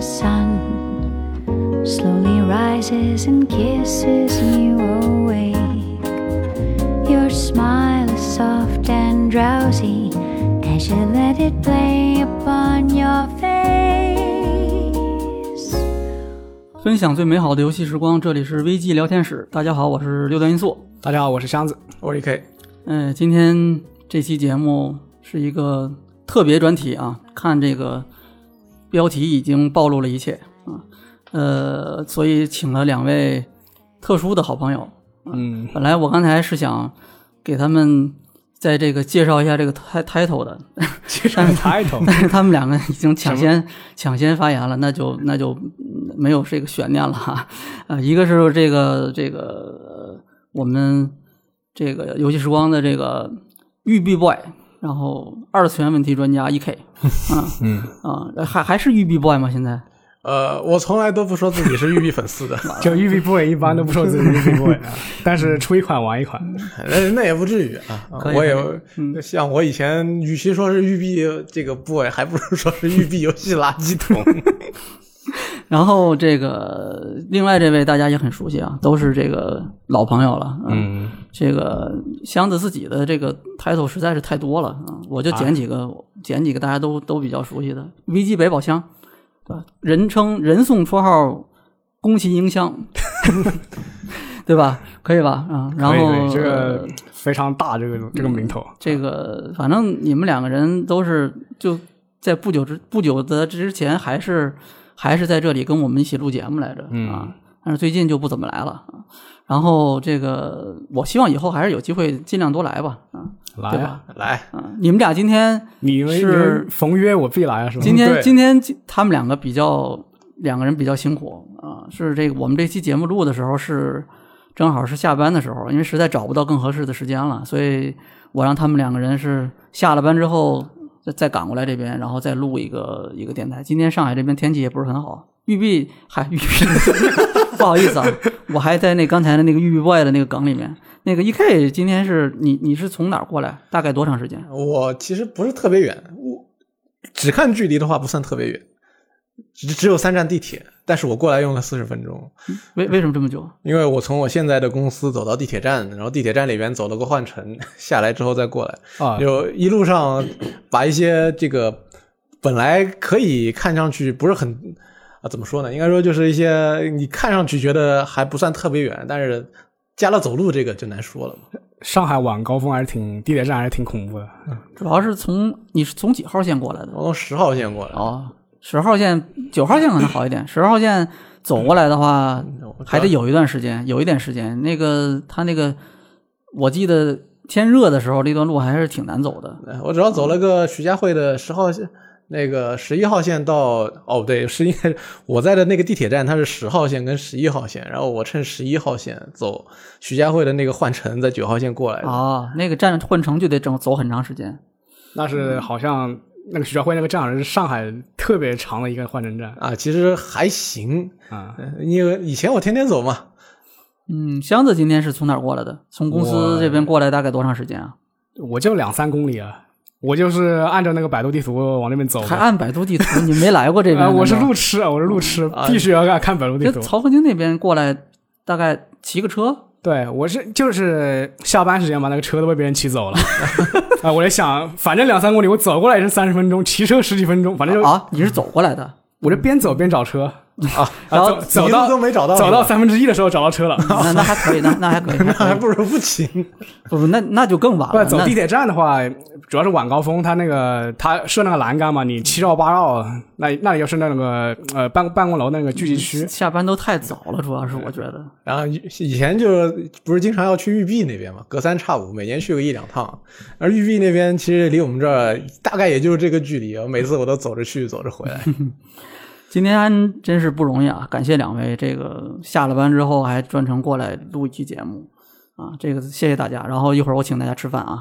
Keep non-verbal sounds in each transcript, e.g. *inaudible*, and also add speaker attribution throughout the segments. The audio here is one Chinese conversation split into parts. Speaker 1: sun slowly rises and kisses you awake. Your smile is soft and drowsy as you let it play upon your face.
Speaker 2: 分享最美好的游戏时光，这里是 VG 聊天室。大家好，我是六段音速。
Speaker 3: 大家好，我是箱子。
Speaker 4: 我是 K，
Speaker 2: 嗯、今天这期节目是一个特别专题啊，看这个标题已经暴露了一切啊，呃，所以请了两位特殊的好朋友。啊
Speaker 3: 嗯，
Speaker 2: 本来我刚才是想给他们在这个介绍一下这个 ti- title 的，
Speaker 3: 介绍 title，
Speaker 2: 但是他们两个已经抢先抢先发言了，那就那就嗯没有这个悬念了哈、 *laughs* 啊。呃，一个是这个这个呃我们这个游戏时光的这个育碧 boy，然后二次元问题专家 E K，嗯嗯啊，还还是育碧 boy 吗？现在
Speaker 4: 呃，我从来都不说自己是育碧粉
Speaker 2: *laughs*
Speaker 4: 丝的，
Speaker 3: *laughs* 就育碧 boy 一般都不说自己育碧 boy，啊 *laughs* 但是出一款玩一款。
Speaker 4: 那那也不至于啊。
Speaker 2: 可以嗯
Speaker 4: 我也像我以前，与其说是育碧这个 boy，还不如说是育碧游戏垃圾桶。
Speaker 2: 然后这个另外这位大家也很熟悉啊，都是这个老朋友了。嗯，
Speaker 4: 嗯，
Speaker 2: 这个箱子自己的这个 title 实在是太多了啊，我就捡几个，捡几个大家都都比较熟悉的 VG 北宝箱，对吧？人称人送绰号“宫崎英箱”， *laughs* 对吧？可以吧？啊，然后
Speaker 3: 可以可以这
Speaker 2: 呃
Speaker 3: 个非常大，这个这个名头。
Speaker 2: 这个反正你们两个人都是就在不久之不久的之前还是还是在这里跟我们一起录节目来着、啊，但是最近就不怎么来了。啊然后这个我希望以后还是有机会尽量多来吧啊，
Speaker 3: 来
Speaker 2: 对
Speaker 3: 啊
Speaker 2: 吧，？
Speaker 4: *laughs* 来，
Speaker 2: 啊，你们俩今天
Speaker 3: 你们
Speaker 2: 是
Speaker 3: 你们逢约我必来啊，是吗？
Speaker 2: 今天、
Speaker 4: 对
Speaker 2: 今天他们两个比较两个人比较辛苦啊，是这个我们这期节目录的时候是正好是下班的时候，因为实在找不到更合适的时间了，所以我让他们两个人是下了班之后再再赶过来这边，然后再录一个一个电台。今天上海这边天气也不是很好，玉碧还玉碧， *laughs* 不好意思啊，我还在那刚才的那个玉碧 boy 的那个梗里面。那个 E K 今天是你你是从哪儿过来？大概多长时间？
Speaker 4: 我其实不是特别远，我只看距离的话不算特别远，只只有三站地铁，但是我过来用了四十分钟，
Speaker 2: 为为什么这么久？
Speaker 4: 因为我从我现在的公司走到地铁站，然后地铁站里边走了个换乘，下来之后再过来。
Speaker 3: 啊，
Speaker 4: 就一路上把一些这个本来可以看上去不是很啊，怎么说呢？应该说就是一些你看上去觉得还不算特别远，但是加了走路这个就难说了嘛。
Speaker 3: 上海晚高峰还是挺地铁站还是挺恐怖的。
Speaker 2: 主要是从你是从几号线过来
Speaker 3: 哦
Speaker 2: 的？
Speaker 4: 我从十号线过来，
Speaker 2: 哦，十号线、九号线可能好一点，十号线走过来的话，还得有一段时间，有一点时间。那个他那个，我记得天热的时候，那段路还是挺难走的。
Speaker 4: 哎我只要走了个徐家汇的十号线。那个十一号线到哦，不对，十一我在的那个地铁站它是十号线跟十一号线，然后我趁十一号线走徐家汇的那个换乘，在九号线过来
Speaker 3: 哎
Speaker 4: 的。
Speaker 2: 啊，那个站换乘就得整走很长时间。
Speaker 3: 那是好像那个徐家汇那个站好像是上海特别长的一个换乘站
Speaker 4: 啊，其实还行，
Speaker 3: 啊。
Speaker 4: 呃因为以前我天天走嘛，
Speaker 2: 嗯，箱子今天是从哪儿过来的？从公司
Speaker 3: 我
Speaker 2: 这边过来大概多长时间啊？
Speaker 3: 我就两三公里啊，我就是按照那个百度地图往那边走的。
Speaker 2: 还按百度地图？你没来过这边
Speaker 3: 啊，
Speaker 2: 呢？
Speaker 3: 我是
Speaker 2: 你知道吗
Speaker 3: 路痴啊，我是路痴，必须要看看百度地
Speaker 2: 这
Speaker 3: 图。
Speaker 2: 曹河泾那边过来，大概骑个车。
Speaker 3: 对，我是就是下班时间嘛，那个车都被别人骑走了。 *laughs* 啊，我在想，反正两三公里，我走过来也是三十分钟，骑车十几分钟，反正就、
Speaker 2: 啊，你是走过来的？
Speaker 3: 我就边走边找车啊，
Speaker 2: 然后
Speaker 3: 走走
Speaker 4: 一
Speaker 3: 到
Speaker 4: 路都没找到
Speaker 3: 走到
Speaker 4: 是吧
Speaker 3: 三分之一的时候找到车了。
Speaker 2: *laughs* 那那还可以，那那还可以，那
Speaker 4: *laughs* 那还不如不骑。
Speaker 2: 不不，那那就更晚
Speaker 3: 不
Speaker 2: 了。
Speaker 3: 走
Speaker 2: 那
Speaker 3: 地铁站的话，主要是晚高峰，它那个它设那个栏杆嘛，你七绕八绕，那那里又是那个呃办办公楼那个聚集区，
Speaker 2: 下班都太早了，主要是我觉得。
Speaker 4: 然后以前就是不是经常要去玉璧那边嘛，隔三差五，每年去个一两趟。而玉璧那边其实离我们这儿大概也就是这个距离，我每次我都走着去，走着回来。
Speaker 2: 今天真是不容易啊！感谢两位，这个下了班之后还专程过来录一期节目啊，这个谢谢大家。然后一会儿我请大家吃饭
Speaker 3: *laughs*
Speaker 2: 啊。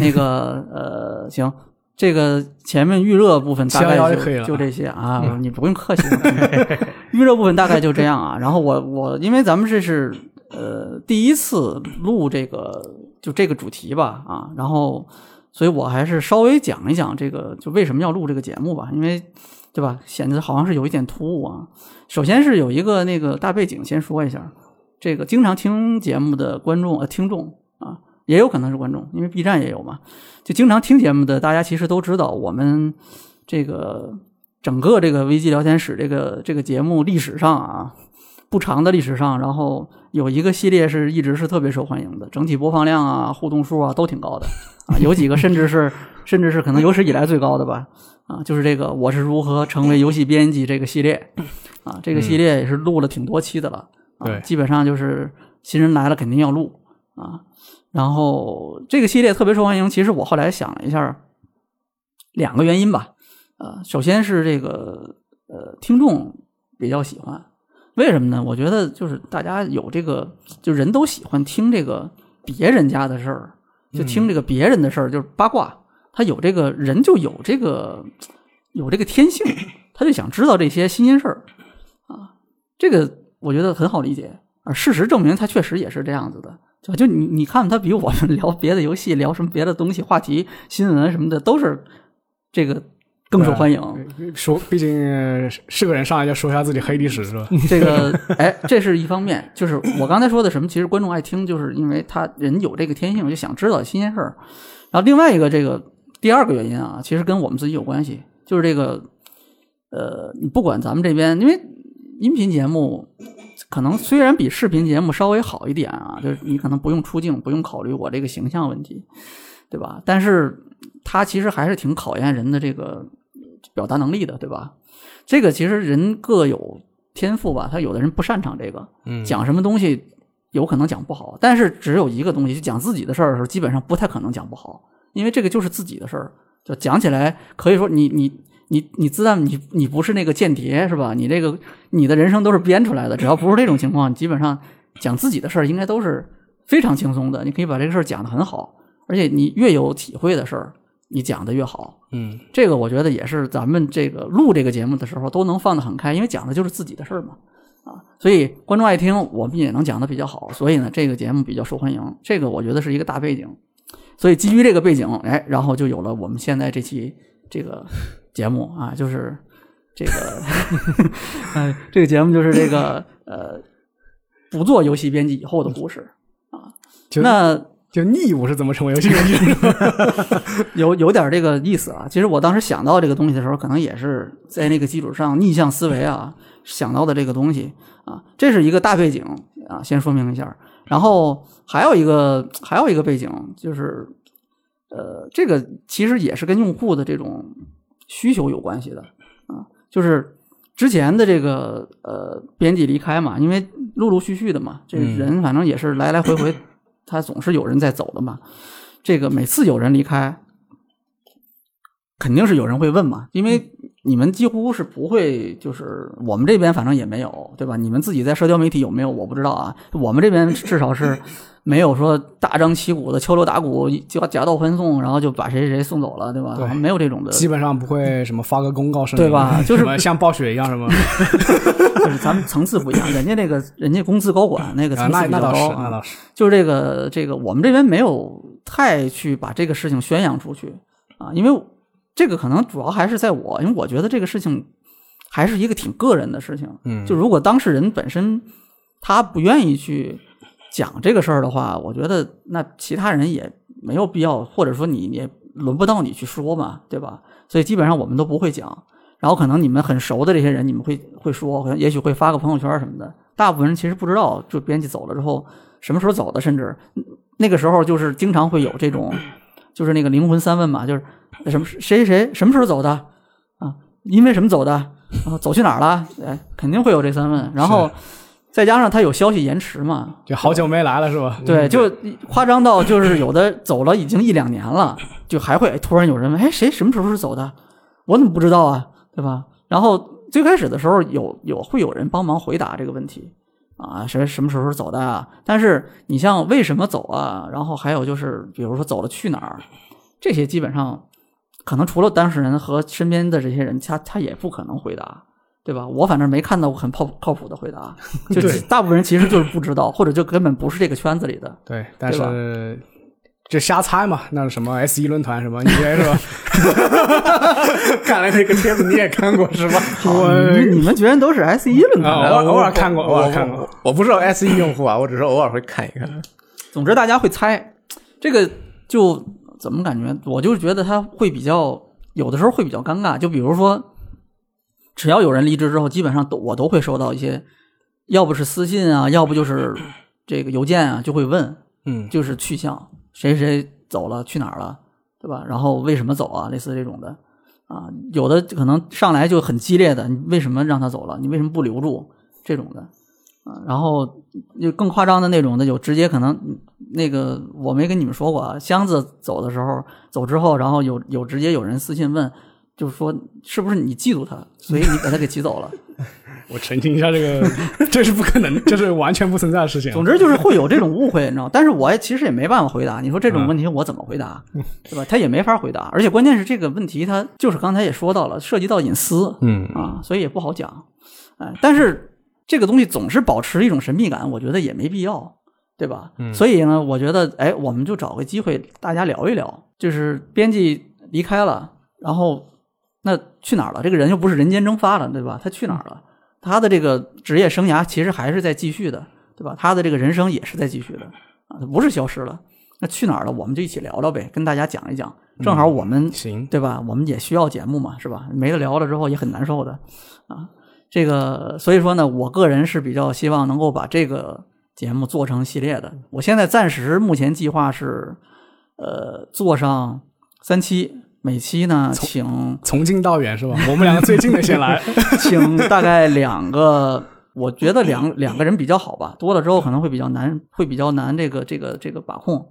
Speaker 2: 那个呃，行，这个前面预热部分大概
Speaker 3: 七幺幺
Speaker 2: 就
Speaker 3: 就可以了
Speaker 2: 就这些啊，
Speaker 3: *laughs*
Speaker 2: 你不用客气。 *laughs* 预热部分大概就这样啊。然后我我因为咱们这是呃第一次录这个就这个主题吧啊，然后所以我还是稍微讲一讲这个就为什么要录这个节目吧，因为对吧？显得好像是有一点突兀啊。首先是有一个那个大背景，先说一下，这个经常听节目的观众呃听众啊，也有可能是观众，因为 B 站也有嘛，就经常听节目的大家其实都知道，我们这个整个这个危机聊天室这个这个节目历史上啊。不长的历史上，然后有一个系列是一直是特别受欢迎的，整体播放量啊、互动数啊都挺高的啊，有几个甚至是甚至是可能有史以来最高的吧啊，就是这个我是如何成为游戏编辑这个系列啊，这个系列也是录了挺多期的了，啊，
Speaker 3: 对
Speaker 2: 基本上就是新人来了肯定要录啊，然后这个系列特别受欢迎，其实我后来想了一下，两个原因吧，呃，首先是这个呃听众比较喜欢，为什么呢？我觉得就是大家有这个，就人都喜欢听这个别人家的事儿，就听这个别人的事儿，就是八卦。他有这个人就有这个有这个天性， *coughs* 他就想知道这些新鲜事儿啊。这个我觉得很好理解啊。事实证明，他确实也是这样子的。啊就就你你看他比我们聊别的游戏、聊什么别的东西、话题、新闻什么的，都是这个更受欢迎。
Speaker 3: 说，毕竟呃是个人上来就说一下自己黑历史是吧？ *laughs*
Speaker 2: 这个，哎，这是一方面，就是我刚才说的什么，其实观众爱听，就是因为他人有这个天性，就想知道新鲜事儿。然后另外一个，这个第二个原因啊，其实跟我们自己有关系，就是这个，呃，你不管咱们这边，因为音频节目可能虽然比视频节目稍微好一点啊，就是你可能不用出镜，不用考虑我这个形象问题，对吧？但是它其实还是挺考验人的这个表达能力的，对吧？这个其实人各有天赋吧，他有的人不擅长这个，
Speaker 4: 嗯
Speaker 2: 讲什么东西有可能讲不好，但是只有一个东西，就讲自己的事儿的时候，基本上不太可能讲不好，因为这个就是自己的事儿，就讲起来可以说你你你你自然你你不是那个间谍是吧？你这个你的人生都是编出来的，只要不是这种情况，基本上讲自己的事儿应该都是非常轻松的，你可以把这个事儿讲得很好，而且你越有体会的事儿，你讲得越好，
Speaker 4: 嗯，
Speaker 2: 这个我觉得也是咱们这个录这个节目的时候都能放得很开，因为讲的就是自己的事儿嘛，啊，所以观众爱听，我们也能讲得比较好，所以呢，这个节目比较受欢迎，这个我觉得是一个大背景，所以基于这个背景，哎，然后就有了我们现在这期这个节目啊，就是这个， *laughs* 呃，这个节目就是这个呃，不做游戏编辑以后的故事。啊
Speaker 3: 就
Speaker 2: 那
Speaker 3: 就逆我是怎么成为游戏编辑的？
Speaker 2: *laughs* 有有点这个意思啊。其实我当时想到这个东西的时候，可能也是在那个基础上逆向思维啊，想到的这个东西啊，这是一个大背景啊，先说明一下。然后还有一个还有一个背景就是，呃，这个其实也是跟用户的这种需求有关系的啊，就是。之前的这个呃编辑离开嘛，因为陆陆续续的嘛，这人反正也是来来回回，他总是有人在走的嘛。这个每次有人离开，肯定是有人会问嘛，因
Speaker 3: 嗯
Speaker 2: 为你们几乎是不会，就是我们这边反正也没有，对吧？你们自己在社交媒体有没有我不知道啊，我们这边至少
Speaker 3: *laughs*
Speaker 2: 是没有说大张旗鼓的敲锣打鼓就要夹道欢送，然后就把谁谁送走了，对吧？
Speaker 3: 对
Speaker 2: 没有这种的，嗯
Speaker 3: 基本上不会什么发个公告声明啊
Speaker 2: 对吧就是
Speaker 3: 什么像暴雪一
Speaker 2: *laughs*
Speaker 3: 样什么，啊
Speaker 2: 就是咱们层次不一样，人家那个人家公司高管那个
Speaker 3: 啊
Speaker 2: 层次
Speaker 3: 那
Speaker 2: 比
Speaker 3: 那
Speaker 2: 较
Speaker 3: 倒是
Speaker 2: 高
Speaker 3: 那
Speaker 2: 啊，
Speaker 3: 倒是，
Speaker 2: 就是这个这个，我们这边没有太去把这个事情宣扬出去啊，因为这个可能主要还是在我，因为我觉得这个事情还是一个挺个人的事情。
Speaker 4: 嗯
Speaker 2: 就如果当事人本身他不愿意去讲这个事儿的话，我觉得那其他人也没有必要，或者说你也轮不到你去说嘛，对吧？所以基本上我们都不会讲。然后可能你们很熟的这些人，你们会会说，可能也许会发个朋友圈什么的。大部分人其实不知道，就编辑走了之后什么时候走的，甚至嗯那个时候就是经常会有这种，就是那个灵魂三问嘛，就是什么谁谁谁什么时候走的啊，因为什么走的，然后走去哪儿了，哎，肯定会有这三问。然后再加上他有消息延迟嘛，
Speaker 3: 就好久没来了是吧？
Speaker 2: 对，就夸张到就是有的走了已经一两年了，就还会哎突然有人问，哎，谁什么时候是走的？我怎么不知道啊？对吧？然后最开始的时候有有会有人帮忙回答这个问题啊，谁什么时候走的啊？但是你像为什么走啊？然后还有就是比如说走了去哪儿，这些基本上可能除了当事人和身边的这些人，他他也不可能回答。对吧？我反正没看到过很靠靠谱的回答，就大部分人其实就是不知道，或者就根本不是这个圈子里的。
Speaker 3: 对，但
Speaker 2: 对吧
Speaker 3: 是就瞎猜嘛，那什么 S 一论坛什么，你也是吧？ *laughs*
Speaker 4: 看来那个帖子你也看过是吧？
Speaker 2: 你们你们居然都是 S 一论
Speaker 3: 啊
Speaker 4: *laughs*
Speaker 2: 坛的？
Speaker 3: 偶尔
Speaker 4: 我
Speaker 3: 偶尔看过
Speaker 4: 我
Speaker 3: 偶尔看过
Speaker 4: 我我不是 S E 用户啊，我只是偶尔会看一看。
Speaker 2: 总之大家会猜，这个就怎么感觉？我就觉得他会比较，有的时候会比较尴尬。就比如说，只要有人离职之后，基本上都我都会收到一些，要不是私信啊，要不就是这个邮件啊，就会问，
Speaker 3: 嗯，
Speaker 2: 就是去向，谁谁走了，去哪儿了，对吧？然后为什么走啊？类似这种的啊，有的可能上来就很激烈的，你为什么让他走了？你为什么不留住？这种的啊，然后就更夸张的那种的，有直接可能那个我没跟你们说过啊，箱子走的时候走之后，然后有有直接有人私信问。就是说，是不是你嫉妒他，所以你把他给骑走了？
Speaker 3: 我澄清一下，这个这是不可能，这是完全不存在的事情。啊
Speaker 2: 总之就是会有这种误会，你知道吗？但是我也其实也没办法回答。你说这种问题我怎么回答，啊对吧？他也没法回答，而且关键是这个问题，他就是刚才也说到了，涉及到隐私，
Speaker 3: 嗯
Speaker 2: 啊，所以也不好讲。哎，但是这个东西总是保持一种神秘感，我觉得也没必要，对吧？所以呢，我觉得，哎，我们就找个机会大家聊一聊，就是编辑离开了，然后那去哪儿了？这个人又不是人间蒸发了，对吧？他去哪儿了？他的这个职业生涯其实还是在继续的，对吧？他的这个人生也是在继续的啊，他不是消失了。那去哪儿了？我们就一起聊聊呗，跟大家讲一讲。正好我们
Speaker 3: 嗯行，
Speaker 2: 对吧？我们也需要节目嘛，是吧？没得聊了之后也很难受的啊。这个，所以说呢，我个人是比较希望能够把这个节目做成系列的。我现在暂时目前计划是，呃，做上三期，每期呢，请
Speaker 3: 从近到远是吧？我们两个最近的
Speaker 2: *laughs*
Speaker 3: 先来。
Speaker 2: 请大概两个，我觉得两两个人比较好吧，多了之后可能会比较难，会比较难这个这个这个把控。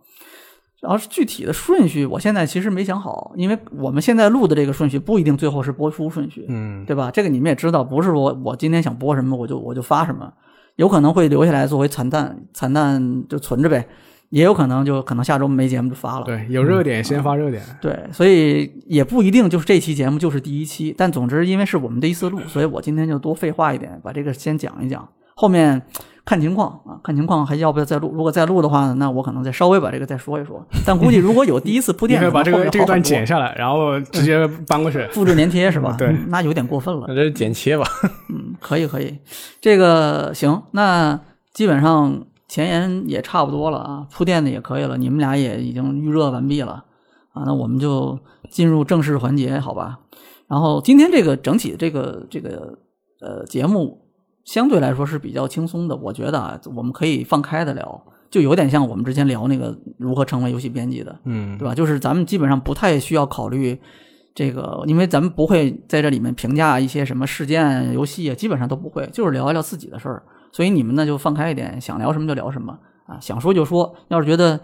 Speaker 2: 然后具体的顺序，我现在其实没想好，因为我们现在录的这个顺序不一定最后是播出顺序，
Speaker 3: 嗯，
Speaker 2: 对吧？这个你们也知道，不是说我今天想播什么我就我就发什么，有可能会留下来作为残蛋，残蛋就存着呗，也有可能就可能下周没节目就发了。
Speaker 3: 对，有热点先发热点。
Speaker 2: 对，所以也不一定就是这期节目就是第一期，但总之因为是我们第一次录，所以我今天就多废话一点，把这个先讲一讲，后面看情况啊，看情况还要不要再录。如果再录的话，那我可能再稍微把这个再说一说。但估计如果有第一次铺
Speaker 3: *laughs* 你
Speaker 2: 垫，
Speaker 3: 可以把这
Speaker 2: 可能
Speaker 3: 个
Speaker 2: 后面
Speaker 3: 这
Speaker 2: 好
Speaker 3: 个
Speaker 2: 很
Speaker 3: 段
Speaker 2: 多
Speaker 3: 剪下来，然后直接搬过去。
Speaker 2: 复制粘贴是吧？
Speaker 3: *laughs* 对
Speaker 2: 嗯那有点过分了
Speaker 4: 那。这是剪切吧？
Speaker 2: 嗯可以可以，这个行，那基本上前言也差不多了啊，铺垫的也可以了，你们俩也已经预热完毕了啊，那我们就进入正式环节，好吧？然后今天这个整体这个这个呃节目相对来说是比较轻松的，我觉得啊，我们可以放开的聊，就有点像我们之前聊那个如何成为游戏编辑的，
Speaker 3: 嗯
Speaker 2: 对吧？就是咱们基本上不太需要考虑这个，因为咱们不会在这里面评价一些什么事件、游戏啊，基本上都不会，就是聊一聊自己的事儿。所以你们呢就放开一点，想聊什么就聊什么啊，想说就说。要是觉得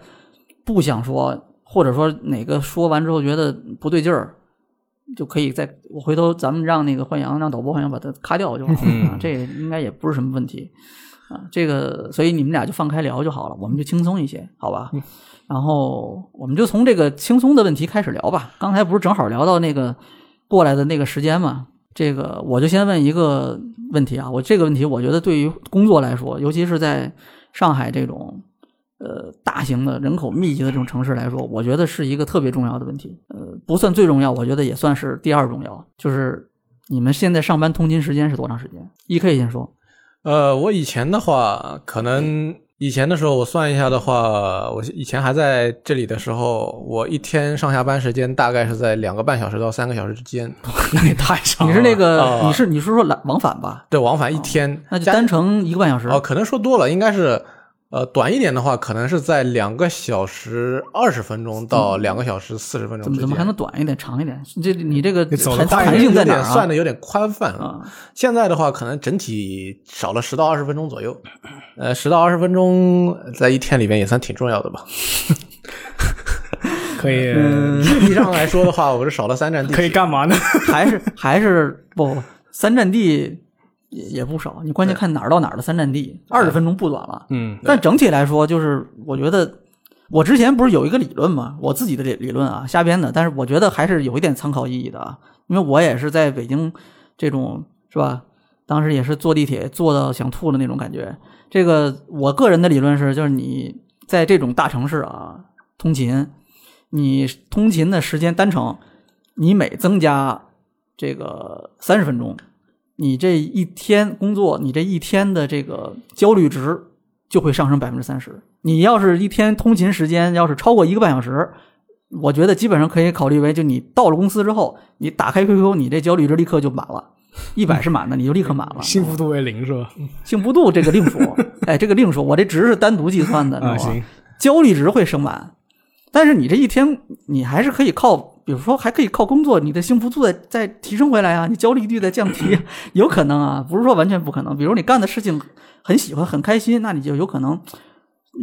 Speaker 2: 不想说，或者说哪个说完之后觉得不对劲儿，就可以再我回头咱们让那个幻阳，让导播幻阳把它咔掉就好了、啊，这应该也不是什么问题。啊，这个，所以你们俩就放开聊就好了，我们就轻松一些，好吧？然后我们就从这个轻松的问题开始聊吧。刚才不是正好聊到那个过来的那个时间嘛？这个我就先问一个问题啊，我这个问题我觉得对于工作来说，尤其是在上海这种呃大型的人口密集的这种城市来说，我觉得是一个特别重要的问题。呃，不算最重要，我觉得也算是第二重要，就是你们现在上班通勤时间是多长时间？E K 先
Speaker 3: *laughs*
Speaker 2: 说，
Speaker 4: 呃，我以前的话，可能以前的时候，我算一下的话，我以前还在这里的时候，我一天上下班时间大概是在两个半小时到三个小时之间，
Speaker 3: 那也太长
Speaker 2: 你
Speaker 3: 了。
Speaker 2: 是
Speaker 3: 啊
Speaker 2: 那个、
Speaker 4: 哦
Speaker 2: 你是你是说来往返吧？
Speaker 4: 对，往返一天。
Speaker 2: 哦那就
Speaker 4: 加
Speaker 2: 单程一个半小时
Speaker 4: 哦，可能说多了，应该是呃短一点的话，可能是在两个小时二十分钟到两个小时四十分
Speaker 2: 嗯
Speaker 4: 钟
Speaker 2: 怎么
Speaker 4: 之
Speaker 2: 怎么还
Speaker 4: 间
Speaker 2: 能短一点、长一点？这你这个
Speaker 3: 你走得
Speaker 2: 弹
Speaker 3: 快一
Speaker 2: 弹性
Speaker 4: 有
Speaker 2: 在哪
Speaker 4: 点
Speaker 2: 儿
Speaker 4: 算
Speaker 2: 啊
Speaker 4: 的？有点宽泛了。
Speaker 2: 啊，
Speaker 4: 现在的话，可能整体少了十到二十分钟左右，呃，十到二十分钟呃在一天里面也算挺重要的吧。
Speaker 3: 可以
Speaker 2: 嗯
Speaker 4: 意义上来说的话，我是少了三站地铁。
Speaker 3: 可以干嘛呢？
Speaker 2: 还是还是不不三站地也也不少，你关键看哪儿到哪儿的三站地，二十分钟不短了。
Speaker 3: 嗯，
Speaker 2: 但整体来说，就是我觉得我之前不是有一个理论嘛，我自己的理理论啊，瞎编的，但是我觉得还是有一点参考意义的啊，因为我也是在北京这种是吧，当时也是坐地铁坐到想吐的那种感觉。这个我个人的理论是，就是你在这种大城市啊，通勤，你通勤的时间单程，你每增加这个三十分钟，你这一天工作，你这一天的这个焦虑值就会上升百分之三十。你要是一天通勤时间要是超过一个半小时，我觉得基本上可以考虑为，就你到了公司之后，你打开 QQ，你这焦虑值立刻就满了，一百是满的，你就立刻满了。嗯
Speaker 3: 幸福度为零是吧？
Speaker 2: 幸福度这个另说，哎，这个另说，我这值是单独计算的，你知道
Speaker 3: 啊，
Speaker 2: 吗
Speaker 3: 行，
Speaker 2: 焦虑值会升满，但是你这一天你还是可以靠，比如说还可以靠工作，你的幸福度再再提升回来啊，你焦虑率再降低，有可能啊，不是说完全不可能。比如你干的事情很喜欢很开心，那你就有可能，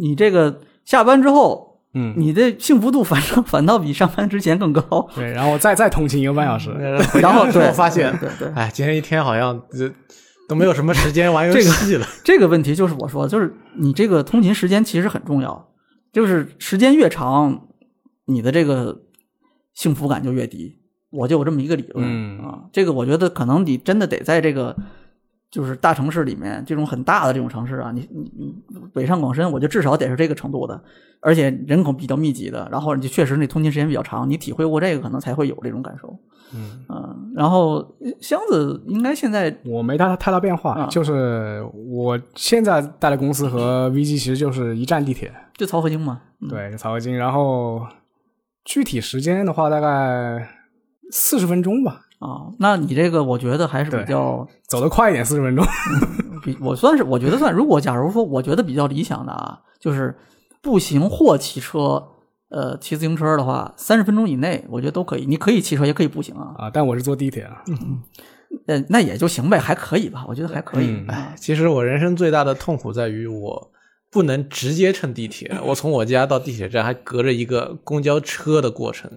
Speaker 2: 你这个下班之后，
Speaker 3: 嗯，
Speaker 2: 你的幸福度反正反倒比 *laughs* 上班之前更高。
Speaker 3: 对，然后我再再通勤一个半小时，
Speaker 2: 然后
Speaker 4: 回家的时
Speaker 2: 对
Speaker 4: 候发现，
Speaker 2: 对对，对
Speaker 4: 哎，今天一天好像这都没有什么时间玩游戏了。
Speaker 2: 这个问题就是我说，就是你这个通勤时间其实很重要，就是时间越长，你的这个幸福感就越低。我就有这么一个理论、
Speaker 3: 嗯
Speaker 2: 啊，这个我觉得可能你真的得在这个就是大城市里面，这种很大的这种城市啊，你你你北上广深，我觉得至少得是这个程度的，而且人口比较密集的，然后你就确实你通勤时间比较长，你体会过这个，可能才会有这种感受。嗯然后呃箱子应该现在
Speaker 3: 我没太大太大变化，
Speaker 2: 啊
Speaker 3: 就是我现在待的公司和 VG 其实就是一站地铁，
Speaker 2: 就曹和京嘛，嗯
Speaker 3: 对，曹合金。然后具体时间的话，大概四十分钟吧，
Speaker 2: 啊，那你这个我觉得还是比
Speaker 3: 对
Speaker 2: 较
Speaker 3: 走得快一点，四十分钟。 *laughs*
Speaker 2: 比我算是我觉得算，如果假如说我觉得比较理想的啊，就是步行或骑车，呃，骑自行车的话，三十分钟以内我觉得都可以，你可以骑车也可以步行啊，
Speaker 3: 啊，但我是坐地铁啊，
Speaker 2: 嗯呃，那也就行呗，还可以吧，我觉得还可以。
Speaker 3: 嗯
Speaker 2: 啊
Speaker 4: 其实我人生最大的痛苦在于我不能直接乘
Speaker 2: *laughs*
Speaker 4: 地铁，我从我家到地铁站还隔着一个公交车的过程。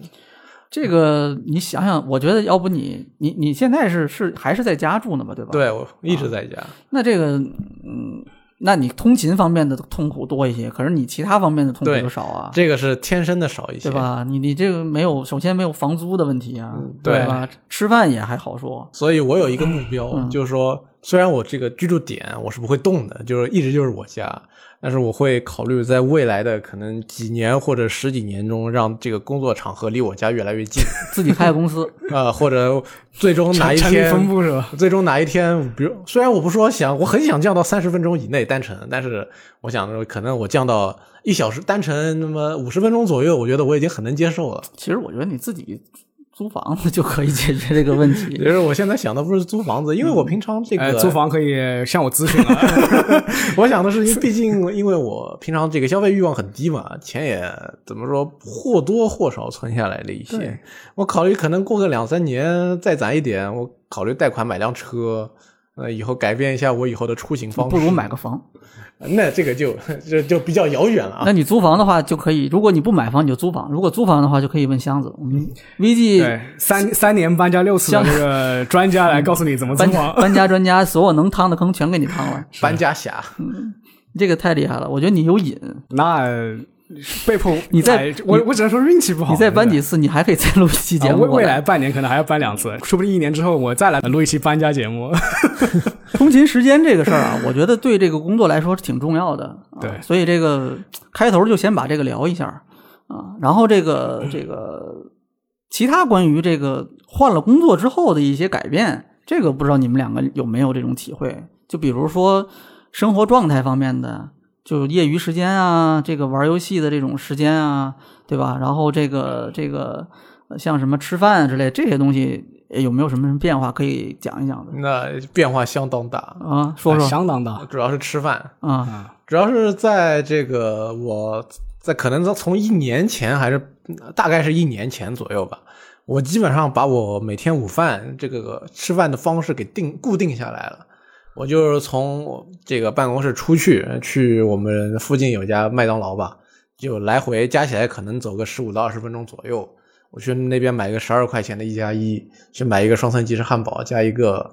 Speaker 2: 这个你想想，我觉得要不你你你现在是是还是在家住呢嘛，对吧？
Speaker 4: 对我一直在家，
Speaker 2: 那这个，嗯，那你通勤方面的痛苦多一些，可是你其他方面的痛苦
Speaker 4: 对
Speaker 2: 就少啊。
Speaker 4: 这个是天生的少一些
Speaker 2: 对？吧？你你这个没有，首先没有房租的问题啊，
Speaker 4: 对
Speaker 2: 吧？吃饭也还好说，
Speaker 4: 所以我有一个目标，就是说，虽然我这个居住点我是不会动的，就是一直就是我家，但是我会考虑在未来的可能几年或者十几年中，让这个工作场合离我家越来越近， *laughs*
Speaker 2: 自己开个公司， *laughs*
Speaker 4: 呃，或者最终
Speaker 3: 成
Speaker 4: 哪一
Speaker 3: 成立分
Speaker 4: 天，
Speaker 3: 布是吧？
Speaker 4: 最终哪一天，比如虽然我不说想，我很想降到三十分钟以内单程，但是我想着可能我降到一小时单程，那么五十分钟左右，我觉得我已经很能接受了。
Speaker 2: 其实我觉得你自己租房子就可以解决这个问
Speaker 4: 其
Speaker 2: 题。
Speaker 4: 实我现在想的不是租房子，因为我平常这
Speaker 3: 哎，
Speaker 4: 个
Speaker 3: 租房可以向我咨询啊了。
Speaker 2: *laughs*
Speaker 4: *laughs* 我想的是，因为毕竟因为我平常这个消费欲望很低嘛，钱也怎么说或多或少存下来了一些
Speaker 3: 对。
Speaker 4: 我考虑可能过个两三年再攒一点，我考虑贷款买辆车，呃，以后改变一下我以后的出行方式。
Speaker 2: 不如买个房。
Speaker 4: 那这个就就就比较遥远了啊
Speaker 2: 那。你租房的话就可以，如果你不买房你就租房，如果租房的话就可以问箱子，我们 VG
Speaker 3: 对，三三年搬家六次
Speaker 2: 像
Speaker 3: 的这个专家来告诉你怎么租
Speaker 2: 搬家
Speaker 3: 房。
Speaker 2: *laughs* 搬家专家，所有能趟的坑全给你趟了，
Speaker 4: 搬家侠，
Speaker 2: 这个太厉害了。我觉得你有瘾，
Speaker 3: 那被迫
Speaker 2: 你再
Speaker 3: 哎我我只能说运气不好。啊
Speaker 2: 你再搬
Speaker 3: 真
Speaker 2: 几
Speaker 3: 的
Speaker 2: 次，你还可以再录一期节
Speaker 3: 啊
Speaker 2: 目
Speaker 3: 未
Speaker 2: 过
Speaker 3: 未来
Speaker 2: 来。
Speaker 3: 半年可能还要搬两次，说不定一年之后我再来录一期搬家
Speaker 2: *laughs*
Speaker 3: 节目。
Speaker 2: 通勤时间这个事儿啊，我觉得对这个工作来说是挺重要的。啊
Speaker 3: 对
Speaker 2: 所以这个开头就先把这个聊一下啊，然后这个这个其他关于这个换了工作之后的一些改变，这个不知道你们两个有没有这种体会？就比如说生活状态方面的，就业余时间啊，这个玩游戏的这种时间啊，对吧？然后这个这个呃像什么吃饭啊之类这些东西，呃有没有什么变化可以讲一讲的？
Speaker 4: 那变化相当大，
Speaker 2: 啊，说说，
Speaker 3: 相当大。
Speaker 4: 主要是吃饭，
Speaker 2: 啊，
Speaker 4: 主要是在这个我在可能从一年前还是大概是一年前左右吧，我基本上把我每天午饭这个吃饭的方式给定固定下来了。我就是从这个办公室出去，去我们附近有一家麦当劳吧，就来回加起来可能走个十五到二十分钟左右。我去那边买个十二块钱的一加一，去买一个双层鸡翅汉堡加一个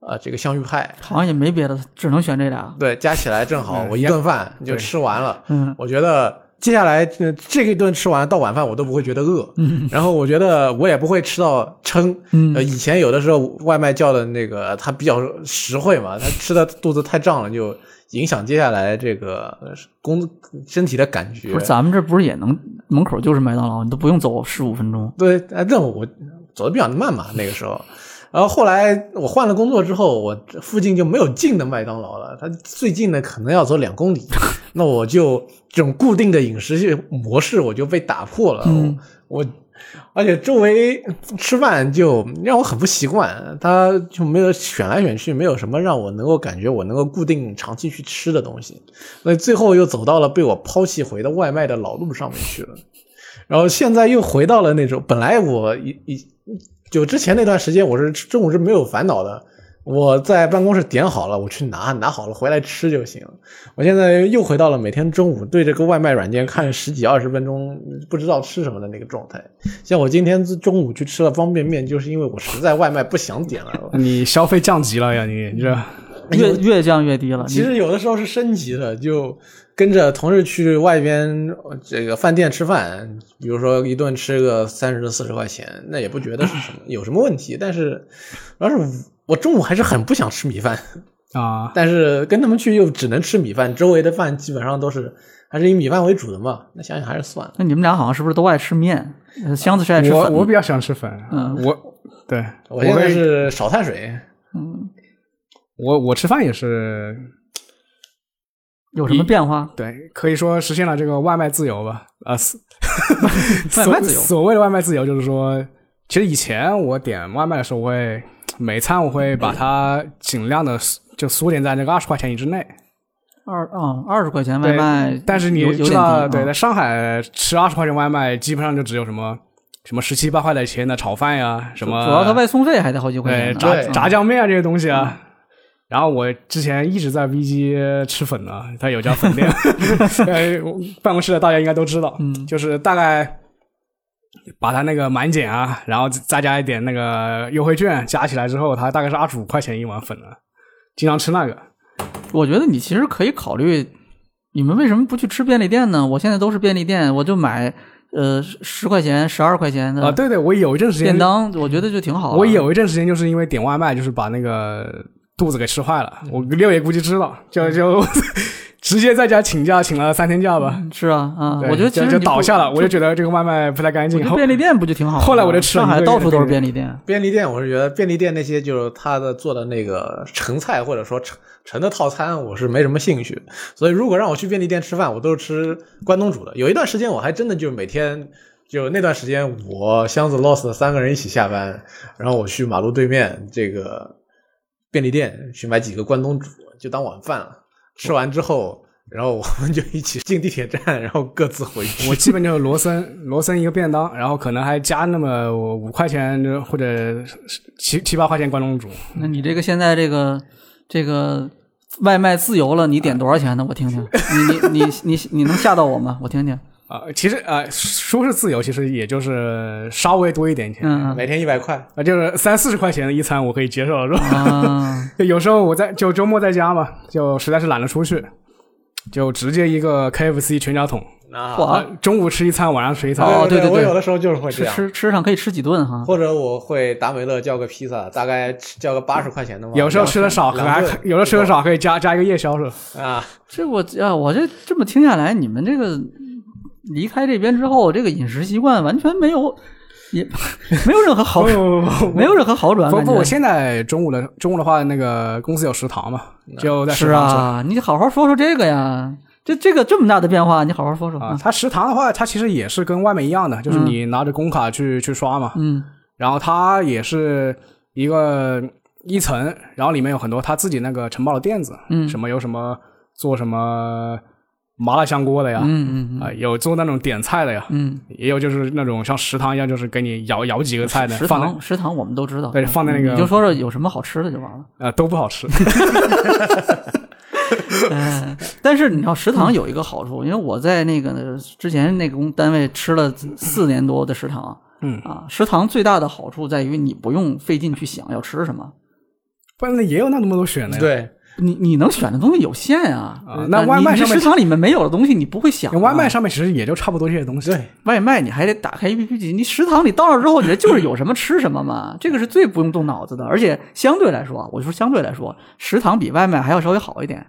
Speaker 4: 呃这个香芋派，
Speaker 2: 好像也没别的，只能选这俩。
Speaker 4: 对，加起来正好
Speaker 3: 嗯
Speaker 4: 我一顿饭就
Speaker 3: 对
Speaker 4: 吃完了。
Speaker 2: 嗯，
Speaker 4: 我觉得接下来呃这一顿吃完到晚饭我都不会觉得饿，然后我觉得我也不会吃到撑。呃，以前有的时候外卖叫的那个它比较实惠嘛，它吃的肚子太胀了，就影响接下来这个呃工身体的感觉
Speaker 2: 不。是咱们这不是也能门口就是麦当劳，你都不用走十五分钟。
Speaker 4: 对，哎，那我走的比较慢嘛，那个时候。然后后来我换了工作之后，我这附近就没有近的麦当劳了，它最近的可能要走两公里。那我就这种固定的饮食模式我就被打破了。我我而且周围吃饭就让我很不习惯，它就没有选来选去，没有什么让我能够感觉我能够固定长期去吃的东西。所以最后又走到了被我抛弃回的外卖的老路上面去了。然后现在又回到了那种本来我一一就之前那段时间我是中午是没有烦恼的，我在办公室点好了，我去拿拿好了回来吃就行。我现在又回到了每天中午对这个外卖软件看十几二十分钟不知道吃什么的那个状态。像我今天中午去吃了方便面，就是因为我实在外卖不想点了。
Speaker 3: 你消费降级了呀？你你这
Speaker 2: 越越降越低了。
Speaker 4: 其实有的时候是升级的，就跟着同事去外边呃这个饭店吃饭，比如说一顿吃个三十四十块钱，那也不觉得是什么有什么问题。但是，主要是我中午还是很不想吃米饭，
Speaker 2: 嗯
Speaker 3: 啊，
Speaker 4: 但是跟他们去又只能吃米饭，周围的饭基本上都是还是以米饭为主的嘛。那想想还是算了，
Speaker 2: 那你们俩好像是不是都爱吃面？呃箱子是爱吃
Speaker 3: 我
Speaker 2: 粉
Speaker 3: 我
Speaker 2: 的，
Speaker 3: 比较喜欢吃粉，啊
Speaker 2: 嗯
Speaker 3: 我对
Speaker 4: 我现在
Speaker 3: 会
Speaker 4: 是少碳水，
Speaker 3: 我我吃饭也是
Speaker 2: 有什么变化？
Speaker 3: 对，可以说实现了这个外卖自由吧。啊，所
Speaker 2: 外卖自由
Speaker 3: 所所谓的外卖自由，就是说，其实以前我点外卖的时候，我会每餐我会把它尽量的就缩减在那个二十块钱以之内。
Speaker 2: 二啊，二十块钱外
Speaker 3: 对
Speaker 2: 卖，
Speaker 3: 但是
Speaker 2: 有
Speaker 3: 你
Speaker 2: 有
Speaker 3: 知道，
Speaker 2: 点低
Speaker 3: 对，
Speaker 2: 啊
Speaker 3: 在上海吃二十块钱外卖，基本上就只有什么什么十七八块的钱的炒饭呀，什
Speaker 2: 主
Speaker 3: 么
Speaker 2: 要它外送费还得好几块钱
Speaker 3: 对
Speaker 2: 呢。嗯
Speaker 3: 炸
Speaker 4: 对
Speaker 3: 炸酱面啊这些东西啊。然后我之前一直在 V 机吃粉呢，它有
Speaker 2: *laughs*
Speaker 3: 家粉店， *laughs* 呃，我办公室的大家应该都知道，
Speaker 2: 嗯
Speaker 3: 就是大概把它那个满减啊，然后再加一点那个优惠券，加起来之后，它大概是二十五块钱一碗粉了，经常吃那个。
Speaker 2: 我觉得你其实可以考虑，你们为什么不去吃便利店呢？我现在都是便利店，我就买呃十块钱、十二块钱
Speaker 3: 啊，
Speaker 2: 的
Speaker 3: 对对，我有一阵时
Speaker 2: 嗯便
Speaker 3: 间，
Speaker 2: 当，我觉得就挺好啊。
Speaker 3: 我有一阵时间就是因为点外卖，就是把那个肚子给吃坏了。
Speaker 2: 嗯
Speaker 3: 我六爷估计知道，就就 *laughs* 直接在家请假，请了三天假吧。
Speaker 2: 是啊啊，
Speaker 3: 对
Speaker 2: 我觉得其
Speaker 3: 就
Speaker 2: 实
Speaker 3: 就
Speaker 2: 你
Speaker 3: 倒
Speaker 2: 不
Speaker 3: 下了，我就觉得这个外卖不太干
Speaker 2: 我
Speaker 3: 净。
Speaker 2: 觉得
Speaker 3: 后
Speaker 2: 便利店不就挺好的吗？
Speaker 3: 后来我就吃了
Speaker 2: 上海
Speaker 3: 一个月
Speaker 2: 到处都是
Speaker 3: 的便
Speaker 2: 便利店，
Speaker 4: 便利店，我是觉得便利店那些就是他的做的那个成菜或者说成成的套餐，我是没什么兴趣。所以如果让我去便利店吃饭，我都是吃关东煮的。有一段时间我还真的就是每天。就那段时间，我箱子 lost 三个人一起下班，然后我去马路对面这个便利店去买几个关东煮，就当晚饭了。吃完之后，然后我们就一起进地铁站，然后各自回
Speaker 3: *laughs*
Speaker 4: 去。
Speaker 3: 我基本就是罗森，罗森一个便当，然后可能还加那么五块钱或者七七八块钱关东煮。
Speaker 2: 那你这个现在这个这个外卖自由了，你点多少钱呢？我听
Speaker 3: *laughs*
Speaker 2: 听，你你你你你能吓到我吗？我听听。
Speaker 3: 啊、其实啊、呃说是自由，其实也就是稍微多一点钱，啊、
Speaker 2: 嗯
Speaker 4: 每天一百块，
Speaker 3: 就是三四十块钱的一餐我可以接受了，是吧？
Speaker 2: 嗯啊，
Speaker 3: 就 *laughs* 有时候我在就周末在家嘛，就实在是懒得出去，就直接一个 KFC 全家桶，
Speaker 4: 啊
Speaker 2: 嚯
Speaker 3: 啊，中午吃一餐，晚上吃一餐。
Speaker 2: 哦
Speaker 4: 对
Speaker 2: 对对
Speaker 4: 我
Speaker 2: 对
Speaker 4: 有的时候就是会这
Speaker 2: 吃
Speaker 4: 样。
Speaker 2: 吃吃上可以吃几顿哈。
Speaker 4: 或者我会达美乐叫个披萨，大概叫个八十块钱的嘛。
Speaker 3: 有时候吃的少，可
Speaker 4: 两
Speaker 3: 能
Speaker 4: 顿
Speaker 3: 还可有的吃的少可以加加一个夜宵是吧？
Speaker 4: 啊，
Speaker 2: 这我啊，我这这么听下来，你们这个离开这边之后，这个饮食习惯完全没有，也没有任何好，没有任何好转。
Speaker 3: *laughs* 不
Speaker 2: 感觉
Speaker 3: 不，我现在中午的中午的话，那个公司有食堂嘛，就在
Speaker 2: 是
Speaker 3: 食堂吃。
Speaker 2: 啊，你好好说说这个呀，这这个这么大的变化，你好好说说
Speaker 3: 啊，。它食堂的话，它其实也是跟外面一样的，就是
Speaker 2: 嗯
Speaker 3: 你拿着工卡去去刷嘛，
Speaker 2: 嗯
Speaker 3: 然后它也是一个一层，然后里面有很多它自己那个承包的店子，
Speaker 2: 嗯
Speaker 3: 什么有什么做什么麻辣香锅的呀，啊、
Speaker 2: 嗯嗯嗯
Speaker 3: 有做那种点菜的呀，
Speaker 2: 嗯，
Speaker 3: 也有就是那种像食堂一样，就是给你舀舀几个菜的，
Speaker 2: 食
Speaker 3: 哎放在
Speaker 2: 堂食堂我们都知道，嗯
Speaker 3: 对放在那个
Speaker 2: 你就说说有什么好吃的就完
Speaker 3: *laughs*
Speaker 2: 了。
Speaker 3: 呃都不好吃。
Speaker 2: 嗯，但是你知道食堂有一个好处，因为我在那个之前那个工单位吃了四年多的食堂，
Speaker 3: 嗯
Speaker 2: 啊，食堂最大的好处在于你不用费劲去想要吃什么，
Speaker 3: 不然也有那么多选的呀。
Speaker 4: 对，
Speaker 2: 你你能选的东西有限啊。
Speaker 3: 啊那
Speaker 2: 呃
Speaker 3: 外
Speaker 2: 你
Speaker 3: 卖
Speaker 2: 你
Speaker 3: 上面
Speaker 2: 食堂里面没有的东西，你不会想啊。
Speaker 3: 外卖上面其实也就差不多这些东西。
Speaker 4: 对，
Speaker 2: 外卖你还得打开 APP，你食堂里到了之后，你这就是有什么吃什么嘛，这个是最不用动脑子的。而且相对来说啊，我就说相对来说，食堂比外卖还要稍微好一点，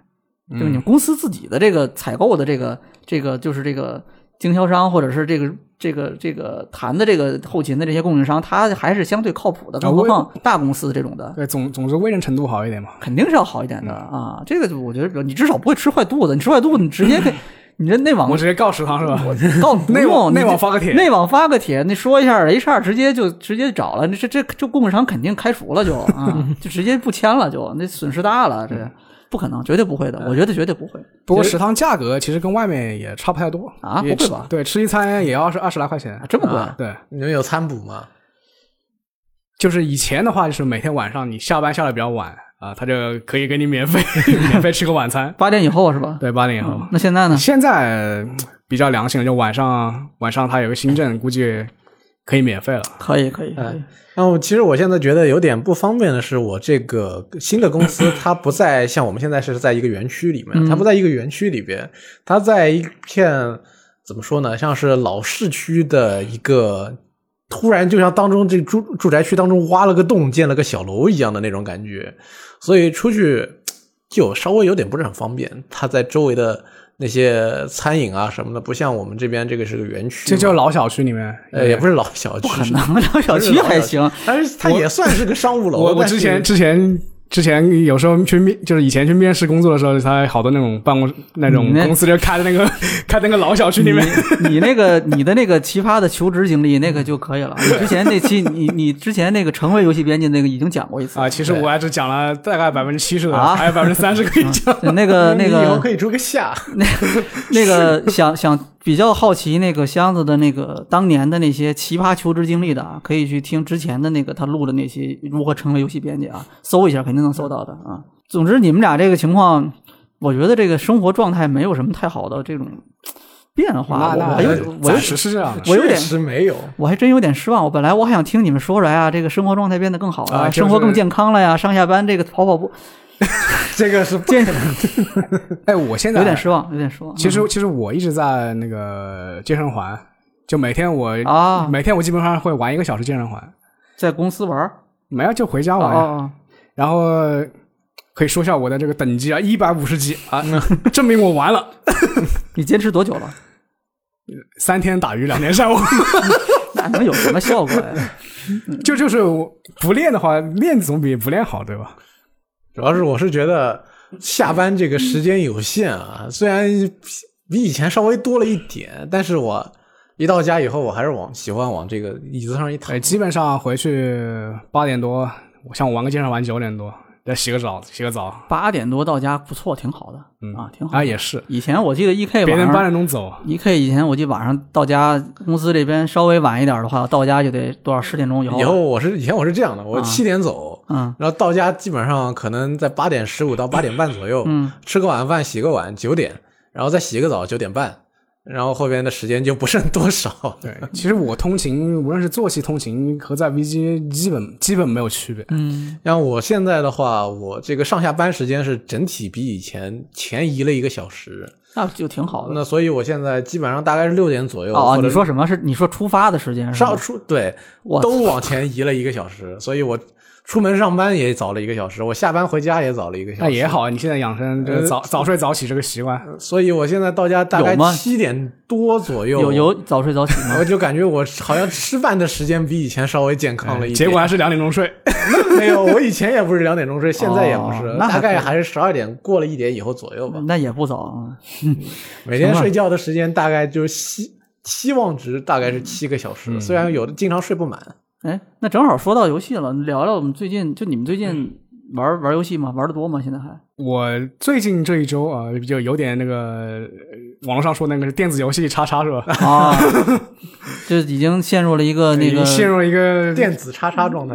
Speaker 2: 就是你们公司自己的这个采购的这个这个就是这个经销商或者是这个这个这个谈的这个后勤的这些供应商，他还是相对靠谱的，更何况大公司这种的。
Speaker 3: 对，总总之卫生程度好一点嘛。
Speaker 2: 肯定是要好一点的啊，这个就我觉得你至少不会吃坏肚子，你吃坏肚子你直接给你这内网
Speaker 3: 我直接告食堂是吧？
Speaker 2: *laughs* 到不
Speaker 3: 内
Speaker 2: 用
Speaker 3: 网
Speaker 2: 你
Speaker 3: 内
Speaker 2: 这
Speaker 3: 网发个帖
Speaker 2: 内网发个帖，你说一下，HR 直接就直接找了，你这这这供应商肯定开除了就
Speaker 3: *laughs*
Speaker 2: 啊，就直接不签了就，那损失大了，
Speaker 3: 嗯
Speaker 2: 这不可能，绝对不会的，我觉得绝对不会
Speaker 3: 不过食堂价格其实跟外面也差不太多
Speaker 2: 啊
Speaker 3: 也
Speaker 2: 不会
Speaker 3: 吃
Speaker 2: 吧
Speaker 3: 对，吃一餐也要是二十来块钱
Speaker 2: 啊，。这么贵，
Speaker 3: 对，
Speaker 4: 你们有餐补吗？
Speaker 3: 就是以前的话，就是每天晚上你下班下的比较晚啊，他就可以给你免费 *laughs* 免费吃个晚餐。
Speaker 2: 八点以后是吧？嗯
Speaker 3: 对，嗯八点以后。
Speaker 2: 那现在呢？
Speaker 3: 现在嗯比较良心了，就晚上晚上他有个新政，估计可以免费了。
Speaker 2: 可以可以，
Speaker 3: 哎
Speaker 2: 可以
Speaker 4: 然后，其实我现在觉得有点不方便的是，我这个新的公司它不在像我们现在是在一个园区里面，它不在一个园区里边，它在一片怎么说呢，像是老市区的一个，突然就像当中这住住宅区当中挖了个洞，建了个小楼一样的那种感觉，所以出去就稍微有点不是很方便。它在周围的那些餐饮啊什么的，不像我们这边这个是个园区嘛，
Speaker 3: 这就老小区里面，
Speaker 4: 呃也不是老小区，
Speaker 2: 可能聊小区还行，
Speaker 4: 但是它也算是个商务楼。
Speaker 3: 我我
Speaker 4: 但是
Speaker 3: 之前之前之前有时候去面，就是以前去面试工作的时候，他好多那种办公室那种
Speaker 2: 你那
Speaker 3: 公司就开在那个 *laughs* 开在那个老小区里面。
Speaker 2: 你你那个你的那个奇葩的求职经历那个就可以了。你之前那期你你之前那个成为游戏编辑那个已经讲过一次
Speaker 3: *laughs* 啊，其实我还只讲了大概百分之七十
Speaker 2: 啊
Speaker 3: 的，还有百分之三十可以讲。
Speaker 2: 对那个那
Speaker 4: 你以后
Speaker 2: 个
Speaker 4: 可以住个下，
Speaker 2: 那个想想比较好奇那个箱子的那个当年的那些奇葩求职经历的啊，可以去听之前的那个他录的那些如何成为游戏编辑啊，搜一下肯定能搜到的啊。总之你们俩这个情况，我觉得这个生活状态没有什么太好的这种变化，
Speaker 3: 那
Speaker 2: 我
Speaker 3: 那
Speaker 2: 啊还有我有
Speaker 3: 啊暂时是这样的。
Speaker 2: 我有点
Speaker 4: 确实没有。
Speaker 2: 我还真有点失望。我本来我还想听你们说出来啊，这个生活状态变得更好了，
Speaker 3: 啊就是
Speaker 2: 生活更健康了呀，上下班这个跑
Speaker 3: *laughs*
Speaker 2: 跑步，
Speaker 4: 这个是
Speaker 2: *laughs* 健
Speaker 3: 哎，我现在
Speaker 2: 有点失望，有点失望。嗯
Speaker 3: 其实其实我一直在那个健身环，就每天我
Speaker 2: 啊
Speaker 3: 每天我基本上会玩一个小时健身环，
Speaker 2: 在公司玩儿，
Speaker 3: 没有就回家
Speaker 2: 哦
Speaker 3: 玩。
Speaker 2: 哦
Speaker 3: 然后呃可以说一下我的这个等级啊，一百五十级啊， *laughs* 证明我完了。
Speaker 2: 哦你坚持多久了？
Speaker 3: 三天打鱼两天晒网， *laughs*
Speaker 2: 那能有什么效果呀？
Speaker 3: 就就是我不练的话，练总比不练好，对吧？
Speaker 4: 主要是我是觉得下班这个时间有限啊，虽然比以前稍微多了一点，但是我一到家以后，我还是往喜欢往这个椅子上一躺
Speaker 2: 哎
Speaker 3: 对，，基本上回去八点多，我像我玩个健身玩九点多，再洗个澡，洗个澡
Speaker 2: 八点多到家，不错，挺好的，啊，挺好
Speaker 3: 啊
Speaker 2: 的。
Speaker 3: 也是，
Speaker 2: 以前我记得 E K
Speaker 3: 别
Speaker 2: 晚
Speaker 3: 人八
Speaker 2: 上
Speaker 3: 点钟走，
Speaker 2: E K 以前我记得晚上到家，公司这边稍微晚一点的话，到家就得多少十点钟以后。
Speaker 4: 以后我是以前我是这样的，我
Speaker 2: 啊
Speaker 4: 七点走，
Speaker 2: 嗯，
Speaker 4: 然后到家基本上可能在八点十五到八点半左右，嗯，吃个晚饭，洗个碗，九点，然后再洗个澡，九点半，然后后边的时间就不剩多少。
Speaker 3: 对，其实我通勤，无论是坐骑通勤和在 VG 基本基本没有区别。
Speaker 2: 嗯，
Speaker 4: 像我现在的话，我这个上下班时间是整体比以前前移了一个小时，
Speaker 2: 那就挺好的。
Speaker 4: 那所以我现在基本上大概是六点左右，
Speaker 2: 哦，
Speaker 4: 或者
Speaker 2: 你说什么是？你说出发的时间是
Speaker 4: 上
Speaker 2: 吧？
Speaker 4: 出对
Speaker 2: 我，
Speaker 4: 都往前移了一个小时，所以我出门上班也早了一个小时，我下班回家也早了一个小
Speaker 3: 那
Speaker 4: 时，
Speaker 3: 也好，你现在养成这
Speaker 4: 呃
Speaker 3: 个早早睡早起这个习惯，
Speaker 4: 所以我现在到家大概
Speaker 2: 有吗
Speaker 4: 七点多左右，
Speaker 2: 有有早睡早起吗？ *laughs*
Speaker 4: 我就感觉我好像吃饭的时间比以前稍微健康
Speaker 2: 哎
Speaker 4: 了一点。
Speaker 3: 结果还是两点钟睡。
Speaker 4: *laughs* 没有，我以前也不是两点钟睡，现在也不是，
Speaker 2: 哦那还
Speaker 4: 大概
Speaker 2: 可以
Speaker 4: 还是十二点过了一点以后左右吧。
Speaker 2: 那也不早，嗯
Speaker 4: 每天睡觉的时间大概就是希期望值大概是七个小时，
Speaker 3: 嗯
Speaker 4: 虽然有的经常睡不满。
Speaker 2: 哎，那正好说到游戏了，聊聊我们最近，就你们最近玩、玩游戏吗？玩的多吗？现在还？
Speaker 3: 我最近这一周啊，就有点那个呃网络上说那个电子游戏叉叉是吧？
Speaker 2: 啊，就已经陷入了一个那
Speaker 3: 已经
Speaker 2: 个
Speaker 3: 陷入了一个
Speaker 4: *laughs* 电子叉叉状态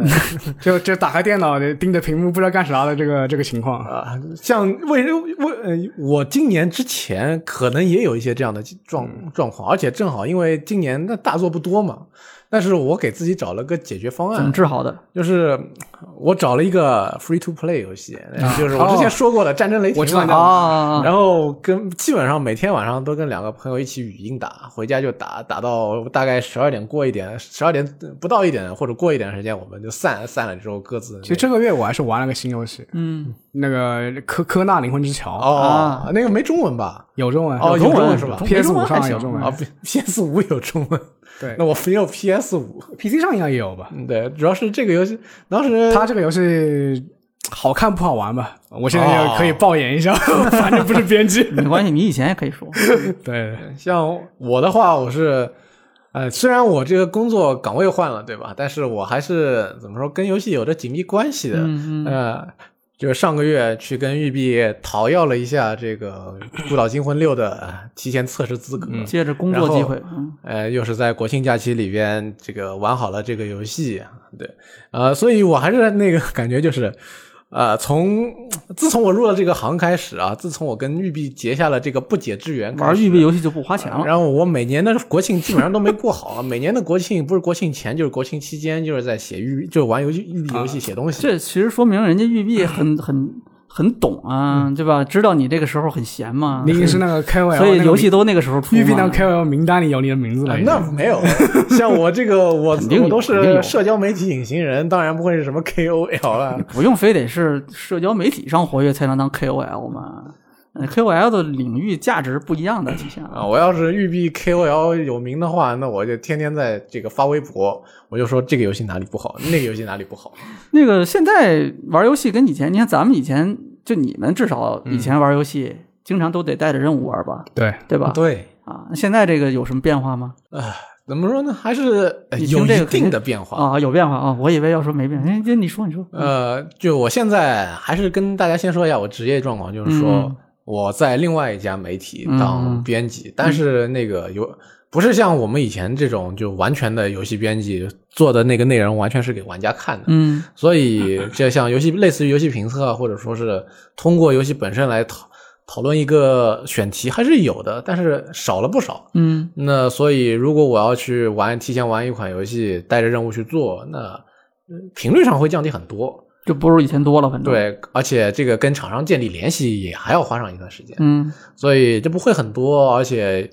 Speaker 3: 就就打开电脑盯着屏幕不知道干啥的这个这个情况。
Speaker 4: *laughs* 啊，像为为呃，我今年之
Speaker 3: 嗯
Speaker 4: 前可能也有一些这样的状状况，而且正好因为今年的大作不多嘛，但是我给自己找了个解决方
Speaker 2: 怎么
Speaker 4: 案，
Speaker 2: 治好的？
Speaker 4: 就是我找了一个 free to play 游戏，就是我之前说过的《战争雷
Speaker 3: 啊
Speaker 4: 霆》嘛，
Speaker 3: 我知道你在
Speaker 2: 啊，
Speaker 4: 然后跟基本上每天晚上都跟两个朋友一起语音打，回家就打，打到大概十二点过一点，十二点不到一点或者过一点时间，我们就散散了之后各自那个。
Speaker 3: 其实这个月我还是玩了个新游戏，
Speaker 2: 嗯，
Speaker 3: 那个科科纳灵魂之桥，
Speaker 4: 哦、
Speaker 2: 啊
Speaker 4: 那个没中文吧？
Speaker 3: 有中文有
Speaker 4: 哦有中
Speaker 3: 文
Speaker 4: 文是吧
Speaker 3: ？PS 五
Speaker 2: 还
Speaker 3: 上
Speaker 2: 行
Speaker 3: 有中文
Speaker 4: 啊，PS 五有中文，
Speaker 3: 对
Speaker 4: 那我没有 PS 五。
Speaker 3: ，PC 上应该也有吧？
Speaker 4: 嗯对，主要是这个游戏当时
Speaker 3: 它这个游戏好看不好玩吧？我现在
Speaker 4: 哦
Speaker 3: 也可以爆言一下，
Speaker 2: 哦
Speaker 3: *laughs* 反正不是编
Speaker 2: *laughs*
Speaker 3: 辑。
Speaker 2: 嗯没关系，你以前也可以说，
Speaker 3: 对，
Speaker 4: 像我的话，我是，呃，虽然我这个工作岗位换了，对吧？但是我还是怎么说，跟游戏有着紧密关系的。
Speaker 2: 嗯
Speaker 4: 呃，就是上个月去跟育碧讨要了一下这个《孤岛惊魂六》的提前测试资格。
Speaker 3: 嗯
Speaker 2: 借着工作机会，嗯
Speaker 4: 呃，又是在国庆假期里边这个玩好了这个游戏，对，呃，所以我还是那个感觉就是，呃，从自从我入了这个行开始啊，自从我跟育碧结下了这个不解之缘，
Speaker 2: 玩育碧游戏就不花钱了。
Speaker 4: 然后我每年的国庆基本上都没过好啊，每年的国庆不是国庆前就是国庆期间，就是在写育，就是玩游戏育碧游戏写东西。啊
Speaker 2: 这其实说明人家育碧
Speaker 3: *clears throat*
Speaker 2: 很很很懂啊，对吧？知道你这个时候很闲嘛，
Speaker 3: 嗯你已经是那个 KOL，
Speaker 2: 所
Speaker 3: 那
Speaker 2: 以
Speaker 3: 个
Speaker 2: 游戏都那个时候出嘛。
Speaker 3: 育碧那个 KOL 名单里有你的名字了
Speaker 4: 啊
Speaker 2: 哎
Speaker 3: 已经。
Speaker 4: 那没有，像我这个我
Speaker 2: 肯定有
Speaker 4: 我都
Speaker 2: 肯定有
Speaker 4: 是社交媒体隐形人，当然不会是什么 KOL 了。
Speaker 2: 不用非得是社交媒体上活跃才能当 KOL 嘛。呃 KOL 的领域价值不一样的，其实
Speaker 3: 哦
Speaker 4: 啊，我要是育碧 KOL 有名的话，那我就天天在这个发微博，我就说这个游戏哪里不好，那个游戏哪里不好。
Speaker 2: 那个现在玩游戏跟以前，你看咱们以前就你们至少
Speaker 3: 嗯
Speaker 2: 以前玩游戏，经常都得带着任务玩吧，
Speaker 3: 对，
Speaker 2: 对吧？
Speaker 4: 对，
Speaker 2: 啊，现在这个有什么变化吗？
Speaker 4: 怎么说呢？还是呃
Speaker 2: 你
Speaker 4: 有
Speaker 2: 听这
Speaker 4: 一
Speaker 2: 个肯定
Speaker 4: 定的变化。
Speaker 2: 啊，有变化啊！我以为要说没变，哎，这你说你说，
Speaker 4: 呃，就我现在还是跟大家先说一下我职业状况，就是说
Speaker 2: 嗯
Speaker 4: 我在另外一家媒体
Speaker 2: 嗯
Speaker 4: 当编辑，但是那个游不是像我们以前这种就完全的游戏编辑做的那个内容，完全是给玩家看的。
Speaker 2: 嗯
Speaker 4: 所以，这像游戏类似于游戏评测啊，或者说是通过游戏本身来讨讨论一个选题，还是有的，但是少了不少。
Speaker 2: 嗯
Speaker 4: 那所以，如果我要去玩，提前玩一款游戏，带着任务去做，那呃频率上会降低很多。
Speaker 2: 就不如以前多了，反正，
Speaker 4: 对，而且这个跟厂商建立联系也还要花上一段时间，
Speaker 2: 嗯
Speaker 4: 所以这不会很多。而且，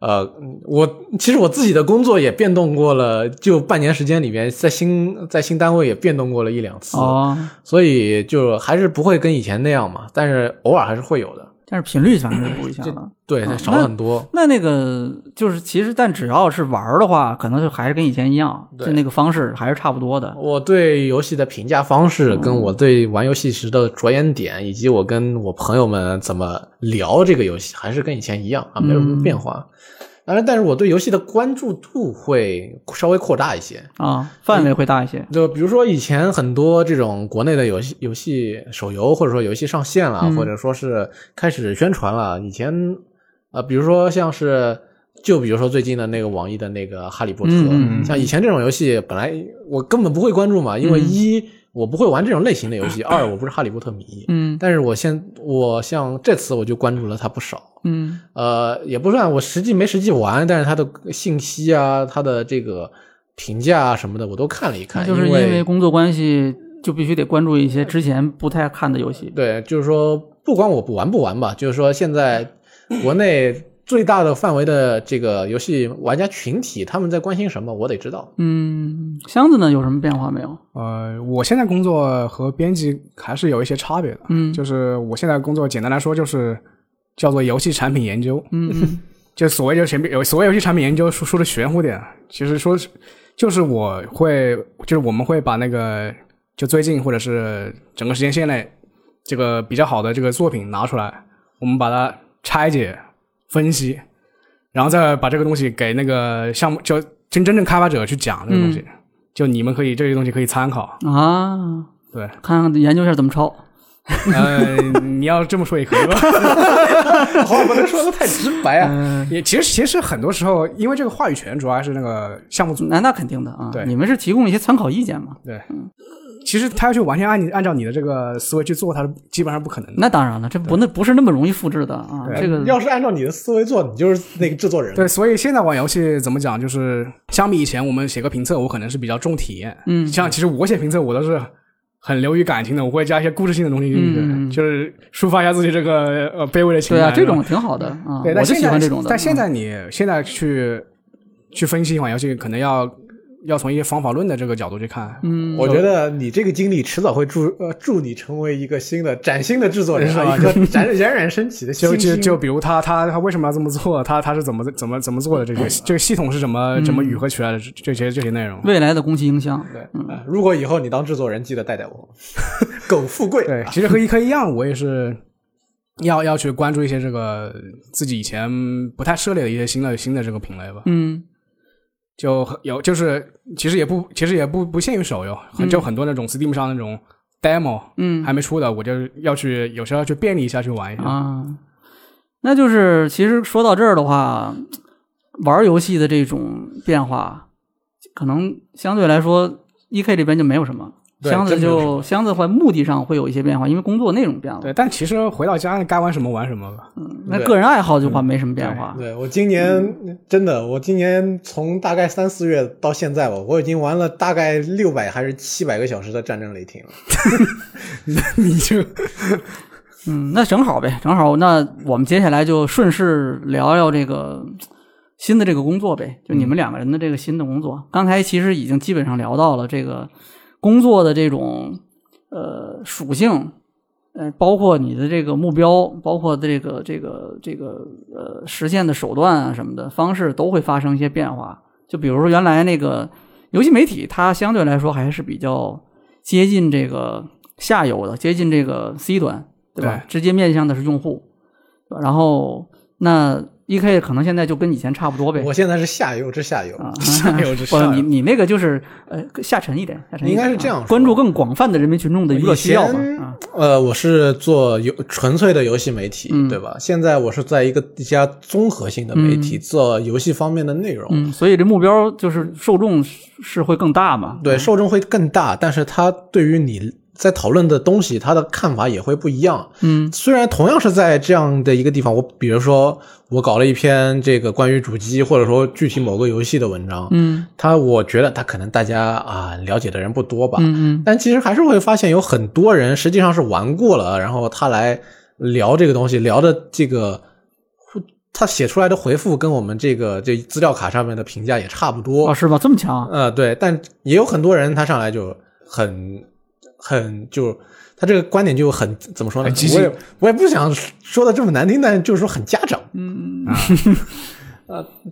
Speaker 4: 呃，嗯我其实我自己的工作也变动过了，就半年时间里面，在新在新单位也变动过了一两次。
Speaker 2: 哦，
Speaker 4: 所以就还是不会跟以前那样嘛，但是偶尔还是会有的，
Speaker 2: 但是频率反正是不一样了。
Speaker 4: 对，
Speaker 2: 嗯
Speaker 4: 少了很多。
Speaker 2: 那那个就是，其实但只要是玩儿的话，可能就还是跟以前一样，
Speaker 4: 对哦
Speaker 2: 就那个方式还是差不多的。
Speaker 4: 我对游戏的评价方式，跟我对玩游戏时的着眼点，以及我跟我朋友们怎么聊这个游戏，还是跟以前一样啊，没有什么变化。当然，但是我对游戏的关注度会稍微扩大一些。
Speaker 2: 啊，范围会大一些。
Speaker 4: 就比如说以前很多这种国内的游戏、游戏手游，或者说游戏上线了，
Speaker 2: 嗯
Speaker 4: 或者说是开始宣传了。以前啊、呃比如说像是就比如说最近的那个网易的那个《哈利波特》
Speaker 2: 嗯
Speaker 3: 嗯
Speaker 4: 像以前这种游戏，本来我根本不会关注嘛，因为
Speaker 2: 嗯
Speaker 4: 一、我不会玩这种类型的游戏，二我不是哈利波特迷。
Speaker 2: 嗯
Speaker 4: 但是我现我像这次我就关注了它不少，
Speaker 2: 嗯
Speaker 4: 呃，也不算我实际没实际玩，但是它的信息啊，它的这个评价啊什么的，我都看了一
Speaker 2: 那
Speaker 4: 看，
Speaker 2: 就是因
Speaker 4: 为
Speaker 2: 为工作关系，就必须得关注一些之前不太看的游戏。
Speaker 4: 对，就是说不管我不玩不玩吧，就是说现在国内最大的范围的这个游戏玩家群体，他们在关心什么，我得知道。
Speaker 2: 嗯，箱子呢有什么变化没有？
Speaker 3: 呃，我现在工作和编辑还是有一些差别的。
Speaker 2: 嗯
Speaker 3: 就是我现在工作，简单来说就是叫做游戏产品研究。
Speaker 2: 嗯嗯
Speaker 4: *laughs*
Speaker 3: 就所谓就前面有所谓游戏产品研究说说的玄乎点，其实说是就是我会就是我们会把那个就最近或者是整个时间线内这个比较好的这个作品拿出来，我们把它拆解分析，然后再把这个东西给那个项目就真真正开发者去讲这个东西，就你们可以这些东西可以参考，
Speaker 2: 啊，
Speaker 3: 对，
Speaker 2: 看看研究一下怎么抄。
Speaker 3: 呃，你要这么说也可以吧。
Speaker 4: 好，不能说的太直白
Speaker 3: *laughs*
Speaker 4: 啊。
Speaker 3: 也其实其实很多时候，因为这个话语权主要还是那个项目组
Speaker 2: 那那肯定的啊，
Speaker 3: 对
Speaker 2: 你们是提供一些参考意见嘛？
Speaker 3: 对，其实他要去完全按你按照你的这个思维去做，他是基本上不可能的。
Speaker 2: 那当然了，这不那不是那么容易复制的啊。
Speaker 3: 对
Speaker 2: 这个
Speaker 4: 要是按照你的思维做，你就是那个制作人。
Speaker 3: 对，所以现在玩游戏怎么讲，就是相比以前我们写个评测，我可能是比较重体验。
Speaker 2: 嗯
Speaker 3: 像其实我写评测，我都是很流于感情的，我会加一些故事性的东西进去，
Speaker 2: 嗯嗯嗯
Speaker 3: 就是抒发一下自己这个呃卑微的情
Speaker 2: 对
Speaker 3: 感。
Speaker 2: 啊，这
Speaker 3: 是
Speaker 2: 种
Speaker 3: 吧
Speaker 2: 挺好的啊，
Speaker 3: 对，
Speaker 2: 我
Speaker 3: 但
Speaker 2: 就
Speaker 3: 现
Speaker 2: 喜
Speaker 3: 在
Speaker 2: 欢这种的。
Speaker 3: 但现
Speaker 2: 嗯
Speaker 3: 在你现在去去分析一款游戏，可能要要从一些方法论的这个角度去看。
Speaker 2: 嗯，
Speaker 4: 我觉得你这个经历迟早会助呃助你成为一个新的崭新的制作人，
Speaker 3: 是吧
Speaker 4: 啊一个冉冉冉升起的新
Speaker 3: 就就
Speaker 4: 星。
Speaker 3: 就比如他他他为什么要这么做？他他是怎么怎么怎么做的？这个这个系统是怎么怎么
Speaker 2: 嗯
Speaker 3: 愈合起来的？这这些这些内容。
Speaker 2: 未来的宫崎英香，
Speaker 3: 对
Speaker 4: 啊如果以后你当制作人，记得带带我。苟富贵，
Speaker 3: 对，其实和一科一样，我也是要要去关注一些这个自己以前不太涉猎的一些新的新的这个品类吧。
Speaker 2: 嗯
Speaker 3: 就很有就是其实也不其实也不不限于手游，很就很多那种 Steam 上那种 demo
Speaker 2: 嗯
Speaker 3: 还没出的，我就要去有时候要去便利一下去玩一下。
Speaker 2: 啊，那就是其实说到这儿的话，玩游戏的这种变化，可能相对来说，E K 这边就没有什么。
Speaker 4: 对
Speaker 2: 箱子
Speaker 4: 真没有什
Speaker 2: 就箱子话，目的上会有一些变化，因为工作内容变了。
Speaker 3: 对，但其实回到家该玩什么玩
Speaker 2: *laughs*
Speaker 3: 什么吧。
Speaker 2: 那
Speaker 4: 对
Speaker 2: 个人爱好的话没什么变化。
Speaker 4: 啊对我今
Speaker 2: 嗯
Speaker 4: 年真的，我今年从大概三四月到现在吧，我已经玩了大概六百还是七百个小时的《战争雷霆》了。
Speaker 3: 你就
Speaker 2: 嗯，那正好呗，正好。那我们接下来就顺势聊聊这个新的这个工作呗，就你们两个人的这个新的工作。刚才其实已经基本上聊到了这个工作的这种呃属性，呃，包括你的这个目标，包括这个这个这个呃实现的手段啊什么的方式都会发生一些变化。就比如说原来那个游戏媒体，它相对来说还是比较接近这个下游的，接近这个 C 端，对吧？
Speaker 3: 对
Speaker 2: 直接面向的是用户，对吧然后那 E K 可能现在就跟以前差不多呗。
Speaker 4: 我现在是下游之下游，
Speaker 2: 啊，
Speaker 3: 下
Speaker 2: *laughs*
Speaker 3: 游之
Speaker 2: 不
Speaker 3: 下游
Speaker 2: 你你那个就是呃下沉一点，下沉一点
Speaker 4: 应该是这样
Speaker 2: 啊
Speaker 4: 说
Speaker 2: 关注更广泛的人民群众的娱乐需要吧
Speaker 4: 以前？
Speaker 2: 啊，
Speaker 4: 呃，我是做游纯粹的游戏媒体，
Speaker 2: 嗯
Speaker 4: 对吧？现在我是在一个一家综合性的媒体、做游戏方面的内容，
Speaker 2: 嗯，所以这目标就是受众是是会更大嘛？
Speaker 4: 对，受众会更大，但是他对于你在讨论的东西，他的看法也会不一样。
Speaker 2: 嗯
Speaker 4: 虽然同样是在这样的一个地方，我比如说我搞了一篇这个关于主机或者说具体某个游戏的文章，
Speaker 2: 嗯
Speaker 4: 他我觉得他可能大家啊了解的人不多吧，
Speaker 2: 嗯
Speaker 4: 但其实还是会发现有很多人实际上是玩过了，然后他来聊这个东西，聊的这个他写出来的回复跟我们这个这资料卡上面的评价也差不
Speaker 2: 嗯，
Speaker 4: 多。
Speaker 2: 哦，是吧？这么强？
Speaker 4: 呃，对，但也有很多人他上来就很很就他这个观点就很怎么说呢
Speaker 3: 很激？进
Speaker 4: 我也我也不想说的这么难听，但就是说很家长。呃
Speaker 2: 嗯
Speaker 4: *laughs*
Speaker 3: 啊，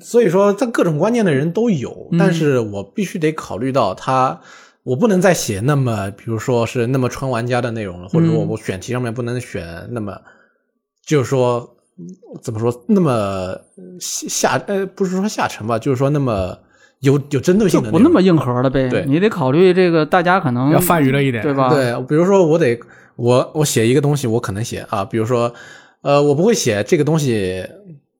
Speaker 4: 所以说，在各种观念的人都有，
Speaker 2: 嗯
Speaker 4: 但是我必须得考虑到他，我不能再写那么，比如说是那么纯玩家的内容了，或者说
Speaker 2: 嗯
Speaker 4: 我选题上面不能选那么，就是说嗯怎么说那么下呃，不是说下沉吧，就是说那么有有针对
Speaker 2: 就
Speaker 4: 性的内
Speaker 2: 不
Speaker 4: 容
Speaker 2: 那么硬核了呗
Speaker 4: 对。
Speaker 2: 你得考虑这个大家可能
Speaker 3: 要泛娱乐一点
Speaker 2: 对吧？，
Speaker 4: 对，比如说我得我我写一个东西，我可能写啊，比如说，呃，我不会写这个东西，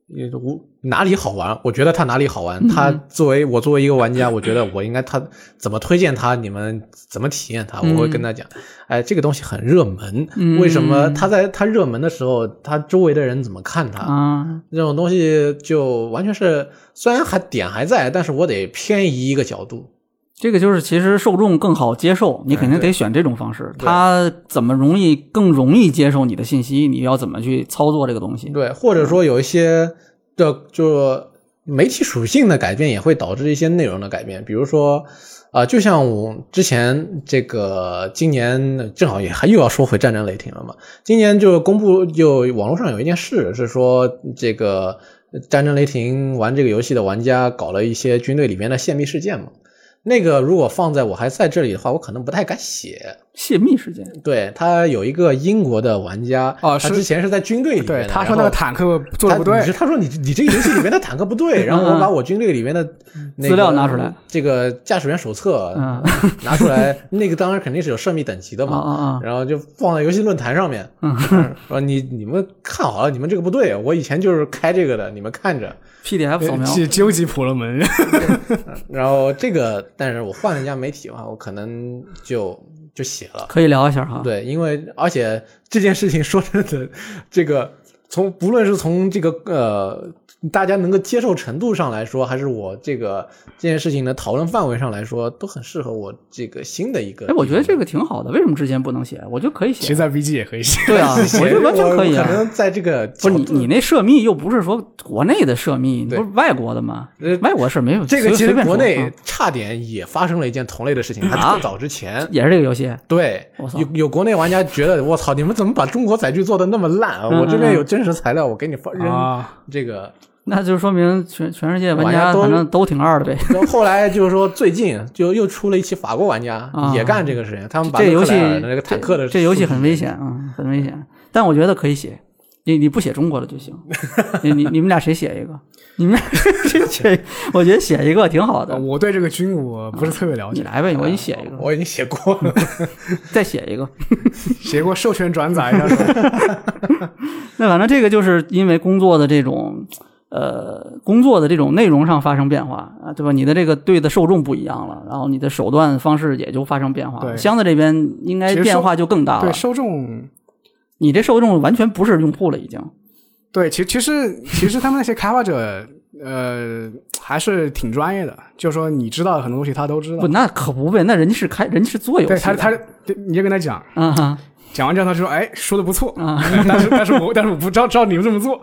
Speaker 4: 也我哪里好玩，我觉得它哪里好
Speaker 2: 嗯
Speaker 4: 玩，它作为我作为一个玩家，我觉得我应该它怎么推荐它，你们怎么体验它，我会跟他讲，哎，这个东西很热门，为什么
Speaker 2: 嗯
Speaker 4: 它在它热门的时候，它周围的人怎么看它？
Speaker 2: 啊，
Speaker 4: 这种东西就完全是，虽然还点还在，但是我得偏移一个角度，
Speaker 2: 这个就是其实受众更好接受，你肯定得选这种方式。
Speaker 4: 对
Speaker 2: 他怎么容易更容易接受你的信息？你要怎么去操作这个东西？
Speaker 4: 对，或者说有一些的，就媒体属性的改变也会导致一些内容的改变，比如说。啊、就像我之前这个今年正好也还又要说回战争雷霆了嘛，今年就公布就网络上有一件事是说这个战争雷霆玩这个游戏的玩家搞了一些军队里面的泄密事件嘛，那个如果放在我还在这里的话，我可能不太敢写。
Speaker 2: 泄密事件，
Speaker 4: 对他有一个英国的玩家，
Speaker 3: 哦
Speaker 4: 他
Speaker 3: 是
Speaker 4: 之前是在军队里面的，
Speaker 3: 对，他说
Speaker 4: 然
Speaker 3: 那个
Speaker 4: 后
Speaker 3: 坦克做的不对
Speaker 4: 哎他你，是他说你你这个游戏里面的坦克
Speaker 2: *laughs*
Speaker 4: 不对，然后我把我军队里面的、那个
Speaker 2: 嗯资料拿出来，
Speaker 4: 这个驾驶员手册、
Speaker 2: 嗯
Speaker 4: *laughs* 拿出来，那个当然肯定是有涉密等级的
Speaker 2: 啊
Speaker 4: 嘛，
Speaker 2: 啊啊，
Speaker 4: 然后就放在游戏论坛上面，
Speaker 2: 嗯
Speaker 4: 说你 *laughs* 你们看好了，你们这个不对，我以前就是开这个的，你们看着。
Speaker 2: ，PDF 扫描，
Speaker 3: 是究极婆罗门。
Speaker 4: 然后这个，但是我换了一家媒体的话，我可能就就写了。
Speaker 2: 可以聊一下哈。
Speaker 4: 对，因为而且这件事情说真的，这个从不论是从这个呃大家能够接受程度上来说，还是我这个这件事情的讨论范围上来说，都很适合我这个新的一个。
Speaker 2: 哎，我觉得这个挺好的，为什么之前不能写？我觉得可以
Speaker 3: 其实
Speaker 2: 写。
Speaker 3: 在 VG 也可以写。
Speaker 2: 对啊，
Speaker 4: *laughs* 写
Speaker 2: 我觉得完全
Speaker 4: 我
Speaker 2: 可以啊
Speaker 4: 可。能在这个
Speaker 2: 不是你
Speaker 4: 角度
Speaker 2: 你那涉密又不是说国内的涉密，你不
Speaker 4: 对
Speaker 2: 是外国的吗
Speaker 4: 呃？
Speaker 2: 外国事没有
Speaker 4: 这个
Speaker 2: 随
Speaker 4: 其
Speaker 2: 随
Speaker 4: 实
Speaker 2: 便
Speaker 4: 国
Speaker 2: 说
Speaker 4: 内
Speaker 2: 嗯
Speaker 4: 差点也发生了一件同类的事情，还
Speaker 2: 啊
Speaker 4: 更早之前。
Speaker 2: 也是这个游戏。
Speaker 4: 对
Speaker 2: 我，操
Speaker 4: 有有国内玩家觉得我操，你们怎么把中国载具做的那么烂啊？
Speaker 2: 嗯
Speaker 4: 我这边有真实材料，我给你发扔
Speaker 3: 啊，
Speaker 4: 这个。
Speaker 2: 那就说明全全世界玩
Speaker 4: 玩家
Speaker 2: 家
Speaker 4: 都
Speaker 2: 反正都挺二的呗。
Speaker 4: 然后后来就是说，最近就又出了一期法国玩家
Speaker 2: 啊
Speaker 4: 也干这个事情，他们把
Speaker 2: 这游戏
Speaker 4: 克莱尔的那个坦克的
Speaker 2: 这这游戏
Speaker 4: 数据
Speaker 2: 很危险啊、嗯很危险。但我觉得可以写，你你不写中国的就
Speaker 4: *laughs*
Speaker 2: 行。你你你们俩谁写一个？你们俩 *laughs* 谁写一个？我觉得写一个挺好的。
Speaker 3: 我对这个军武不是特别了
Speaker 2: 你
Speaker 4: 嗯
Speaker 3: 解，
Speaker 2: 来呗，我给你写一个，
Speaker 4: 我已经写过了，
Speaker 2: 再写一个。
Speaker 3: 写过授权转载啊的，
Speaker 4: *laughs*
Speaker 2: 那反正这个就是因为工作的这种，呃，工作的这种内容上发生变化啊，对吧？你的这个对的受众不一样了，然后你的手段方式也就发生变化了。
Speaker 3: 对
Speaker 2: 箱子这边应该
Speaker 3: 其实
Speaker 2: 变
Speaker 3: 受
Speaker 2: 化就更大了
Speaker 3: 对。受众
Speaker 2: 你这受众完全不是用户了，已经。
Speaker 3: 对，其其实其实他们那些开发者，呃，还是挺专业的。就是说，你知道的很多东西，他都知道
Speaker 2: 不，。那可不呗，那人家是开，人家是做游戏
Speaker 3: 对
Speaker 2: 的，
Speaker 3: 他，他对你就跟他讲，
Speaker 2: 啊哈
Speaker 3: 讲完之后，他就说：“哎，说的不错，
Speaker 2: 啊，
Speaker 3: 但是但是我但是我不照照你们这么做。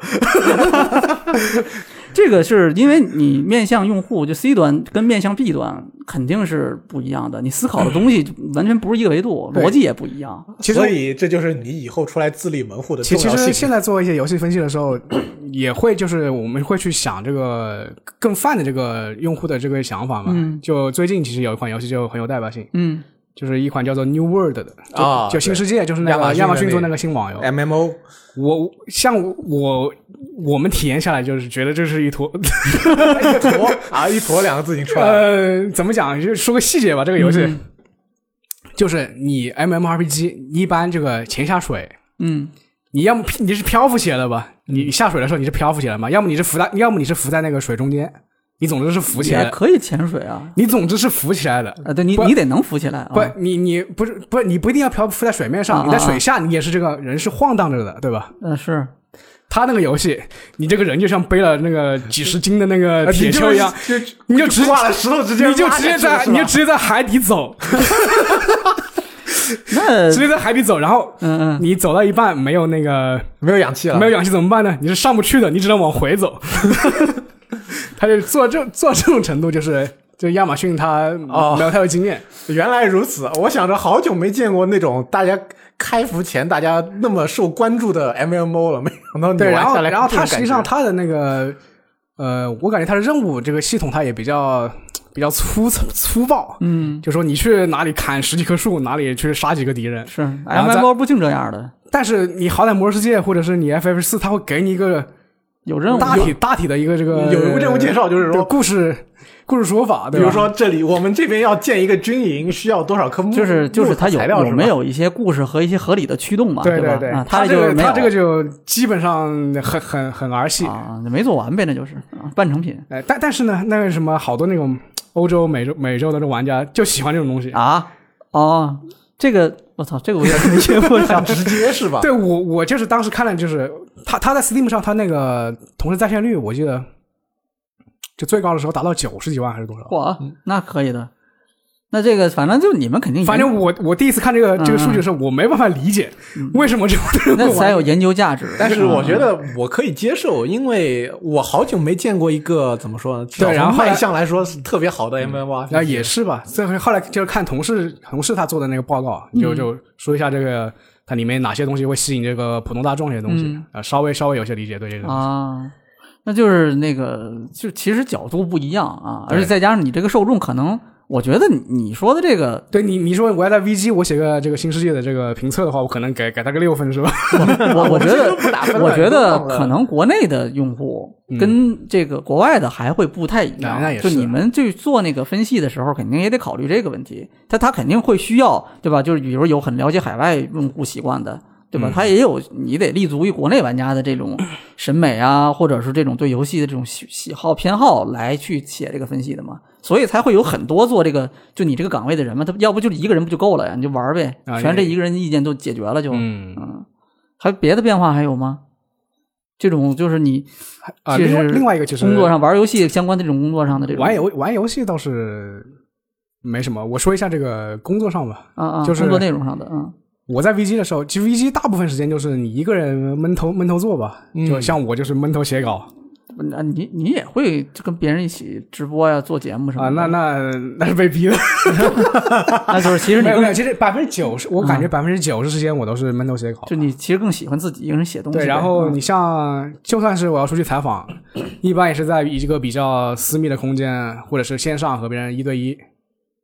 Speaker 2: 这个是因为你面向用户，就 C 端跟面向 B 端肯定是不一样的，你思考的东西就完全不是一个维度，
Speaker 3: 对
Speaker 2: 逻辑也不一样。”
Speaker 3: *laughs* 其实
Speaker 4: 所以这就是你以后出来自立门户的
Speaker 3: 其
Speaker 4: 重
Speaker 3: 其
Speaker 4: 要
Speaker 3: 实
Speaker 4: 性。
Speaker 3: 现在做一些游戏分析的时候， *clears throat* 也会就是我们会去想这个更泛的这个用户的这个想法嘛。
Speaker 2: 嗯
Speaker 3: 就最近其实有一款游戏就很有代表性，
Speaker 2: 嗯，
Speaker 3: 就是一款叫做 New World 的就
Speaker 4: 啊
Speaker 3: 就新世界，就是那
Speaker 4: 亚马
Speaker 3: 个
Speaker 4: 逊
Speaker 3: 亚马
Speaker 4: 的
Speaker 3: 逊
Speaker 4: 那
Speaker 3: 做
Speaker 4: 个
Speaker 3: 那个新网游。
Speaker 4: M M O *laughs*
Speaker 3: 我我像我我们体验下来就是觉得这是一坨，
Speaker 4: 一坨啊，一坨两个字已经出来了。
Speaker 3: 呃，怎么讲？就是说个细节吧，这个游戏。
Speaker 4: 嗯
Speaker 3: 就是你 MMRPG 一般这个潜下水，
Speaker 2: 嗯，
Speaker 3: 你要么你是漂浮起来的吧？
Speaker 4: 嗯
Speaker 3: 你下水的时候你是漂浮起来的嘛？要么你是浮在，要么你是浮在那个水中间，你总之是浮起
Speaker 2: 你还
Speaker 3: 来的，
Speaker 2: 可以潜水啊，
Speaker 3: 你总之是浮起来的。
Speaker 4: 呃
Speaker 2: 啊，对你
Speaker 3: 不
Speaker 2: 你得能浮起来啊，
Speaker 4: 哦
Speaker 3: 不，你你不是不，你不一定要漂浮在水面
Speaker 2: 啊啊
Speaker 3: 上，你
Speaker 2: 啊
Speaker 3: 在水下，你也是这个人是晃荡着的，对吧？
Speaker 2: 嗯是，
Speaker 3: 他那个游戏，你这个人就像背了那个几十斤的那个铁锹一样，
Speaker 4: 呃就
Speaker 3: 呃你就直
Speaker 4: 挂了石头，直接
Speaker 3: 你就
Speaker 4: 拉
Speaker 3: 直接
Speaker 4: 下去了
Speaker 3: 在
Speaker 4: 是吧
Speaker 3: 你就直接在海底走，
Speaker 4: 呃
Speaker 2: 那
Speaker 3: 直接在海底走，然后
Speaker 2: 嗯嗯，
Speaker 3: *laughs* 你走到一半没有那个
Speaker 4: 没有氧气了，
Speaker 3: 没有氧气怎么办呢？你是上不去的，你只能往回
Speaker 4: *laughs*
Speaker 3: 走。他就做这做这种程度，就是就亚马逊他
Speaker 4: 哦
Speaker 3: 没有太有经验，
Speaker 4: 原来如此，我想着好久没见过那种大家开服前大家那么受关注的 MMO 了，没想到你
Speaker 3: 对，然
Speaker 4: 玩
Speaker 3: 后
Speaker 4: 下来
Speaker 3: 然后
Speaker 4: 这
Speaker 3: 他
Speaker 4: 种
Speaker 3: 实际上
Speaker 4: 感觉
Speaker 3: 他的那个呃，我感觉他的任务这个系统他也比较比较粗粗暴，
Speaker 2: 嗯
Speaker 3: 就说你去哪里砍十几棵树，哪里去杀几个敌人，
Speaker 2: 是
Speaker 3: 然
Speaker 2: M
Speaker 3: 后再
Speaker 2: M O 不净这样的，
Speaker 3: 但是你好歹魔兽世界或者是你 FF 四，他会给你一个
Speaker 2: 有任务
Speaker 3: 大体大体的一个这个
Speaker 4: 有任务介绍，就是
Speaker 3: 对
Speaker 4: 说，
Speaker 3: 故事故事说法，
Speaker 4: 比
Speaker 3: 对吧
Speaker 4: 如说这里我们这边要建一个军营，需要多少棵木，
Speaker 2: 就是就是它有
Speaker 4: 木材料
Speaker 2: 有没
Speaker 4: 是吧？ *laughs*
Speaker 2: 有一些故事和一些合理的驱动嘛，
Speaker 3: 对
Speaker 2: 吧？
Speaker 3: 对，
Speaker 2: 啊，
Speaker 3: 他
Speaker 2: 这就是
Speaker 3: 个
Speaker 2: 没
Speaker 3: 他这个
Speaker 2: 有
Speaker 3: 就基本上很很很儿戏。
Speaker 2: 啊，没做完呗，那就是啊半成品
Speaker 3: 哎，但但是呢，那个什么，好多那种欧洲、美洲、美洲的这种玩家就喜欢这种东西。
Speaker 2: 啊哦，这个我操，这个我也接不上，
Speaker 4: 直接是吧？
Speaker 3: 对我，我就是当时看了，就是他他在 Steam 上，他那个同时在线率，我记得就最高的时候达到九十几万还是多少？
Speaker 2: 嚯，啊那可以的。那这个反正就你们肯定研，
Speaker 3: 反正我我第一次看这个这个数据的时候，我没办法理解为什么这种
Speaker 2: 嗯那
Speaker 3: 人会
Speaker 2: 才
Speaker 3: 玩。
Speaker 2: 有研究价值。
Speaker 4: 但是我觉
Speaker 2: 啊
Speaker 4: 得我可以接受，因为我好久没见过一个怎么说呢？至少
Speaker 3: 对然后
Speaker 4: 从
Speaker 3: 后来
Speaker 4: 卖相来说是特别好的
Speaker 2: 啊
Speaker 4: MMO，
Speaker 3: 然后也是吧，所以后来就是看同事同事他做的那个报告，
Speaker 2: 嗯
Speaker 3: 就就说一下这个它里面哪些东西会吸引这个普通大众这些东西
Speaker 2: 嗯
Speaker 3: 啊，稍微稍微有些理解对这个东西。
Speaker 2: 啊，那就是那个，就其实角度不一样啊，而且
Speaker 3: 对，
Speaker 2: 再加上你这个受众，可能我觉得你你说的这个
Speaker 3: 对你你说我要在 VG 我写个这个新世界的这个评测的话，我可能给给他个六分
Speaker 2: *laughs*
Speaker 3: 是吧？
Speaker 2: 我我觉得
Speaker 4: 不打分了
Speaker 2: 我觉得
Speaker 4: 你都忘了
Speaker 2: 可能国内的用户跟这个国外的还会不太一样
Speaker 3: 嗯那，那也
Speaker 2: 就是你们去做那个分析的时候，肯定也得考虑这个问题，他他肯定会需要对吧？就是比如有很了解海外用户习惯的。对
Speaker 3: 嗯
Speaker 2: 吧？他也有，你得立足于国内玩家的这种审美啊，或者是这种对游戏的这种喜喜好偏好来去写这个分析的嘛。所以才会有很多做这个就你这个岗位的人嘛，他要不就一个人不就够了呀？你就玩儿呗
Speaker 3: 啊，
Speaker 2: 全这
Speaker 3: 也
Speaker 2: 一个人的意见都解决了就。
Speaker 3: 嗯
Speaker 2: 还有别的变化还有吗？这种就是你
Speaker 3: 啊，
Speaker 2: 就
Speaker 3: 另外
Speaker 2: 是
Speaker 3: 另外一个就是
Speaker 2: 工作上玩游戏相关的这种工作上的这种
Speaker 3: 玩游玩游戏倒是没什么，我说一下这个工作上吧。
Speaker 2: 啊啊，
Speaker 3: 就是
Speaker 2: 工作内容上的啊
Speaker 3: 我在 VG 的时候，其实 VG 大部分时间就是你一个人闷头闷头做吧，
Speaker 4: 嗯
Speaker 3: 就像我就是闷头写稿
Speaker 2: 那你你也会跟别人一起直播呀、做节目什么
Speaker 3: 啊，
Speaker 2: 的 *laughs*
Speaker 3: 那那那是被逼的。
Speaker 2: 那就是其实你
Speaker 3: 没有
Speaker 2: 更嗯
Speaker 3: 没有，其实百分之九十，我感觉百分之九十时间我都是闷头写稿。
Speaker 2: 就你其实更喜欢自己一个人写东西呗。
Speaker 3: 对，然后
Speaker 2: 嗯
Speaker 3: 你像就算是我要出去采
Speaker 2: *clears throat*
Speaker 3: 访，一般也是在一个比较私密的空间，或者是线上和别人一对一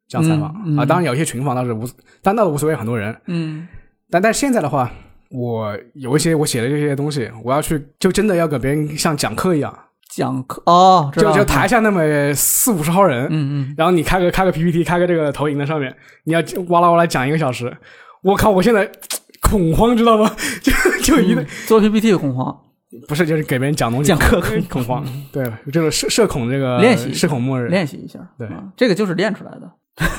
Speaker 3: 这样采访、
Speaker 2: 嗯嗯
Speaker 3: 啊。当然有些群访倒是无，但倒是无所谓，很多人。
Speaker 2: 嗯
Speaker 3: 但但现在的话，我有一些我写的这些东西，我要去就真的要给别人像讲课一样，
Speaker 2: 讲课哦，知道
Speaker 3: 就
Speaker 2: 了
Speaker 3: 就台下那么四五十号人，
Speaker 2: 嗯嗯
Speaker 3: 然后你开个开个 PPT，开个这个投影在上面，你要哇啦哇啦讲一个小时，我靠，我现在恐慌知道吗？就就一、
Speaker 2: 嗯做 PPT 恐慌，
Speaker 3: 不是就是给别人讲东西
Speaker 2: 讲课
Speaker 3: 恐慌，对，这种社社恐这个
Speaker 2: 练习
Speaker 3: 社恐末日，
Speaker 2: 练习一下。
Speaker 3: 对
Speaker 2: 啊这个就是练出来的，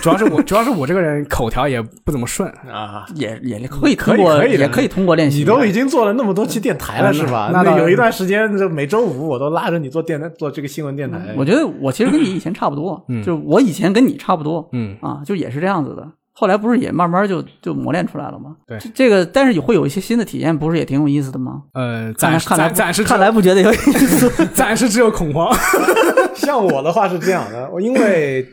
Speaker 3: 主要是我主要是我这个人口条也不怎么顺，
Speaker 4: 啊。
Speaker 2: 也
Speaker 3: 嗯
Speaker 2: 也可以
Speaker 4: 可
Speaker 2: 通
Speaker 4: 以
Speaker 2: 过，
Speaker 4: 可以的
Speaker 2: 也可以通过练习。
Speaker 4: 你都已经做了那么多期电台了，是吧？
Speaker 3: 嗯那那倒
Speaker 4: 有一段时间，这每周五我都拉着你做电台，做这个新闻电台。
Speaker 2: 我觉得我其实跟你以前差不多，
Speaker 3: 哎嗯
Speaker 2: 就是我以前跟你差不多，
Speaker 3: 嗯
Speaker 2: 啊，就也是这样子的。后来不是也慢慢就就磨练出来了吗？
Speaker 3: 对
Speaker 2: 这这个但是也会有一些新的体验，不是也挺有意思的吗？
Speaker 3: 呃，
Speaker 2: 看来
Speaker 3: 暂时
Speaker 2: 看来
Speaker 3: 暂暂时只
Speaker 2: 看来不觉得有意
Speaker 3: *laughs*
Speaker 2: 思。
Speaker 3: 暂时只有恐
Speaker 2: *laughs*
Speaker 3: 慌，
Speaker 4: *laughs* 像我的话是这样的，我因为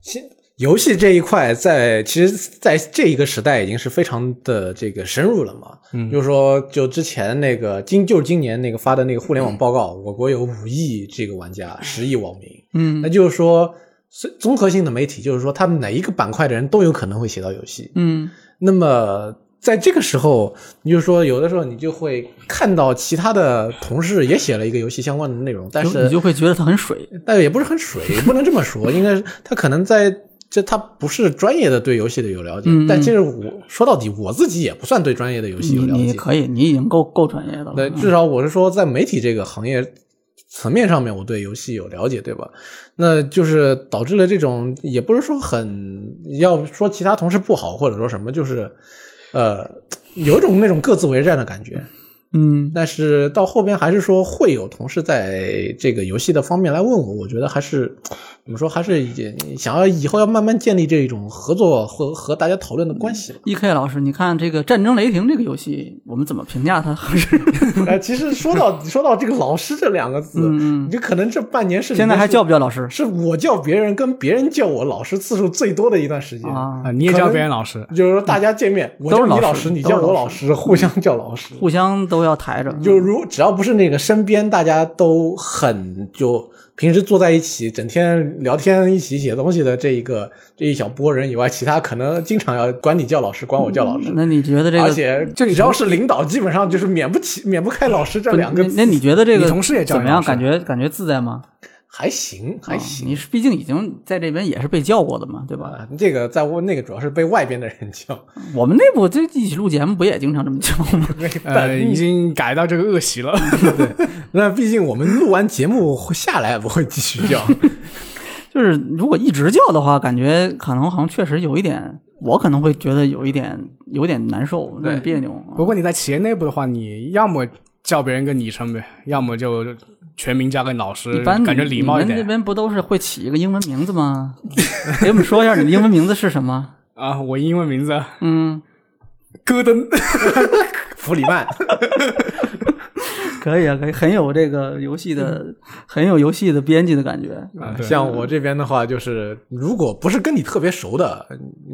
Speaker 4: 现游戏这一块在其实在这一个时代已经是非常的这个深入了嘛。嗯，就是说，就之前那个今就是今年那个发的那个互联网报告，我国有五亿这个玩家，十亿网民，
Speaker 2: 嗯
Speaker 4: 那就是说。综综合性的媒体，就是说，他们哪一个板块的人都有可能会写到游戏。
Speaker 2: 嗯
Speaker 4: 那么在这个时候，你就说有的时候你就会看到其他的同事也写了一个游戏相关的内容，但
Speaker 2: 就是你就会觉得它很水。
Speaker 4: 但也不是很水，不能这么说，应该是他可能在这他不是专业的对游戏的有了解，
Speaker 2: 嗯嗯
Speaker 4: 但其实我说到底我自己也不算对专业的游戏
Speaker 2: 你
Speaker 4: 有了
Speaker 2: 你
Speaker 4: 解，
Speaker 2: 可以，你已经够够专业的了。
Speaker 4: 对，
Speaker 2: 嗯
Speaker 4: 至少我是说在媒体这个行业层面上面，我对游戏有了解，对吧？那就是导致了这种，也不是说很要说其他同事不好或者说什么，就是呃有一种那种各自为战的感觉，
Speaker 2: 嗯
Speaker 4: 但是到后边还是说会有同事在这个游戏的方面来问我，我觉得还是怎么说，还是也想要以后要慢慢建立这种合作和和大家讨论的关系吧。
Speaker 2: ，E K 老师，你看这个《战争雷霆》这个游戏，我们怎么评价它 *laughs* 合适？
Speaker 4: 哎，其实说到说到这个老师这两个字，
Speaker 2: 嗯嗯
Speaker 4: 你就可能这半年是
Speaker 2: 现在还
Speaker 4: 里面
Speaker 2: 叫不叫老
Speaker 3: *laughs*
Speaker 2: 师
Speaker 4: 是是我叫别人跟别人叫我老师次数最多的一段时间。
Speaker 2: 啊
Speaker 3: 啊？你也叫别人老
Speaker 2: *laughs*
Speaker 3: 师，
Speaker 4: 就是说，大家见面，我
Speaker 2: 都
Speaker 4: 叫
Speaker 2: 是
Speaker 4: 你
Speaker 2: 老
Speaker 4: 老
Speaker 2: 师
Speaker 4: 师，你
Speaker 2: 都是
Speaker 4: 叫我
Speaker 2: 老
Speaker 4: 老师，互相叫老师。
Speaker 2: 互相都要抬着。
Speaker 4: 就如只要不是那个身边大家都很就平时坐在一起，整天聊天、一起写东西的这一个这一小波人以外，其他可能经常要管你叫老师，管我叫老师。
Speaker 2: 嗯那你觉得这个？
Speaker 4: 而且
Speaker 3: 这个
Speaker 4: 只要是领导，基本上就是免不起、免不开老师这
Speaker 2: 不
Speaker 4: 两个
Speaker 2: 那
Speaker 4: 字。
Speaker 2: 那你觉得这个
Speaker 3: 你同事也
Speaker 2: 怎
Speaker 3: 叫哎
Speaker 2: 么
Speaker 3: 你
Speaker 2: 样？
Speaker 3: 老师
Speaker 2: 感觉感觉自在吗？啊
Speaker 4: 还行，还行
Speaker 2: 你是毕竟已经在这边也是被叫过的嘛，对吧？
Speaker 3: 哎
Speaker 4: 啊。这个在我那个主要是被外边的人
Speaker 2: *laughs*
Speaker 4: 叫，
Speaker 2: 我们内部这一起录节目不也经常这么叫吗？ *laughs*
Speaker 3: 呃，已经改到这个恶习了。
Speaker 4: 那毕竟我们录完节目会下来不会继续叫。
Speaker 2: 就是如果一直叫的话，感觉可能好像确实有一点，我可能会觉得有一点有点难受，有点别扭。啊
Speaker 3: 不过你在企业内部的话，你要么叫别人个昵称呗，要么就全名加个老师，
Speaker 2: 一般
Speaker 3: 感觉礼貌一
Speaker 2: 你们那
Speaker 3: 点
Speaker 2: 边不都是会起一个英文名字吗？给我们说一下你的英文名字是什么？
Speaker 3: 啊。我英文名字
Speaker 2: 嗯，
Speaker 3: *laughs* 戈登， *laughs*
Speaker 4: 弗里曼，
Speaker 2: 可以啊，可以，很有这个游戏的，很有游戏的编辑的感觉。
Speaker 3: 啊对
Speaker 4: 像我这边的话，就是如果不是跟你特别熟的，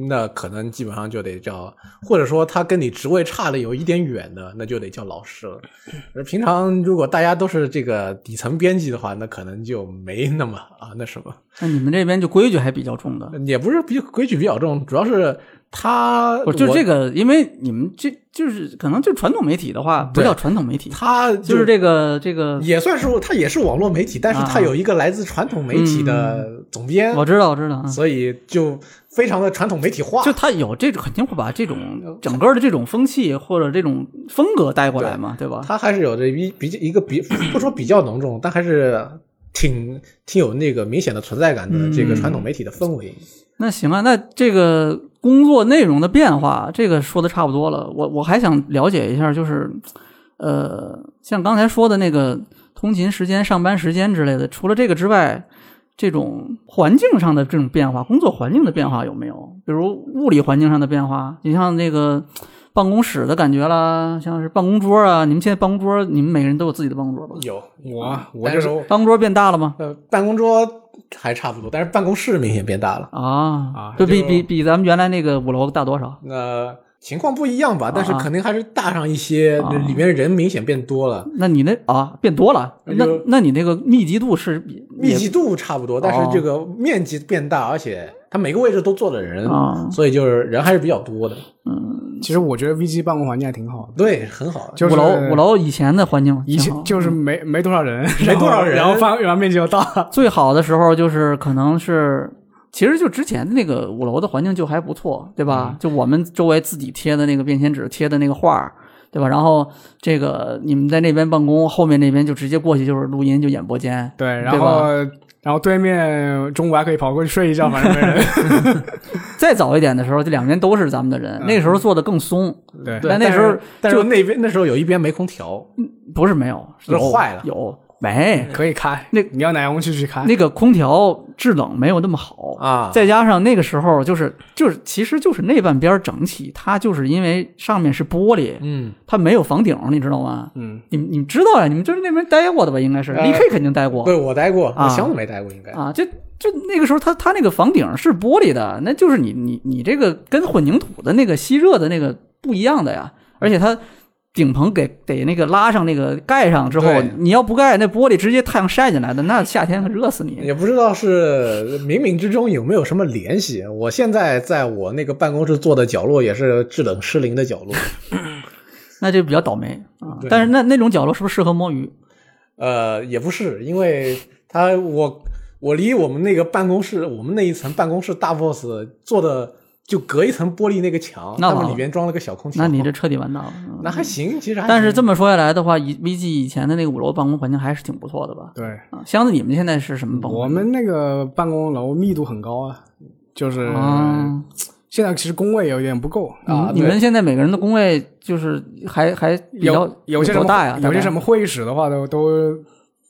Speaker 4: 那可能基本上就得叫，或者说他跟你职位差的有一点远的，那就得叫老师了。
Speaker 2: 嗯
Speaker 4: 而平常如果大家都是这个底层编辑的话，那可能就没那么啊那什么，
Speaker 2: 那你们这边就规矩还比较重的，
Speaker 4: 也不是比规矩比较重，主要是他
Speaker 2: 不是哦就
Speaker 4: 我
Speaker 2: 这个，因为你们这就是可能就传统媒体的话，不
Speaker 4: 对
Speaker 2: 叫传统媒体，
Speaker 4: 他
Speaker 2: 就是这个这个，
Speaker 4: 也算是他也是网络媒体，但是
Speaker 2: 啊嗯
Speaker 4: 他有一个来自传统媒体的总编，
Speaker 2: 我知道，我知道，嗯
Speaker 4: 所以就非常的传统媒体化。
Speaker 2: 就他有这种肯定会把这种整个的这种风气或者这种风格带过来嘛，对吧？
Speaker 4: *coughs* 它还是有着一比较一个比不说比较浓重，但还是挺挺有那个明显的存在感的这个传统媒体的氛围。
Speaker 2: 那行啊，那这个工作内容的变化，这个说的差不多了。我我还想了解一下，就是，呃，像刚才说的那个通勤时间、上班时间之类的，除了这个之外，这种环境上的这种变化，工作环境的变化有没有？比如物理环境上的变化，你像那个办公室的感觉啦，像是办公桌啊，你们现在办公桌，你们每个人都有自己的办公桌
Speaker 3: 嗯
Speaker 2: 吧？
Speaker 4: 有
Speaker 3: 我啊我
Speaker 4: 嗯但
Speaker 3: 就是是
Speaker 4: 我
Speaker 2: 办公桌变大了吗？
Speaker 4: 呃办公桌还差不多，但是办公室明显变大了。
Speaker 2: 啊
Speaker 3: 啊，
Speaker 2: 就比
Speaker 3: 就
Speaker 2: 比比咱们原来那个五楼大多少？
Speaker 4: 那、情况不一样吧，但是
Speaker 2: 啊
Speaker 4: 肯定还是大上一些，
Speaker 2: 啊
Speaker 4: 里面人明显变多了。
Speaker 2: 那你那啊变多了，那
Speaker 4: 就
Speaker 2: 那你那个密集度是比
Speaker 4: 密集度差不多，但
Speaker 2: 哦
Speaker 4: 是这个面积变大，而且它每个位置都坐了人，
Speaker 2: 啊
Speaker 4: 所以就是人还是比较多的。
Speaker 3: 其实我觉得 VG 办公环境还挺好的，
Speaker 4: 对，很好。
Speaker 3: 就
Speaker 2: 五
Speaker 3: 是
Speaker 2: 楼嗯五楼以前的环境
Speaker 3: 以
Speaker 2: 挺好
Speaker 3: 前就是没没多少人，
Speaker 4: 没多少人
Speaker 3: 然后范围面积又
Speaker 2: *laughs*
Speaker 3: 大，
Speaker 2: 最好的时候就是可能是，其实就之前的那个五楼的环境就还不错，对吧？就我们周围自己贴的那个便签纸贴的那个画儿对吧？然后这个你们在那边办公，后面那边就直接过去就是录音，就演播间。
Speaker 3: 对，然
Speaker 2: 对吧
Speaker 3: 后然后对面中午还可以跑过去睡
Speaker 2: *laughs*
Speaker 3: 一觉，反正没人。
Speaker 2: 再早一点的时候，就两边都是咱们的人，那个时候做的更松，
Speaker 3: 对
Speaker 4: 对
Speaker 2: 但那时候
Speaker 4: 但是
Speaker 2: 就
Speaker 4: 那边那时候有一边没空调，
Speaker 2: 不是没有，
Speaker 4: 是
Speaker 2: 有
Speaker 4: 坏了
Speaker 2: 有没？
Speaker 3: 可以开，
Speaker 2: 那
Speaker 3: 你要哪红区去开？
Speaker 2: 那个空调制冷没有那么好
Speaker 4: 啊
Speaker 2: 再加上那个时候就是就是其实就是内半边整体，它就是因为上面是玻璃，
Speaker 4: 嗯，
Speaker 2: 它没有房顶，你知道吗？
Speaker 3: 嗯，
Speaker 2: 你们你们知道呀？你们就是那边待过的吧？应该是
Speaker 4: 呃
Speaker 2: D K 肯定待过
Speaker 4: 对我待过，
Speaker 2: 啊
Speaker 4: 我箱子没待过，应该。
Speaker 2: 啊，就就那个时候它它那个房顶是玻璃的，那就是你你你这个跟混凝土的那个吸热的那个不一样的呀，
Speaker 4: 嗯
Speaker 2: 而且它。顶棚给得那个拉上那个盖上之后
Speaker 4: 对，
Speaker 2: 你要不盖，那玻璃直接太阳晒进来的，那夏天可热死你。
Speaker 4: 也不知道是冥冥之中有没有什么联系。我现在在我那个办公室坐的角落也是制冷失灵的角
Speaker 2: *laughs*
Speaker 4: 落，
Speaker 2: 那就比较倒霉啊
Speaker 4: 对。
Speaker 2: 但是那那种角落是不是适合摸鱼？
Speaker 4: 呃，也不是，因为他我我离我们那个办公室，我们那一层办公室大 boss 做的就隔一层玻璃那个墙，
Speaker 2: 那
Speaker 4: 他们
Speaker 2: 完
Speaker 4: 里
Speaker 2: 了
Speaker 4: 边装了个小
Speaker 3: *laughs*
Speaker 4: 空调。
Speaker 2: 那你这彻底完蛋了。嗯
Speaker 4: 那还行，其实还
Speaker 2: 但是
Speaker 4: 行
Speaker 2: 这么说下来的话，以 VG 以前的那个五楼办公环境还是挺不错的吧？
Speaker 3: 对，
Speaker 2: 啊，箱子，你们现在是什么办公？
Speaker 3: 我们那个办公楼密度很高啊，就是
Speaker 2: 啊，
Speaker 3: 现在其实工位有点不够
Speaker 2: 你们
Speaker 3: 啊。
Speaker 2: 你
Speaker 3: 对
Speaker 2: 们现在每个人的工位就是还还比较
Speaker 3: 有有些什
Speaker 2: 多
Speaker 3: 么
Speaker 2: 大呀？
Speaker 3: 有些
Speaker 2: 大概
Speaker 3: 什么会议室的话都都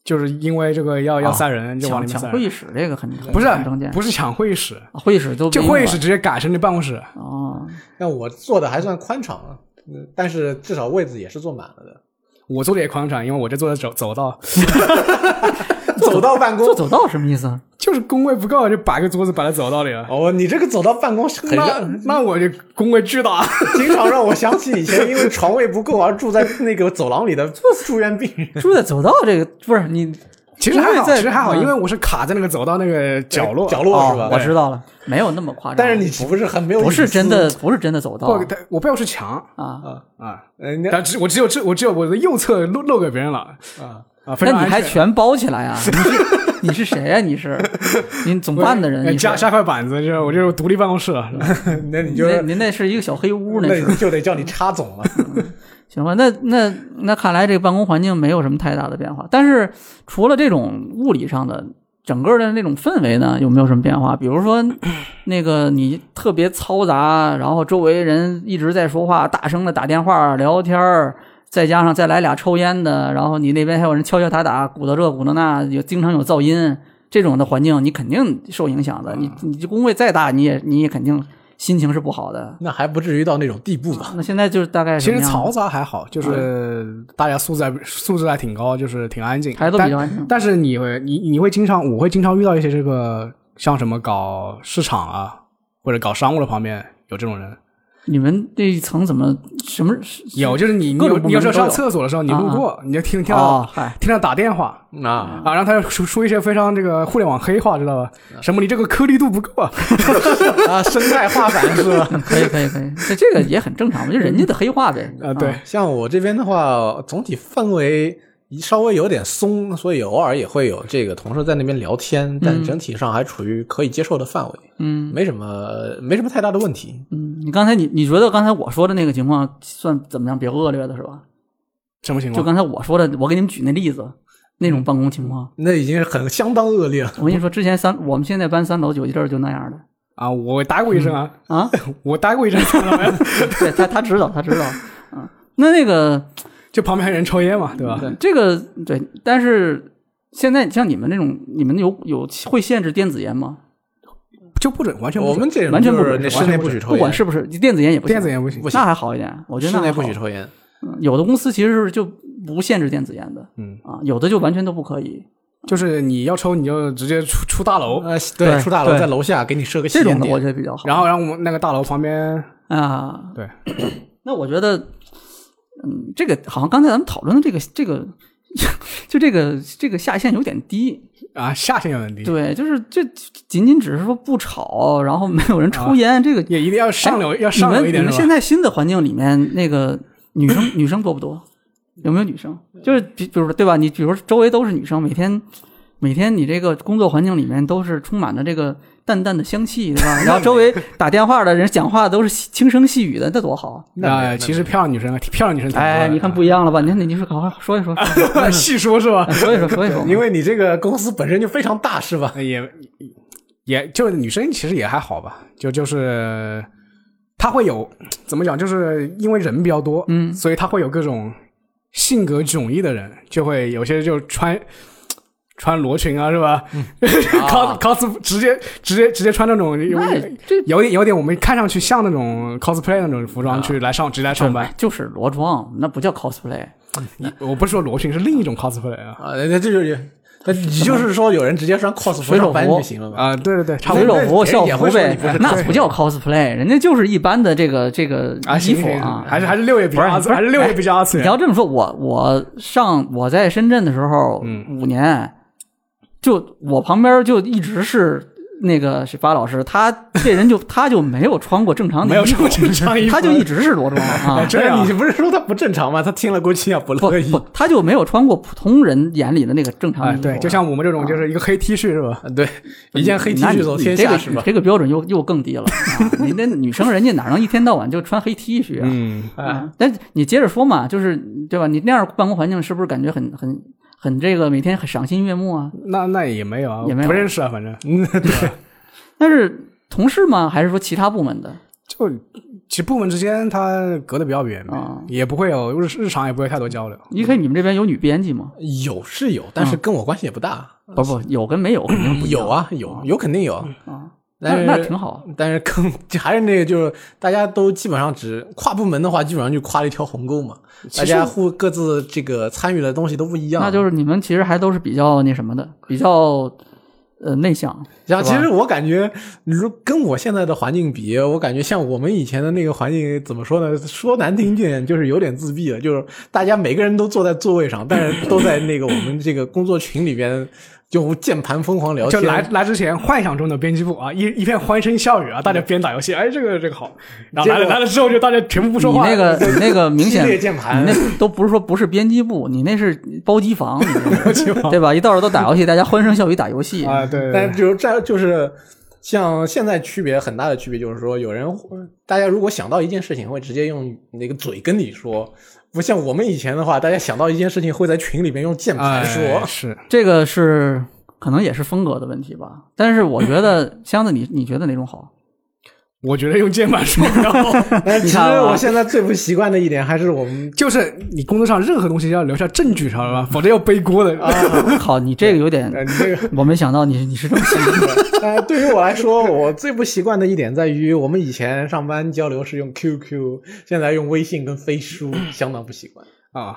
Speaker 3: 就是因为这个要要
Speaker 2: 啊
Speaker 3: 塞人，就
Speaker 2: 抢
Speaker 3: 往里面塞
Speaker 2: 抢
Speaker 3: 人。
Speaker 2: 会议室这个很
Speaker 3: 不是
Speaker 2: 很常见，
Speaker 3: 不是抢会议室，
Speaker 2: 啊会议室都
Speaker 3: 就
Speaker 2: 被用
Speaker 3: 会议
Speaker 2: 了
Speaker 3: 室直接改成那办公室。
Speaker 2: 哦，
Speaker 4: 但我坐的还算宽敞啊，嗯但是至少位置也是坐满了的。
Speaker 3: 我坐的也宽敞，因为我这坐的走走道，
Speaker 4: 走到办公
Speaker 2: 坐， *laughs* 走道什么意思？啊
Speaker 3: 就是工位不够，就摆个桌子摆在走道里了。
Speaker 4: 哦，你这个走到办公室，很
Speaker 3: 那
Speaker 4: 让
Speaker 3: 那我就工位
Speaker 2: *laughs*
Speaker 3: 巨大，
Speaker 4: 经常让我想起以前因为床位不够而住在那个走廊里的住院病人。
Speaker 2: 住在走道这个不是你
Speaker 3: 其实还
Speaker 2: 因
Speaker 3: 好，
Speaker 2: 为在
Speaker 3: 其实还好，
Speaker 2: 嗯
Speaker 3: 因为我是卡在那个走道那个角落
Speaker 4: 角落是吧
Speaker 2: 哦？我知道了，没有那么夸张。
Speaker 4: 但是你不是很没有，
Speaker 2: 不是真的，不是真的走道
Speaker 3: 不，它我背后是墙
Speaker 2: 啊。
Speaker 3: 啊，
Speaker 4: 呃，那
Speaker 3: 但只我只有这我只有我的右侧露露给别人了
Speaker 4: 啊，
Speaker 3: 啊，非
Speaker 2: 那
Speaker 3: 常
Speaker 2: 你还
Speaker 3: 安全。
Speaker 2: 全包起来啊？你是你是谁呀、啊你是你总办的
Speaker 3: *laughs*
Speaker 2: 人？
Speaker 3: 呃
Speaker 2: 你
Speaker 3: 加
Speaker 2: 是
Speaker 3: 加块板子，就是我就是独立办公室了。是吧
Speaker 4: 那你就
Speaker 2: 您那
Speaker 4: 是
Speaker 2: 您那是一个小黑屋，那
Speaker 4: 那
Speaker 2: 是
Speaker 4: 你就得叫你插总了。 *laughs*
Speaker 2: 行吧？那那那看来这个办公环境没有什么太大的变化，但是除了这种物理上的。整个的那种氛围呢，有没有什么变化？比如
Speaker 3: *clears throat*
Speaker 2: 说，那个你特别嘈杂，然后周围人一直在说话，大声的打电话聊天儿，再加上再来俩抽烟的，然后你那边还有人敲敲打打，鼓捣这鼓捣那，有经常有噪音，这种的环境你肯定受影响的。你
Speaker 3: 嗯
Speaker 2: 你这工位再大，你也你也肯定心情是不好的。
Speaker 4: 那还不至于到那种地步
Speaker 2: *laughs*
Speaker 4: 吧？
Speaker 2: 那现在就是大概
Speaker 3: 其
Speaker 2: 什么
Speaker 3: 实
Speaker 2: 样
Speaker 3: 嘈杂还好，就是大家素质还素质还挺高，就是挺安静。
Speaker 2: 还都比
Speaker 3: 但
Speaker 2: 较安静
Speaker 3: 但是你会你你会经常我会经常遇到一些这个像什么搞市场啊或者搞商务的旁边有这种人，
Speaker 2: 你们这一层怎么什么
Speaker 3: 有就是你你
Speaker 2: 各种部
Speaker 3: 有
Speaker 2: 门
Speaker 3: 你有时候
Speaker 2: 都有
Speaker 3: 上厕所的时候你路过你就听听
Speaker 2: 哦
Speaker 3: 到，
Speaker 2: 嗨，
Speaker 3: 听到打电话，
Speaker 4: 啊，
Speaker 3: 啊，然后他就说说一些非常这个互联网黑话，知道吧？
Speaker 2: 嗯
Speaker 3: 什么你这个颗粒度不
Speaker 2: *laughs*
Speaker 3: 够啊，
Speaker 4: 啊，生态化反是
Speaker 3: *laughs*
Speaker 4: 吧？
Speaker 2: 可以可以可以， *laughs* 这这个也很正常嘛，就人家的黑话呗。
Speaker 3: 啊，对，
Speaker 4: 像我这边的话，总体氛围稍微有点松，所以偶尔也会有这个同事在那边聊天，但整体上还处于可以接受的范围，
Speaker 2: 嗯，
Speaker 4: 没什么没什么太大的问题。
Speaker 2: 嗯，你刚才你你觉得刚才我说的那个情况算怎么样？比较恶劣的是吧？啊
Speaker 3: 什么情
Speaker 2: 就刚
Speaker 3: 况？
Speaker 2: 才我说的，我给你们举那例子，那种办公情况。
Speaker 4: 那已经是很相当
Speaker 2: *laughs*
Speaker 4: 恶劣了
Speaker 3: 嗯
Speaker 2: 我跟你说，之前三我们现在搬三楼有一阵儿就那样的
Speaker 3: 啊！我待过一阵啊， *laughs*
Speaker 2: 啊，
Speaker 3: 我待 *laughs* 过一阵，
Speaker 2: 对他他知道他知道，嗯，那那个
Speaker 3: 就旁边人抽烟嘛，啊对吧？
Speaker 2: 这个对，但是现在像你们那种，你们有有会限制电子烟吗？
Speaker 3: 就不准，完全不
Speaker 4: 我
Speaker 3: 准
Speaker 4: 们这种
Speaker 2: 完全不
Speaker 4: 就是
Speaker 2: 准
Speaker 4: 那室内不许抽烟，
Speaker 2: 不管是不是电子烟也不行，
Speaker 3: 电子烟不行，
Speaker 4: 不行
Speaker 2: 那还好一点，我觉得
Speaker 4: 室
Speaker 2: 那
Speaker 4: 内
Speaker 2: 还好
Speaker 4: 不许抽烟。
Speaker 2: 嗯有的公司其实是就不限制电子烟的，
Speaker 3: 嗯
Speaker 2: 啊，有的就完全都不可以。
Speaker 3: 就是你要抽你就直接出出大楼，
Speaker 4: 呃，
Speaker 2: 哎对
Speaker 4: 对，出大楼
Speaker 2: 对
Speaker 4: 在楼下给你设个吸
Speaker 2: 这种
Speaker 4: 烟
Speaker 2: 的我
Speaker 4: 点，
Speaker 2: 觉得比较好。
Speaker 3: 然后让我们那个大楼旁边，
Speaker 2: 啊，
Speaker 3: 对，
Speaker 2: *clears throat* 那我觉得，嗯，这个好像刚才咱们讨论的这个这个， *laughs* 就这个这个下限有点低。
Speaker 3: 啊，下限有点低，
Speaker 2: 对，就是这仅仅只是说不吵，然后没有人
Speaker 4: 啊
Speaker 2: 抽烟，这个
Speaker 3: 也一定要上流，要
Speaker 2: 你
Speaker 3: 上
Speaker 2: 们
Speaker 3: 流一
Speaker 2: 哎你
Speaker 3: 点
Speaker 2: 们
Speaker 3: 是
Speaker 2: 现
Speaker 3: 吧？
Speaker 2: 在新的环境里面，那个女
Speaker 3: *laughs*
Speaker 2: 生女生多不多？有没有女生？就是比比如说对吧？你比如说周围都是女生，每天每天你这个工作环境里面都是充满着这个淡淡的香气，对
Speaker 3: *laughs*
Speaker 2: 吧？然后周围打电话的人讲话都是细轻声细语的，那多好啊！
Speaker 4: 那没有
Speaker 3: 啊，其实漂亮女生，漂亮女生挺多的，
Speaker 2: 哎，你看不一样了吧？你看你你说好好说一说，说
Speaker 3: *laughs* 细说是吧？
Speaker 2: 一说说一说，
Speaker 4: 因为你这个公司本身就非常大，是吧？
Speaker 3: 呃也也就女生其实也还好吧，就就是她会有怎么讲，就是因为人比较多，嗯，所以她会有各种性格迥异的人，就会有些就穿。穿罗裙啊，是吧？cos cos 直接直接直接穿那种有
Speaker 2: 啊那这
Speaker 3: 有点有点我们看上去像那种 cosplay 那种服装去来上直接来上班。
Speaker 2: 啊哎就是裸妆，那不叫 cosplay。
Speaker 3: 你我不是说罗裙，是另一种 cosplay 啊
Speaker 4: 啊，那那这就是，
Speaker 2: *laughs*
Speaker 4: 那你就是说有人直接穿 cos 服
Speaker 2: 水手
Speaker 4: 上班
Speaker 2: 服
Speaker 4: 就行了吧？
Speaker 3: 啊！对对对，差不
Speaker 2: 水
Speaker 3: 多
Speaker 2: 手服、校
Speaker 4: 那别人也
Speaker 2: 服
Speaker 4: 会说
Speaker 2: 呗
Speaker 4: 你不是，
Speaker 2: 那
Speaker 3: 对
Speaker 2: 不叫 cosplay，人家就是一般的这个这个
Speaker 3: 啊，
Speaker 2: 衣
Speaker 3: 行
Speaker 2: 服
Speaker 3: 行
Speaker 2: 啊
Speaker 3: 行，。还是还是六月比较二次，还是六月比较二次
Speaker 2: 你
Speaker 3: 元。
Speaker 2: 要这么说，我我上我在深圳的时候，
Speaker 3: 嗯
Speaker 2: 五年，就我旁边就一直是那个是巴老师，他这人就他就没有穿过正常的衣服，
Speaker 3: 没有穿过正常衣服
Speaker 2: 他就一直是
Speaker 3: *laughs*
Speaker 2: 裸妆啊
Speaker 3: 哎。这样
Speaker 4: 你不是说他不正常吗？他听了估计要不
Speaker 2: 不
Speaker 4: 乐意。
Speaker 2: 不，他就没有穿过普通人眼里的那个正常
Speaker 3: 哎，
Speaker 2: 衣服。啊
Speaker 3: 对，就像我们这种就是一个黑 T 恤是吧？
Speaker 4: 啊对，一件黑 T
Speaker 2: 那你
Speaker 4: 恤走天
Speaker 2: 你这
Speaker 4: 下
Speaker 2: 个
Speaker 4: 是吧
Speaker 2: 你？这个标准又又更低了。啊你那女生人家哪能一天到晚就穿黑 T 恤啊？
Speaker 3: 嗯，
Speaker 2: 啊，但是你接着说嘛，就是对吧？你那样办公环境是不是感觉很很很这个每天很赏心悦目啊？
Speaker 3: 那那也没有啊，
Speaker 2: 也没有
Speaker 3: 不认识啊，反正
Speaker 4: 嗯，对，
Speaker 2: 但是同事吗？还是说其他部门的？
Speaker 3: 就其实部门之间它隔得比较远
Speaker 2: 啊，
Speaker 3: 也不会有日日常也不会太多交流。
Speaker 2: 你看你们这边有女编辑吗？
Speaker 4: 有是有，但是跟我关系也不大。
Speaker 2: 不不，有跟没有肯嗯定不一样
Speaker 4: 有啊，有有肯定有，
Speaker 2: 啊，那
Speaker 4: 但是
Speaker 2: 那挺好啊。
Speaker 4: 但是更 *laughs* 还是那个，就是大家都基本上只跨部门的话，基本上就跨了一条鸿沟嘛。大家互各自这个参与的东西都不一样。啊
Speaker 2: 那就是你们其实还都是比较那什么的，比较呃内向。
Speaker 4: 然后，其实我感觉，如跟我现在的环境比，我感觉像我们以前的那个环境，怎么说呢？说难听点，就是有点自闭了。就是大家每个人都坐在座位上，但是都在那个我们这个工作群里边，就键盘疯狂聊
Speaker 3: 就
Speaker 4: 天。
Speaker 3: 来来之前，幻想中的编辑部啊，一一片欢声笑语啊，大家边打游戏，哎，这个这个好。然后来
Speaker 4: 结
Speaker 3: 了
Speaker 4: 果
Speaker 3: 来了之后，就大家全部不
Speaker 2: 你
Speaker 3: 说话。
Speaker 2: 那个你那个明显，
Speaker 4: 激烈
Speaker 2: 你
Speaker 4: 键盘
Speaker 2: 那都不是说不是编辑部，你那是包机房，你
Speaker 4: *laughs*
Speaker 2: 知道吗对吧？一到这都打游戏，大家欢声笑语打游
Speaker 4: 哎
Speaker 2: 戏。
Speaker 3: 啊，对，对对
Speaker 4: 但就是这就是像现在区别很大的区别，就是说有人大家如果想到一件事情，会直接用那个嘴跟你说，不像我们以前的话，大家想到一件事情会在群里面用键盘说。
Speaker 3: 哎是
Speaker 2: 这个是可能也是风格的问题吧，但是我觉得箱子你你觉得哪种好？
Speaker 3: 我觉得用键盘说比较好， *laughs*
Speaker 4: 但是其实
Speaker 2: 你看吧
Speaker 4: 我现在最不习惯的一点还是我们
Speaker 3: 就是你工作上任何东西要留下证据，知道吧？否则要背锅的。
Speaker 4: 啊
Speaker 2: 好，你这个有
Speaker 3: 呃
Speaker 2: 点，
Speaker 3: 你这个
Speaker 2: *laughs* 我没想到你你是这么想的。
Speaker 4: 呃，对于我来说，我最不习惯的一点在于，我们以前上班交流是用 QQ，现在用微信跟飞书，相当不习惯。
Speaker 3: 啊，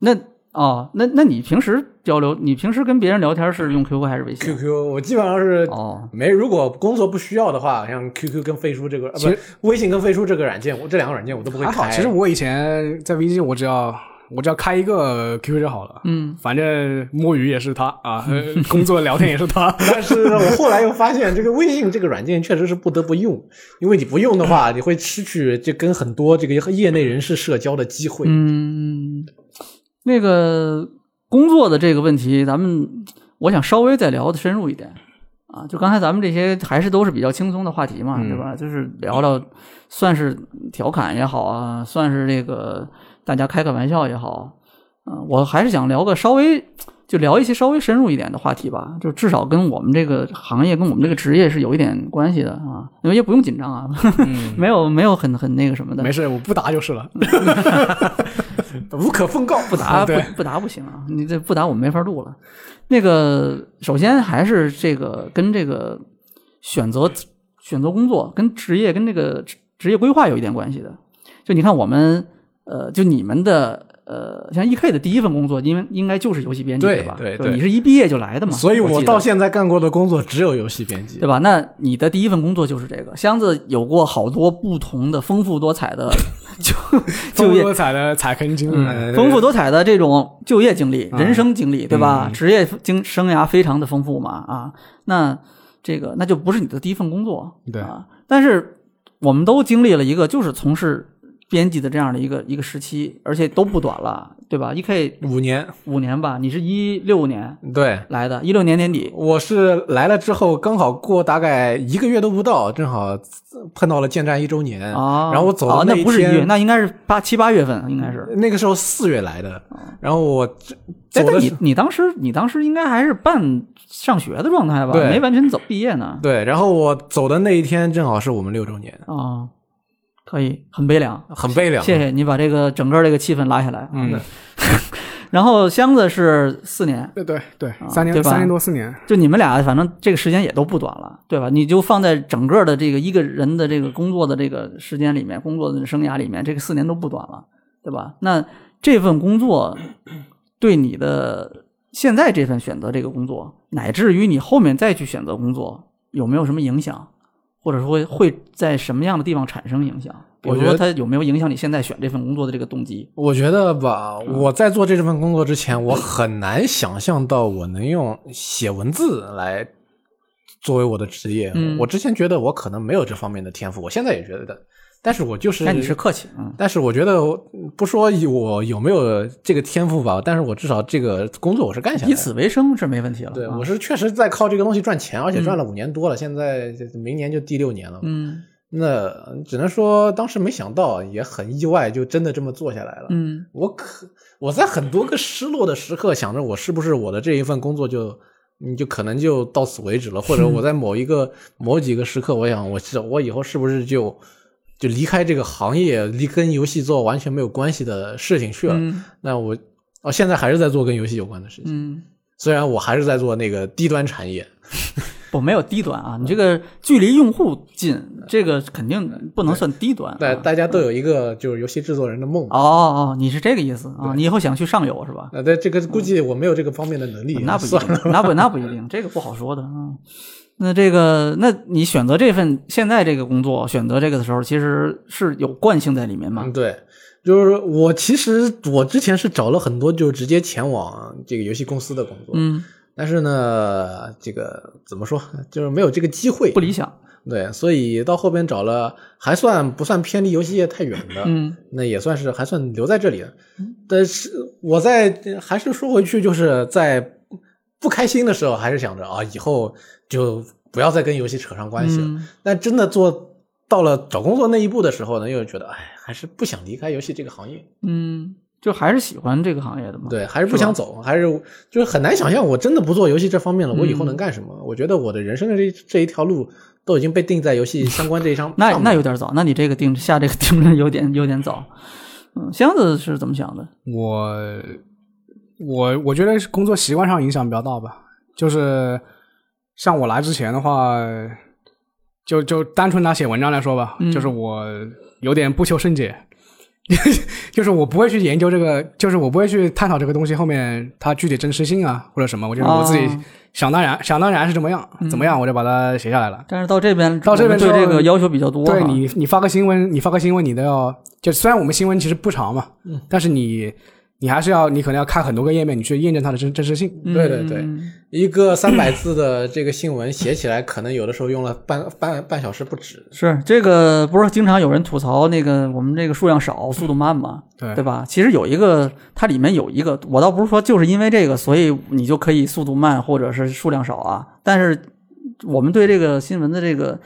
Speaker 2: 那哦，那那你平时交流，你平时跟别人聊天是用 QQ 还是微信？
Speaker 4: QQ 我基本上是
Speaker 2: 哦，
Speaker 4: 没，如果工作不需要的话，像 QQ 跟飞书这个，呃、
Speaker 3: 其实
Speaker 4: 不，微信跟飞书这个软件，我这两个软件我都不会
Speaker 3: 还好。
Speaker 4: 开。
Speaker 3: 其实我以前在 VG，我只要我只要开一个 QQ 就好了。
Speaker 2: 嗯，
Speaker 3: 反正摸鱼也是他啊，呃工作聊天也是
Speaker 4: *laughs*
Speaker 3: 他
Speaker 4: *laughs* 。但是我后来又发现，这个微信这个软件确实是不得不用，因为你不用的话，你会失去就跟很多这个业内人士社交的机会。
Speaker 2: 嗯，那个工作的这个问题，咱们我想稍微再聊的深入一点啊。就刚才咱们这些还是都是比较轻松的话题嘛，对吧？就是聊聊，算是调侃也好啊，呃算是这个大家开开玩笑也好啊。我还是想聊个稍微，就聊一些稍微深入一点的话题吧，就至少跟我们这个行业、跟我们这个职业是有一点关系的啊。你们也不用紧张啊， *laughs* 没有没有很很那个什么的，
Speaker 3: 没事，我不答就是了。
Speaker 4: *laughs* 无可奉告， *laughs*
Speaker 2: 不
Speaker 4: 不
Speaker 2: 答
Speaker 4: 答。
Speaker 2: 不
Speaker 3: 对
Speaker 2: 不答不行啊，你这不答我们没法录了。那个首先还是这个跟这个选择选择工作跟职业跟这个职职业规划有一点关系的。就你看我们呃，就你们的呃，像 E K 的第一份工作，因为应该就是游戏编辑
Speaker 4: 对
Speaker 2: 吧？
Speaker 4: 对
Speaker 2: 吧
Speaker 4: 对
Speaker 2: 你是一毕业就来的嘛？
Speaker 4: 所以
Speaker 2: 我记
Speaker 4: 我
Speaker 2: 得
Speaker 4: 到现在干过的工作只有游戏编辑
Speaker 2: 对。吧？那你的第一份工作就是这个箱子，有过好多不同的丰富多彩的 *laughs* 就就
Speaker 3: 丰富
Speaker 2: 业
Speaker 3: 多彩呃的踩坑经历，
Speaker 4: 嗯
Speaker 2: 丰富多彩的这种就业经历、
Speaker 4: 啊
Speaker 3: 嗯
Speaker 2: 人生经历，对吧？
Speaker 4: 嗯
Speaker 2: 职业经生涯非常的丰富嘛，啊，那这个那就不是你的第一份工作，
Speaker 3: 对
Speaker 2: 啊。但是我们都经历了一个就是从事编辑的这样的一个一个时期，而且都不短了，对吧？E K
Speaker 4: 五年，
Speaker 2: 五年吧，你是一六年
Speaker 4: 对，
Speaker 2: 来的，一六年年底，
Speaker 4: 我是来了之后，刚好过大概一个月都不到，正好碰到了建站一周年
Speaker 2: 哦，
Speaker 4: 然后我走的
Speaker 2: 哦
Speaker 4: 一
Speaker 2: 那不是一
Speaker 4: 天
Speaker 2: 月，那应该是八七八月份，应该是。
Speaker 4: 那个时候四月来的，然后我这
Speaker 2: 哦哎
Speaker 4: 走
Speaker 2: 但
Speaker 4: 的
Speaker 2: 你
Speaker 4: 时
Speaker 2: 你当时你当时应该还是半上学的状态吧，
Speaker 4: 对
Speaker 2: 没完全走毕业呢。
Speaker 4: 对，然后我走的那一天正好是我们六周年，
Speaker 2: 啊、可以，很悲凉。
Speaker 4: 很悲凉。
Speaker 2: 谢谢你把这个整个这个气氛拉下来。啊
Speaker 3: 嗯，
Speaker 2: *laughs* 然后箱子是四年，
Speaker 3: 对对对，
Speaker 4: 啊
Speaker 3: 三
Speaker 2: 对
Speaker 3: 年
Speaker 2: 吧
Speaker 3: 三年多四年，
Speaker 2: 就你们俩反正这个时间也都不短了，对吧？你就放在整个的这个一个人的这个工作的这个时间里面，工作的生涯里面，这个四年都不短了，对吧？那这份工作对你的现在这份选择这个工作，乃至于你后面再去选择工作，有没有什么影响？或者说会在什么样的地方产生影响？比如
Speaker 4: 我觉
Speaker 2: 说
Speaker 4: 得
Speaker 2: 它有没有影响你现在选这份工作的这个动机？
Speaker 4: 我觉得吧，我在做这份工作之前，我很难想象到我能用写文字来作为我的职业。
Speaker 2: 嗯
Speaker 4: 我之前觉得我可能没有这方面的天赋，我现在也觉得，但是我就是
Speaker 2: 那你是客气，嗯，
Speaker 4: 但是我觉得我，不说我有没有这个天赋吧，但是我至少这个工作我是干下来
Speaker 2: 以
Speaker 4: 的。
Speaker 2: 此为生是没问题了。
Speaker 4: 对，
Speaker 2: 啊
Speaker 4: 我是确实在靠这个东西赚钱，而且赚了五年多了，现在这明年就第六年了。
Speaker 2: 嗯
Speaker 4: 那只能说当时没想到，也很意外，就真的这么做下来了。
Speaker 2: 嗯
Speaker 4: 我可我在很多个失落的时刻，想着我是不是我的这一份工作就你就可能就到此为止了，或
Speaker 2: *laughs*
Speaker 4: 者我在某一个某几个时刻，我想我是我以后是不是就就离开这个行业，离跟游戏做完全没有关系的事情去了？
Speaker 2: 嗯
Speaker 4: 那我哦，现在还是在做跟游戏有关的事情，
Speaker 2: 嗯，
Speaker 4: 虽然我还是在做那个低端产业，
Speaker 2: 不没有低端啊，
Speaker 4: 嗯
Speaker 2: 你这个距离用户近，这个肯定不能算低端啊。
Speaker 4: 但大家都有一个就是游戏制作人的梦嘛。
Speaker 2: 哦哦，你是这个意思啊？你以后想去上游是
Speaker 4: *laughs*
Speaker 2: 吧？
Speaker 4: 呃，但这个估计我没有这个方面的能力，
Speaker 2: 那不一
Speaker 4: 哎算了。
Speaker 2: 定，那不那不一定，这个不好说的啊。嗯那这个，那你选择这份现在这个工作，选择这个的时候，其实是有惯性在里面嘛
Speaker 4: 嗯，？对，就是我其实我之前是找了很多，就直接前往这个游戏公司的工作，
Speaker 2: 嗯，
Speaker 4: 但是呢，这个怎么说，就是没有这个机会
Speaker 2: 不，理想。
Speaker 4: 对，所以到后边找了还算不算偏离游戏业太远的，
Speaker 2: 嗯
Speaker 4: 那也算是还算留在这里的。但是我在还是说回去，就是在不开心的时候，还是想着啊，以后就不要再跟游戏扯上关系了。
Speaker 2: 嗯
Speaker 4: 但真的做到了找工作那一步的时候呢，又觉得哎，还是不想离开游戏这个行业，
Speaker 2: 嗯，就还是喜欢这个行业的嘛？，
Speaker 4: 对，还是不想走，还是就是很难想象，我真的不做游戏这方面了，我以后能干什么？我觉得我的人生的这这一条路都已经被定在游戏相关这一上
Speaker 2: 嗯 *laughs* 那
Speaker 4: 上面
Speaker 2: 那有点早，那你这个定下这个定论有点有点早。嗯，箱子是怎么想的？
Speaker 3: 我我我觉得是工作习惯上影响比较大吧，就是像我来之前的话，就就单纯拿写文章来说吧，就是我有点不求甚解， *laughs* 就是我不会去研究这个，就是我不会去探讨这个东西后面它具体真实性啊或者什么，我就是我自己
Speaker 2: 哦
Speaker 3: 想当然、想当然是怎么样怎么样，我就把它写下来了。
Speaker 2: 但是到这边，
Speaker 3: 到这边
Speaker 2: 我们对
Speaker 3: 之
Speaker 2: 这
Speaker 3: 后
Speaker 2: 个要求比较多哈。
Speaker 3: 对你，你发个新闻，你发个新闻，你都要就虽然我们新闻其实不长嘛，
Speaker 2: 嗯
Speaker 3: 但是你你还是要你可能要看很多个页面，你去验证它的真真实性。
Speaker 2: 嗯
Speaker 4: 对对对，一个三百字的这个新闻写起来，可能有的时候用了半半半小时不止。
Speaker 2: 是这个，不是经常有人吐槽那个我们这个数量少，速度慢嘛，
Speaker 3: 嗯对
Speaker 2: 对吧？其实有一个，它里面有一个，我倒不是说就是因为这个，所以你就可以速度慢或者是数量少啊。但是我们对这个新闻的这个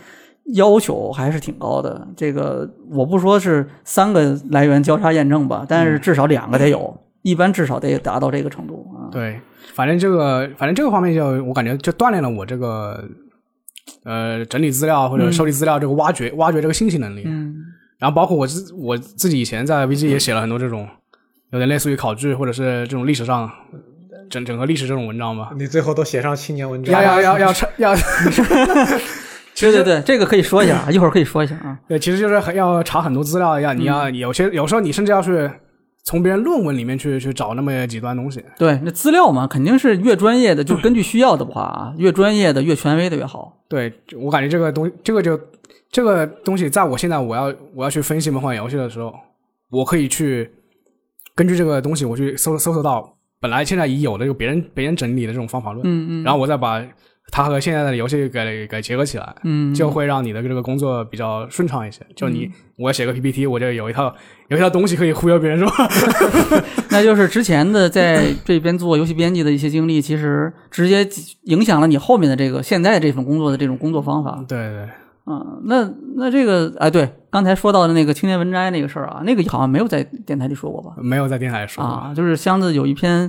Speaker 2: 要求还是挺高的。这个我不说是
Speaker 3: 嗯
Speaker 2: 三个来源交叉验证吧，但是至少两个得有，一般至少得达到这个程度啊。嗯，
Speaker 3: 对，反正这个，反正这个方面就我感觉就锻炼了我这个，呃，整理资料或者收集资料这个挖掘、挖掘这个信息能力。
Speaker 2: 嗯，
Speaker 3: 然后包括我自我自己以前在 VG 也写了很多这种，有点类似于考据或者是这种历史上整整个历史这种文章吧。
Speaker 4: 你最后都写上青年文章，
Speaker 3: 要要要要
Speaker 4: *laughs*
Speaker 3: 要，
Speaker 2: 对对对，这个可以说一
Speaker 3: *clears throat*
Speaker 2: 下，一会儿可以说一下啊。
Speaker 3: 对，其实就是很要查很多资料，要你要有些有时候你甚至要去从别人论文里面去去找那么几段东西。
Speaker 2: 对，那资料嘛，肯定是越专业的，就根据需要的话啊，越专业的、越权威的越好。
Speaker 3: 对，我感觉这个东这个就这个东西，在我现在我要我要去分析梦幻游戏的时候，我可以去根据这个东西，我去搜搜索到本来现在已有的这个别人别人整理的这种方法论，
Speaker 2: 嗯嗯，
Speaker 3: 然后我再把它和现在的游戏给给结合起来，
Speaker 2: 嗯，
Speaker 3: 就会让你的这个工作比较顺畅一些。就你我写个 PPT，我就有一套有一套东西可以忽悠别人说，
Speaker 2: 那就是之前的在这边做游戏编辑的一些经历，其实直接影响了你后面的这个现在这份工作的这种工作方法。
Speaker 3: 对对
Speaker 2: 嗯，那那这个哎，对，刚才说到的那个青年文摘那个事儿啊，那个好像没有在电台里说过吧？
Speaker 3: 对，没有在电台说过。
Speaker 2: 啊，就是箱子有一篇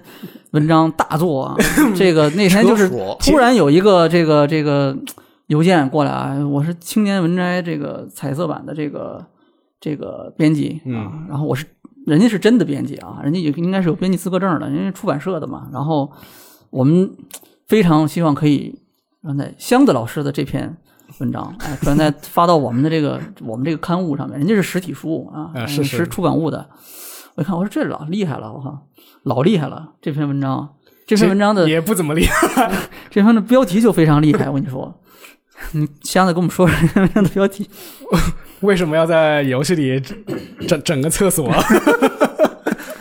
Speaker 2: 文章大作啊，这个那天就是
Speaker 4: 车锁
Speaker 2: 突然有一个这个这个邮件过来啊，我是青年文摘这个彩色版的这个这个编辑啊，然后我是人家是真的编辑啊，人家也应该是有编辑资格证的，人家出版社的嘛，然后我们非常希望可以让在箱子老师的这篇。文
Speaker 3: *laughs*
Speaker 2: 章哎，转载发到我们的这个我们这个刊物上面，人家是实体书啊，
Speaker 3: 啊是是
Speaker 2: 是出版物的，我一看，我说这老厉害了，我靠，老厉害了！这篇文章，这篇文章的
Speaker 3: 也不怎么厉害， *laughs*
Speaker 2: 这篇的标题就非常厉害，我跟你说， *laughs* 你箱子跟我们说说这篇文章的标题。
Speaker 3: 为什么要在游戏里整整个厕
Speaker 2: *laughs*
Speaker 3: 所？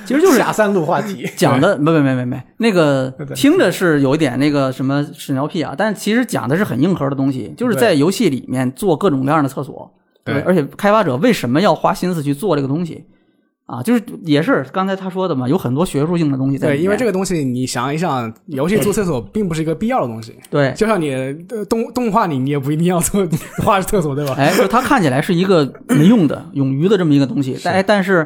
Speaker 2: 其实就是
Speaker 4: 下三路话题。
Speaker 2: 讲的没没没没没，那个听着是有一点那个什么屎尿屁啊，但其实讲的是很硬核的东西，就是在游戏里面做各种各样的厕所，
Speaker 3: 对
Speaker 2: 而且开发者为什么要花心思去做这个东西啊？就是也是刚才他说的嘛，有很多学术性的东西在里
Speaker 3: 对，
Speaker 2: 面。
Speaker 3: 因为这个东西，你想一想，游戏做厕所并不是一个必要的东西。 *laughs*
Speaker 2: 对
Speaker 3: 就像你呃动动画里，你也不一定要做画厕所，对吧？
Speaker 2: 哎，就它看起来是一个没用的、冗余的这么一个东西，但但是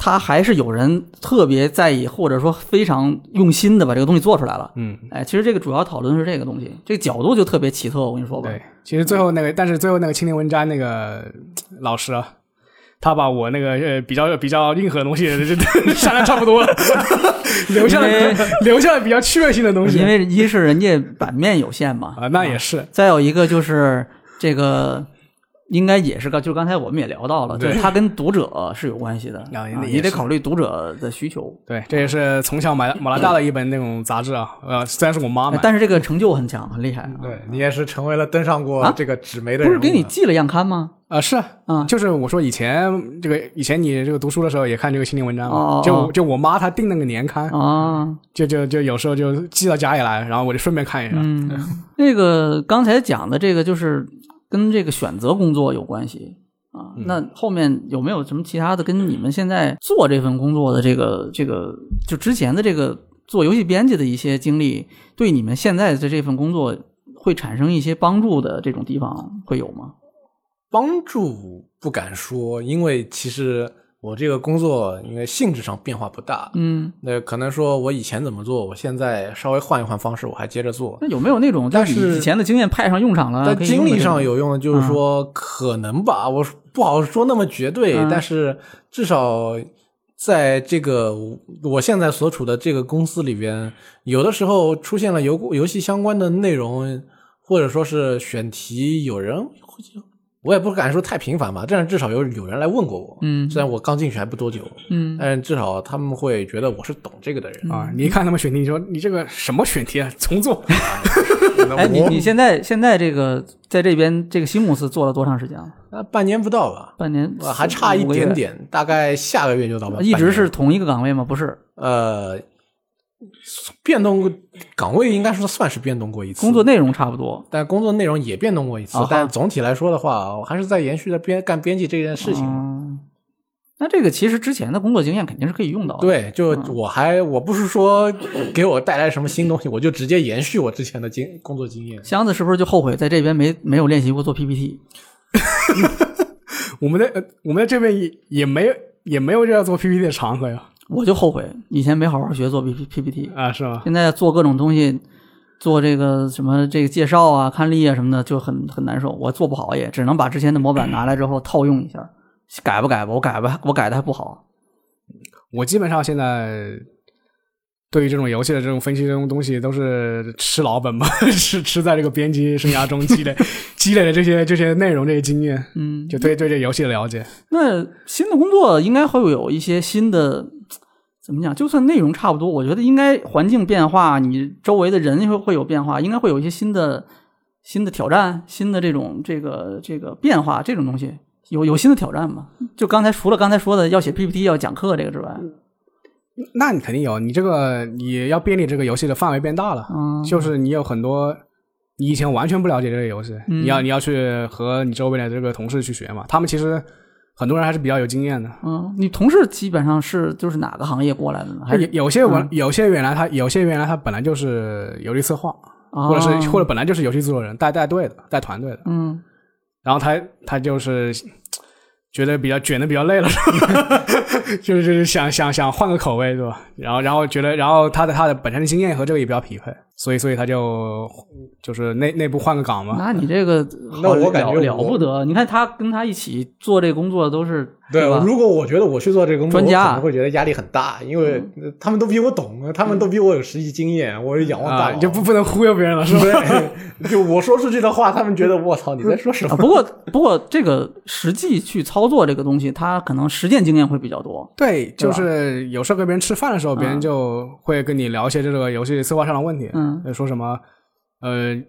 Speaker 2: 它还是有人特别在意，或者说非常用心的把这个东西做出来了。
Speaker 3: 嗯，
Speaker 2: 哎，其实这个主要讨论是这个东西，这个角度就特别奇特。我跟你说吧，
Speaker 3: 对。其实最后那个，但是最后那个青年文摘那个呃老师啊，他把我那个呃比较比较硬核的东西 *laughs* 删的差不多了， *laughs* 留下
Speaker 2: 因为
Speaker 3: 了留下了比较趣味性的东西。
Speaker 2: 因为一是人家版面有限嘛，
Speaker 3: 啊，那也是，
Speaker 2: 再有一个就是这个。应该也是个，就刚才我们也聊到了，就是它跟读者是有关系的，
Speaker 3: 啊
Speaker 2: 啊
Speaker 3: 也是
Speaker 2: 你得考虑读者的需求。
Speaker 3: 对，这也是从小买买了大的一本那种杂志啊，呃，虽然是我妈
Speaker 2: 哎
Speaker 3: 买，
Speaker 2: 但是这个成就很强，很厉害啊。
Speaker 4: 对你也是成为了登上过
Speaker 2: 啊
Speaker 4: 这个纸媒
Speaker 2: 不
Speaker 4: 的人
Speaker 2: 是
Speaker 4: 物
Speaker 2: 给你
Speaker 4: 了
Speaker 2: 寄了样刊吗？
Speaker 3: 啊，是
Speaker 2: 嗯
Speaker 3: 就是我说以前这个以前你这个读书的时候也看这个心灵文章嘛，
Speaker 2: 哦哦
Speaker 3: 就
Speaker 2: 哦
Speaker 3: 我就我妈她订那个年刊，
Speaker 2: 啊，
Speaker 3: 就就就有时候就寄到家里来，然后我就顺便看一下。
Speaker 2: 嗯，那个刚才讲的这个就是跟这个选择工作有关系啊。
Speaker 4: 嗯
Speaker 2: 那后面有没有什么其他的跟你们现在做这份工作的这个这个就之前的这个做游戏编辑的一些经历，对你们现在的这份工作会产生一些帮助的这种地方会有吗？
Speaker 4: 帮助不敢说，因为其实我这个工作因为性质上变化不大。
Speaker 2: 嗯，
Speaker 4: 那可能说我以前怎么做，我现在稍微换一换方式，我还接着做。
Speaker 2: 那有没有那种就
Speaker 4: 但
Speaker 2: 是
Speaker 4: 是
Speaker 2: 你以前的经验派上用场了？
Speaker 4: 但
Speaker 2: 啊可以用
Speaker 4: 经
Speaker 2: 的这
Speaker 4: 历
Speaker 2: 啊
Speaker 4: 上
Speaker 2: 种
Speaker 4: 有用的就是说，可能吧，我不好说那么绝对，
Speaker 2: 嗯
Speaker 4: 但是至少在这个我现在所处的这个公司里边，有的时候出现了游游戏相关的内容，或者说是选题，有人会我也不敢说太频繁吧，但是至少有有人来问过我，
Speaker 2: 嗯
Speaker 4: 虽然我哎刚进去还不多久，
Speaker 2: 嗯
Speaker 4: 但是至少他们会觉得我是懂这个的人。
Speaker 3: 啊！你一看他们选题，你说你这个什么选题啊？重做， *laughs*
Speaker 2: 哎，你你现在现在这个在这边这个新公司做了多长时间了？
Speaker 4: 那半年不到吧，
Speaker 2: 半年
Speaker 4: 呃，还差一
Speaker 2: 五个月
Speaker 4: 点点，大概下个月就到吧。
Speaker 2: 一
Speaker 4: 半年
Speaker 2: 直是同一个岗位吗？不是，
Speaker 4: 呃，变动岗位应该说算是变动过一次，
Speaker 2: 工作，内容差不多。
Speaker 4: 但工作内容也变动过一次，
Speaker 2: 啊哈
Speaker 4: 但总体来说的话，我还是在延续的编干编辑这件事情。
Speaker 2: 嗯，那这个其实之前的工作经验肯定是可以用到的。，
Speaker 4: 对，就
Speaker 2: 嗯
Speaker 4: 我还我不是说给我带来什么新东西，我就直接延续我之前的经工作经验。
Speaker 2: 箱子是不是就后悔在这边没没有练习过做 PPT？
Speaker 3: 我们在呃我们在这边也也没有也没有这样做 PPT 的场合呀。
Speaker 2: 我就后悔以前没好好学做 P P P P T，
Speaker 3: 啊，是吗？
Speaker 2: 现在做各种东西，做这个什么这个介绍啊、看例啊什么的，就很很难受。我做不好也只能把之前的模板拿来之后套用一下，改吧改吧，我改吧，我改的还不好。
Speaker 3: 我基本上现在对于这种游戏的这种分析这种东西，都是吃老本吧， *laughs* 吃吃在这个编辑生涯中积
Speaker 2: *laughs*
Speaker 3: 累积累的这些这些内容这些经验，
Speaker 2: 嗯，
Speaker 3: 就对对这游戏的了解。
Speaker 2: 那新的工作应该会有一些新的，怎么讲？就算内容差不多，我觉得应该环境变化，你周围的人会会有变化，应该会有一些新的新的挑战，新的这种这个这个变化这种东西。有有新的挑战吗？就刚才除了刚才说的要写 PPT、要讲课这个之外，
Speaker 4: 嗯
Speaker 3: 那你肯定有，你这个你要便利这个游戏的范围变大了，
Speaker 2: 嗯，
Speaker 3: 就是你有很多你以前完全不了解这个游戏，
Speaker 2: 嗯
Speaker 3: 你要你要去和你周围的这个同事去学嘛，他们其实很多人还是比较有经验的。
Speaker 2: 嗯，你同事基本上是就是哪个行业过来的呢？还
Speaker 3: 有
Speaker 2: 是嗯
Speaker 3: 有些文、有些原来他有些原来他本来就是游戏策划，
Speaker 2: 或
Speaker 3: 或者
Speaker 2: 哦
Speaker 3: 是或者本来就是游戏制作人带带队的带团队的，
Speaker 2: 嗯，
Speaker 3: 然后他他就是觉得比较卷的比较累了， *laughs* 是吧就是就是想想想换个口味，对吧？然后然后觉得，然后他的他的本身的经验和这个也比较匹配，所以所以他就就是内内部换个岗嘛。
Speaker 2: 那你这个
Speaker 4: 那
Speaker 2: 好
Speaker 4: 我感觉
Speaker 2: 了了
Speaker 4: 我
Speaker 2: 不得。你看他跟他一起做这工作都是
Speaker 4: 对，
Speaker 2: 吧？
Speaker 4: 如果我觉得我去做这个工作，
Speaker 2: 专家嗯
Speaker 4: 我可能会觉得压力很大，因为呃他们都比我懂，他们都比我有实际经验，我是仰望大
Speaker 3: 啊，
Speaker 4: 佬，
Speaker 3: 你就不不能忽悠别人了，是吧？
Speaker 4: 对，就我说出去的话，他们觉得我操你在说什
Speaker 2: 啊，
Speaker 4: 么？
Speaker 2: 不过不过这个实际去操作这个东西，他可能实践经验会比较多。
Speaker 3: 对，就是有时候跟别人吃饭的时候，别人就会跟你聊一些这个游戏策划上的问题，
Speaker 2: 嗯，
Speaker 3: 说什么，呃，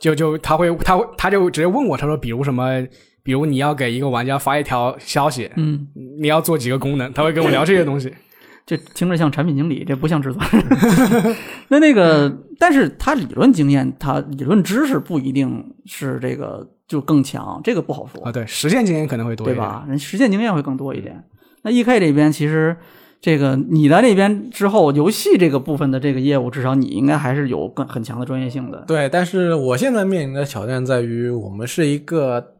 Speaker 3: 就就他会他会他就直接问我，他说，比如什么，比如你要给一个玩家发一条消息，
Speaker 2: 嗯，
Speaker 3: 你要做几个功能，他会跟我聊这些东西。
Speaker 2: 这听着像产品经理，这不像制作人。 *laughs* 那那个，但是他理论经验，他理论知识不一定是这个就更强，这个不好说。
Speaker 3: 啊，对，实践经验可能会多一
Speaker 2: 对
Speaker 3: 点？
Speaker 2: 吧？人实践经验会更多
Speaker 4: 嗯
Speaker 2: 一点。那 E K 这边其实这个你来这边之后，游戏这个部分的这个业务，至少你应该还是有更很强的专业性的。
Speaker 4: 对，但是我现在面临的挑战在于，我们是一个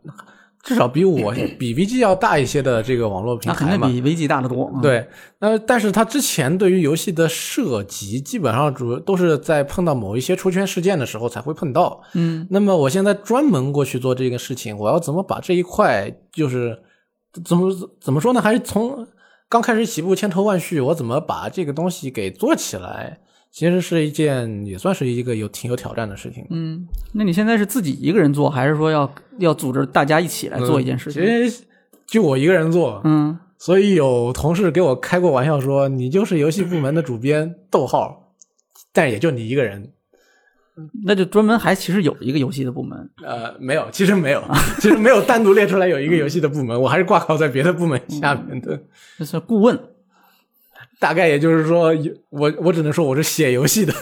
Speaker 4: 至少
Speaker 2: *clears throat*
Speaker 4: 比我比 VG 要大一些的这个网络平
Speaker 2: 那肯
Speaker 4: 台
Speaker 2: 定
Speaker 4: 嘛。
Speaker 2: 比危机大得多。嗯，
Speaker 4: 对，那但是它之前对于游戏的涉及，基本上主都是在碰到某一些出圈事件的时候才会碰到。
Speaker 2: 嗯
Speaker 4: 那么我现在专门过去做这个事情，我要怎么把这一块就是怎么怎么说呢？还是从刚开始起步千头万绪，我怎么把这个东西给做起来？其实是一件也算是一个有挺有挑战的事情。
Speaker 2: 嗯，那你现在是自己一个人做，还是说要要组织大家一起来做一件事情？
Speaker 4: 呃其实就我一个人做，
Speaker 2: 嗯，
Speaker 4: 所以有同事给我开过玩笑说：“你就是游戏部门的主编，逗号，但也就你一个人。”
Speaker 2: 那就专门还其实有一个游戏的部门。
Speaker 4: 呃，没有，其实没有，其实没有单独列出来有一个游戏的部 *laughs* 门，我还是挂靠在别的部门下面的。
Speaker 2: 这是顾问。
Speaker 4: 大概也就是说，我我只能说我是写游戏的，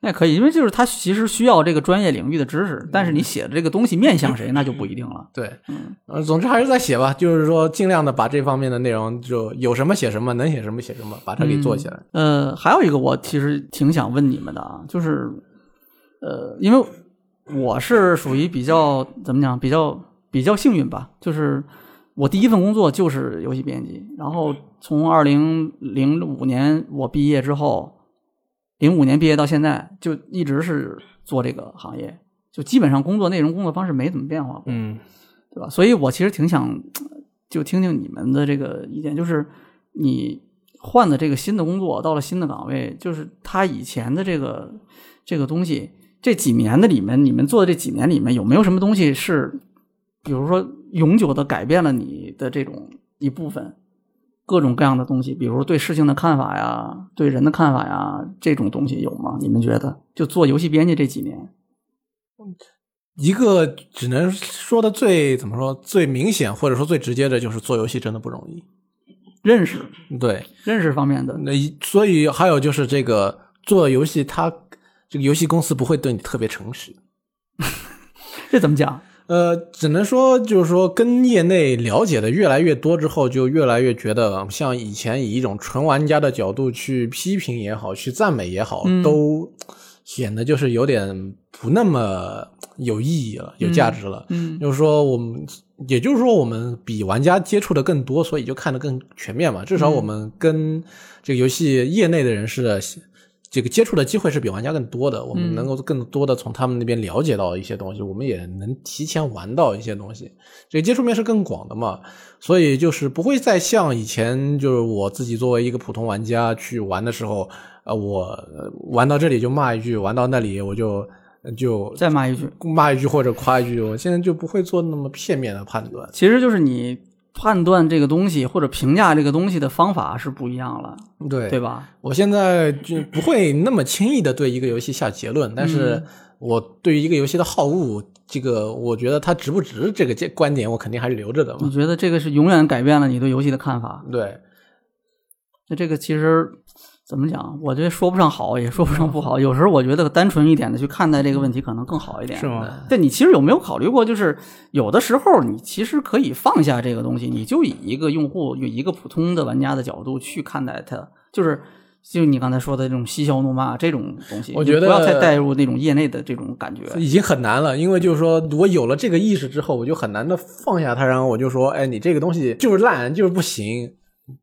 Speaker 2: 那可以，因为就是他其实需要这个专业领域的知识，但是
Speaker 4: 嗯
Speaker 2: 你写的这个东西面向谁，那就不一定了。
Speaker 4: *laughs* 对，
Speaker 2: 嗯
Speaker 4: 呃，总之还是在写吧，就是说尽量的把这方面的内容就有什么写什么，能写什么写什么，把它给做起来。
Speaker 2: 呃，还有一个我其实挺想问你们的啊，就是呃，因为我是属于比较怎么讲，比较比较幸运吧，就是我第一份工作就是游戏编辑，然后从二零零五年我毕业之后，零五年毕业到现在就一直是做这个行业，就基本上工作内容、工作方式没怎么变化过。
Speaker 3: 嗯，
Speaker 2: 对吧？所以我其实挺想就听听你们的这个意见，就是你换的这个新的工作，到了新的岗位，就是他以前的这个这个东西，这几年的里面，你们做的这几年里面，有没有什么东西是，比如说永久的改变了你的这种一部分？各种各样的东西，比如对事情的看法呀，对人的看法呀，这种东西有吗？你们觉得？就做游戏编辑这几年，
Speaker 4: 一个只能说的最怎么说最明显或者说最直接的就是做游戏真的不容易。
Speaker 2: 认识
Speaker 4: 对，
Speaker 2: 认识方面的，
Speaker 4: 那一所以还有就是这个做游戏它，这个游戏公司不会对你特别诚实。
Speaker 2: 这怎么讲？
Speaker 4: 呃，只能说就是说，跟业内了解的越来越多之后，就越来越觉得，像以前以一种纯玩家的角度去批评也好，去赞美也好，
Speaker 2: 嗯
Speaker 4: 都显得就是有点不那么有意义了，有价值了。
Speaker 2: 嗯
Speaker 4: 就是说，我们也就是说，我们比玩家接触的更多，所以就看得更全面嘛。至少我们跟这个游戏业内的人士的这个接触的机会是比玩家更多
Speaker 2: 嗯
Speaker 4: 的，我们能够更多的从他们那边了解到一些东西，我们也能提前玩到一些东西，这个接触面是更广的嘛。所以就是不会再像以前，就是我自己作为一个普通玩家去玩的时候，呃，我呃玩到这里就骂一句，玩到那里我就呃就
Speaker 2: 再骂一句，
Speaker 4: *laughs* 骂一句或者夸一句，我现在就不会做那么片面的判断。
Speaker 2: 其实就是你判断这个东西或者评价这个东西的方法是不一样了，
Speaker 4: 对
Speaker 2: 对吧？
Speaker 4: 我现在就不会那么轻易的对一个游戏下结论，但
Speaker 2: 嗯
Speaker 4: 是我对于一个游戏的好恶，这个我觉得它值不值这个这观点，我肯定还是留着的
Speaker 2: 你
Speaker 4: 嘛。
Speaker 2: 觉得这个是永远改变了你对游戏的看法？
Speaker 4: 对，
Speaker 2: 那这个其实怎么讲？我觉得说不上好，也说不上不好。有时候我觉得单纯一点的去看待这个问题，可能更好一点。
Speaker 3: 是？吗？
Speaker 2: 对你其实有没有考虑过，就是有的时候你其实可以放下这个东西，你就以一个用户、以一个普通的玩家的角度去看待它，就是就你刚才说的这种嬉笑怒骂这种东西，
Speaker 4: 我
Speaker 2: 你就
Speaker 4: 觉得
Speaker 2: 不要太带入那种业内的这种感觉。
Speaker 4: 已经很难了，因为就是说我有了这个意识之后，我就很难的放下它，然后我就说，哎，你这个东西就是烂，就是不行，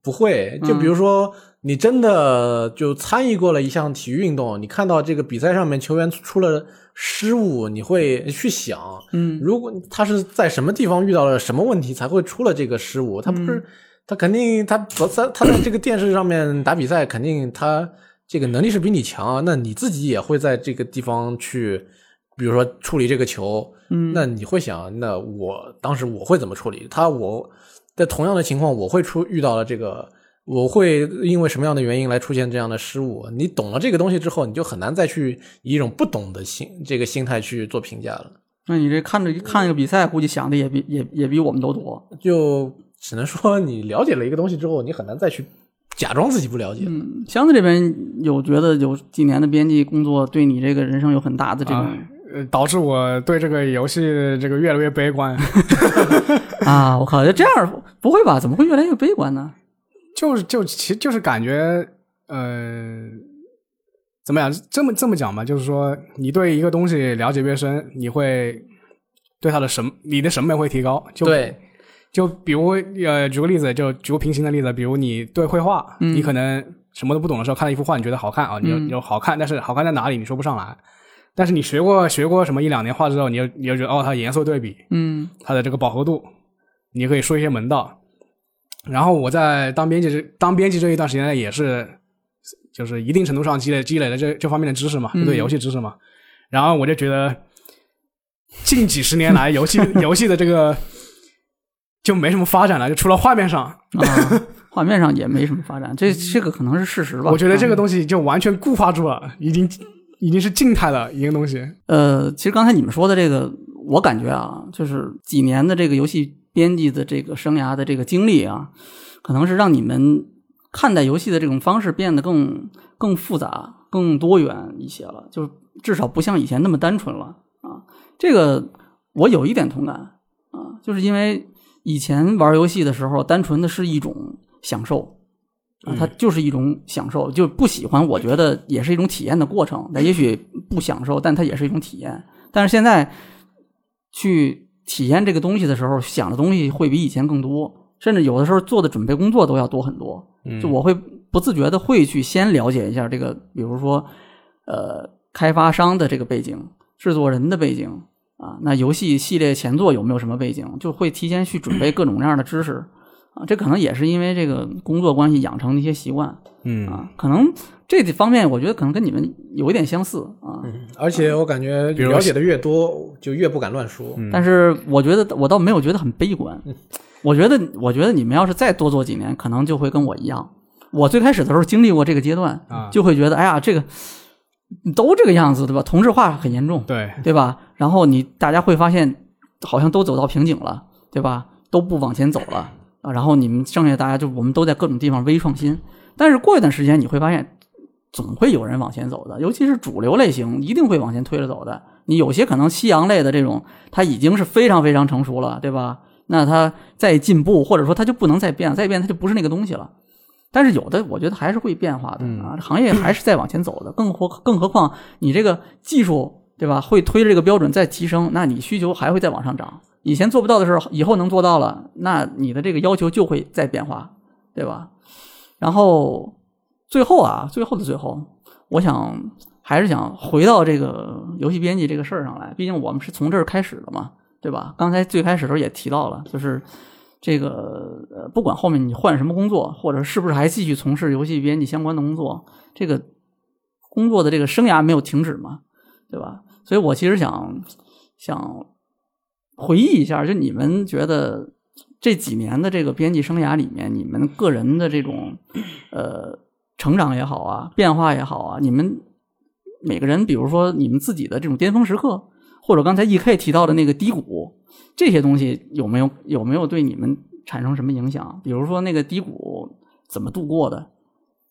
Speaker 4: 不会。就比如说。你真的就参与过了一项体育运动，你看到这个比赛上面球员出了失误，你会去想，
Speaker 2: 嗯，
Speaker 4: 如果他是在什么地方遇到了什么问题才会出了这个失误，他不是、他肯定他他在他在这个电视上面打比赛，肯定他这个能力是比你强，啊那你自己也会在这个地方去，比如说处理这个球，
Speaker 2: 嗯
Speaker 4: 那你会想，那我当时我会怎么处理？他我在同样的情况，我会出遇到了这个。我会因为什么样的原因来出现这样的失误？你懂了这个东西之后，你就很难再去以一种不懂的心这个心态去做评价了。
Speaker 2: 那你这看着一看一个比赛，估计想的也比也也比我们都多。
Speaker 4: 就只能说你了解了一个东西之后，你很难再去假装自己不了解。
Speaker 2: 嗯，箱子这边有觉得有几年的编辑工作对你这个人生有很大的这种
Speaker 3: 啊呃导致我对这个游戏这个越来越悲观。 *laughs*
Speaker 2: 啊，我靠，这样不会吧？怎么会越来越悲观呢？
Speaker 3: 就是就其实就是感觉，呃，怎么讲？这么这么讲吧，就是说，你对一个东西了解越深，你会对它的审你的审美会提高。就，
Speaker 4: 对，
Speaker 3: 就比如呃，举个例子，就举个平行的例子，比如你对绘画，
Speaker 2: 嗯
Speaker 3: 你可能什么都不懂的时候，看到一幅画，你觉得好看啊，你就
Speaker 2: 嗯
Speaker 3: 你就好看，但是好看在哪里，你说不上来。但是你学过学过什么一两年画之后，你就你就觉得哦，它颜色对比， *laughs*
Speaker 2: 嗯
Speaker 3: 它的这个饱和度，你可以说一些门道。然后我在当编辑这当编辑这一段时间也是，就是一定程度上积累积累了这这方面的知识嘛，
Speaker 2: 嗯
Speaker 3: 对游戏知识嘛。然后我就觉得，近几十年来游戏游戏的这个就没什么发展了，就除了画面上，
Speaker 2: 啊，画面上也没什么发展，这这个可能是事实吧。
Speaker 3: 我觉得这
Speaker 2: 嗯
Speaker 3: 个东西就完全固化住了，已经已经是静态的一个东西。
Speaker 2: 呃，其实刚才你们说的这个，我感觉啊，就是几年的这个游戏编辑的这个生涯的这个经历啊，可能是让你们看待游戏的这种方式变得更更复杂、更多元一些了，就是至少不像以前那么单纯了啊。这个我有一点同感啊，就是因为以前玩游戏的时候，单纯的是一种享受。啊，它就是一种享受，就不喜欢，我觉得也是一种体验的过程。但也许不享受，但它也是一种体验。但是现在去体验这个东西的时候，想的东西会比以前更多，甚至有的时候做的准备工作都要多很多。就我会不自觉的会去先了解一下这个，比如说，呃，开发商的这个背景、制作人的背景啊，那游戏系列前作有没有什么背景，就会提前去准备各种各样的知识啊。这可能也是因为这个工作关系养成的一些习惯
Speaker 4: 嗯，
Speaker 2: 啊，可能这方面我觉得可能跟你们有一点相似啊。
Speaker 4: 嗯而且我感觉
Speaker 3: 如
Speaker 4: 了解的越多，就越不敢乱说。
Speaker 2: 但是我觉得我倒没有觉得很悲观，我觉得我觉得你们要是再多做几年，可能就会跟我一样。我最开始的时候经历过这个阶段，
Speaker 3: 啊
Speaker 2: 就会觉得哎呀，这个都这个样子，对吧？同质化很严重，
Speaker 3: 对，
Speaker 2: 对吧？然后你大家会发现，好像都走到瓶颈了，对吧？都不往前走了啊。然后你们剩下大家就我们都在各种地方微创新，但是过一段时间你会发现，总会有人往前走的，尤其是主流类型一定会往前推着走的。你有些可能西洋类的这种，它已经是非常非常成熟了，对吧？那它再进步，或者说它就不能再变，再变它就不是那个东西了。但是有的，我觉得还是会变化的啊，行业还是在往前走的，更何更何况你这个技术对吧？会推着这个标准再提升，那你需求还会再往上涨。以前做不到的事，以后能做到了，那你的这个要求就会再变化，对吧？然后最后啊，最后的最后，我想还是想回到这个游戏编辑这个事儿上来，毕竟我们是从这儿开始的嘛，对吧？刚才最开始的时候也提到了，就是这个呃，不管后面你换什么工作，或者是不是还继续从事游戏编辑相关的工作，这个工作的这个生涯没有停止嘛，对吧？所以我其实想想回忆一下，就你们觉得这几年的这个编辑生涯里面，你们个人的这种呃成长也好啊，变化也好啊，你们每个人，比如说你们自己的这种巅峰时刻，或者刚才 E K 提到的那个低谷，这些东西有没有有没有对你们产生什么影响？比如说那个低谷怎么度过的？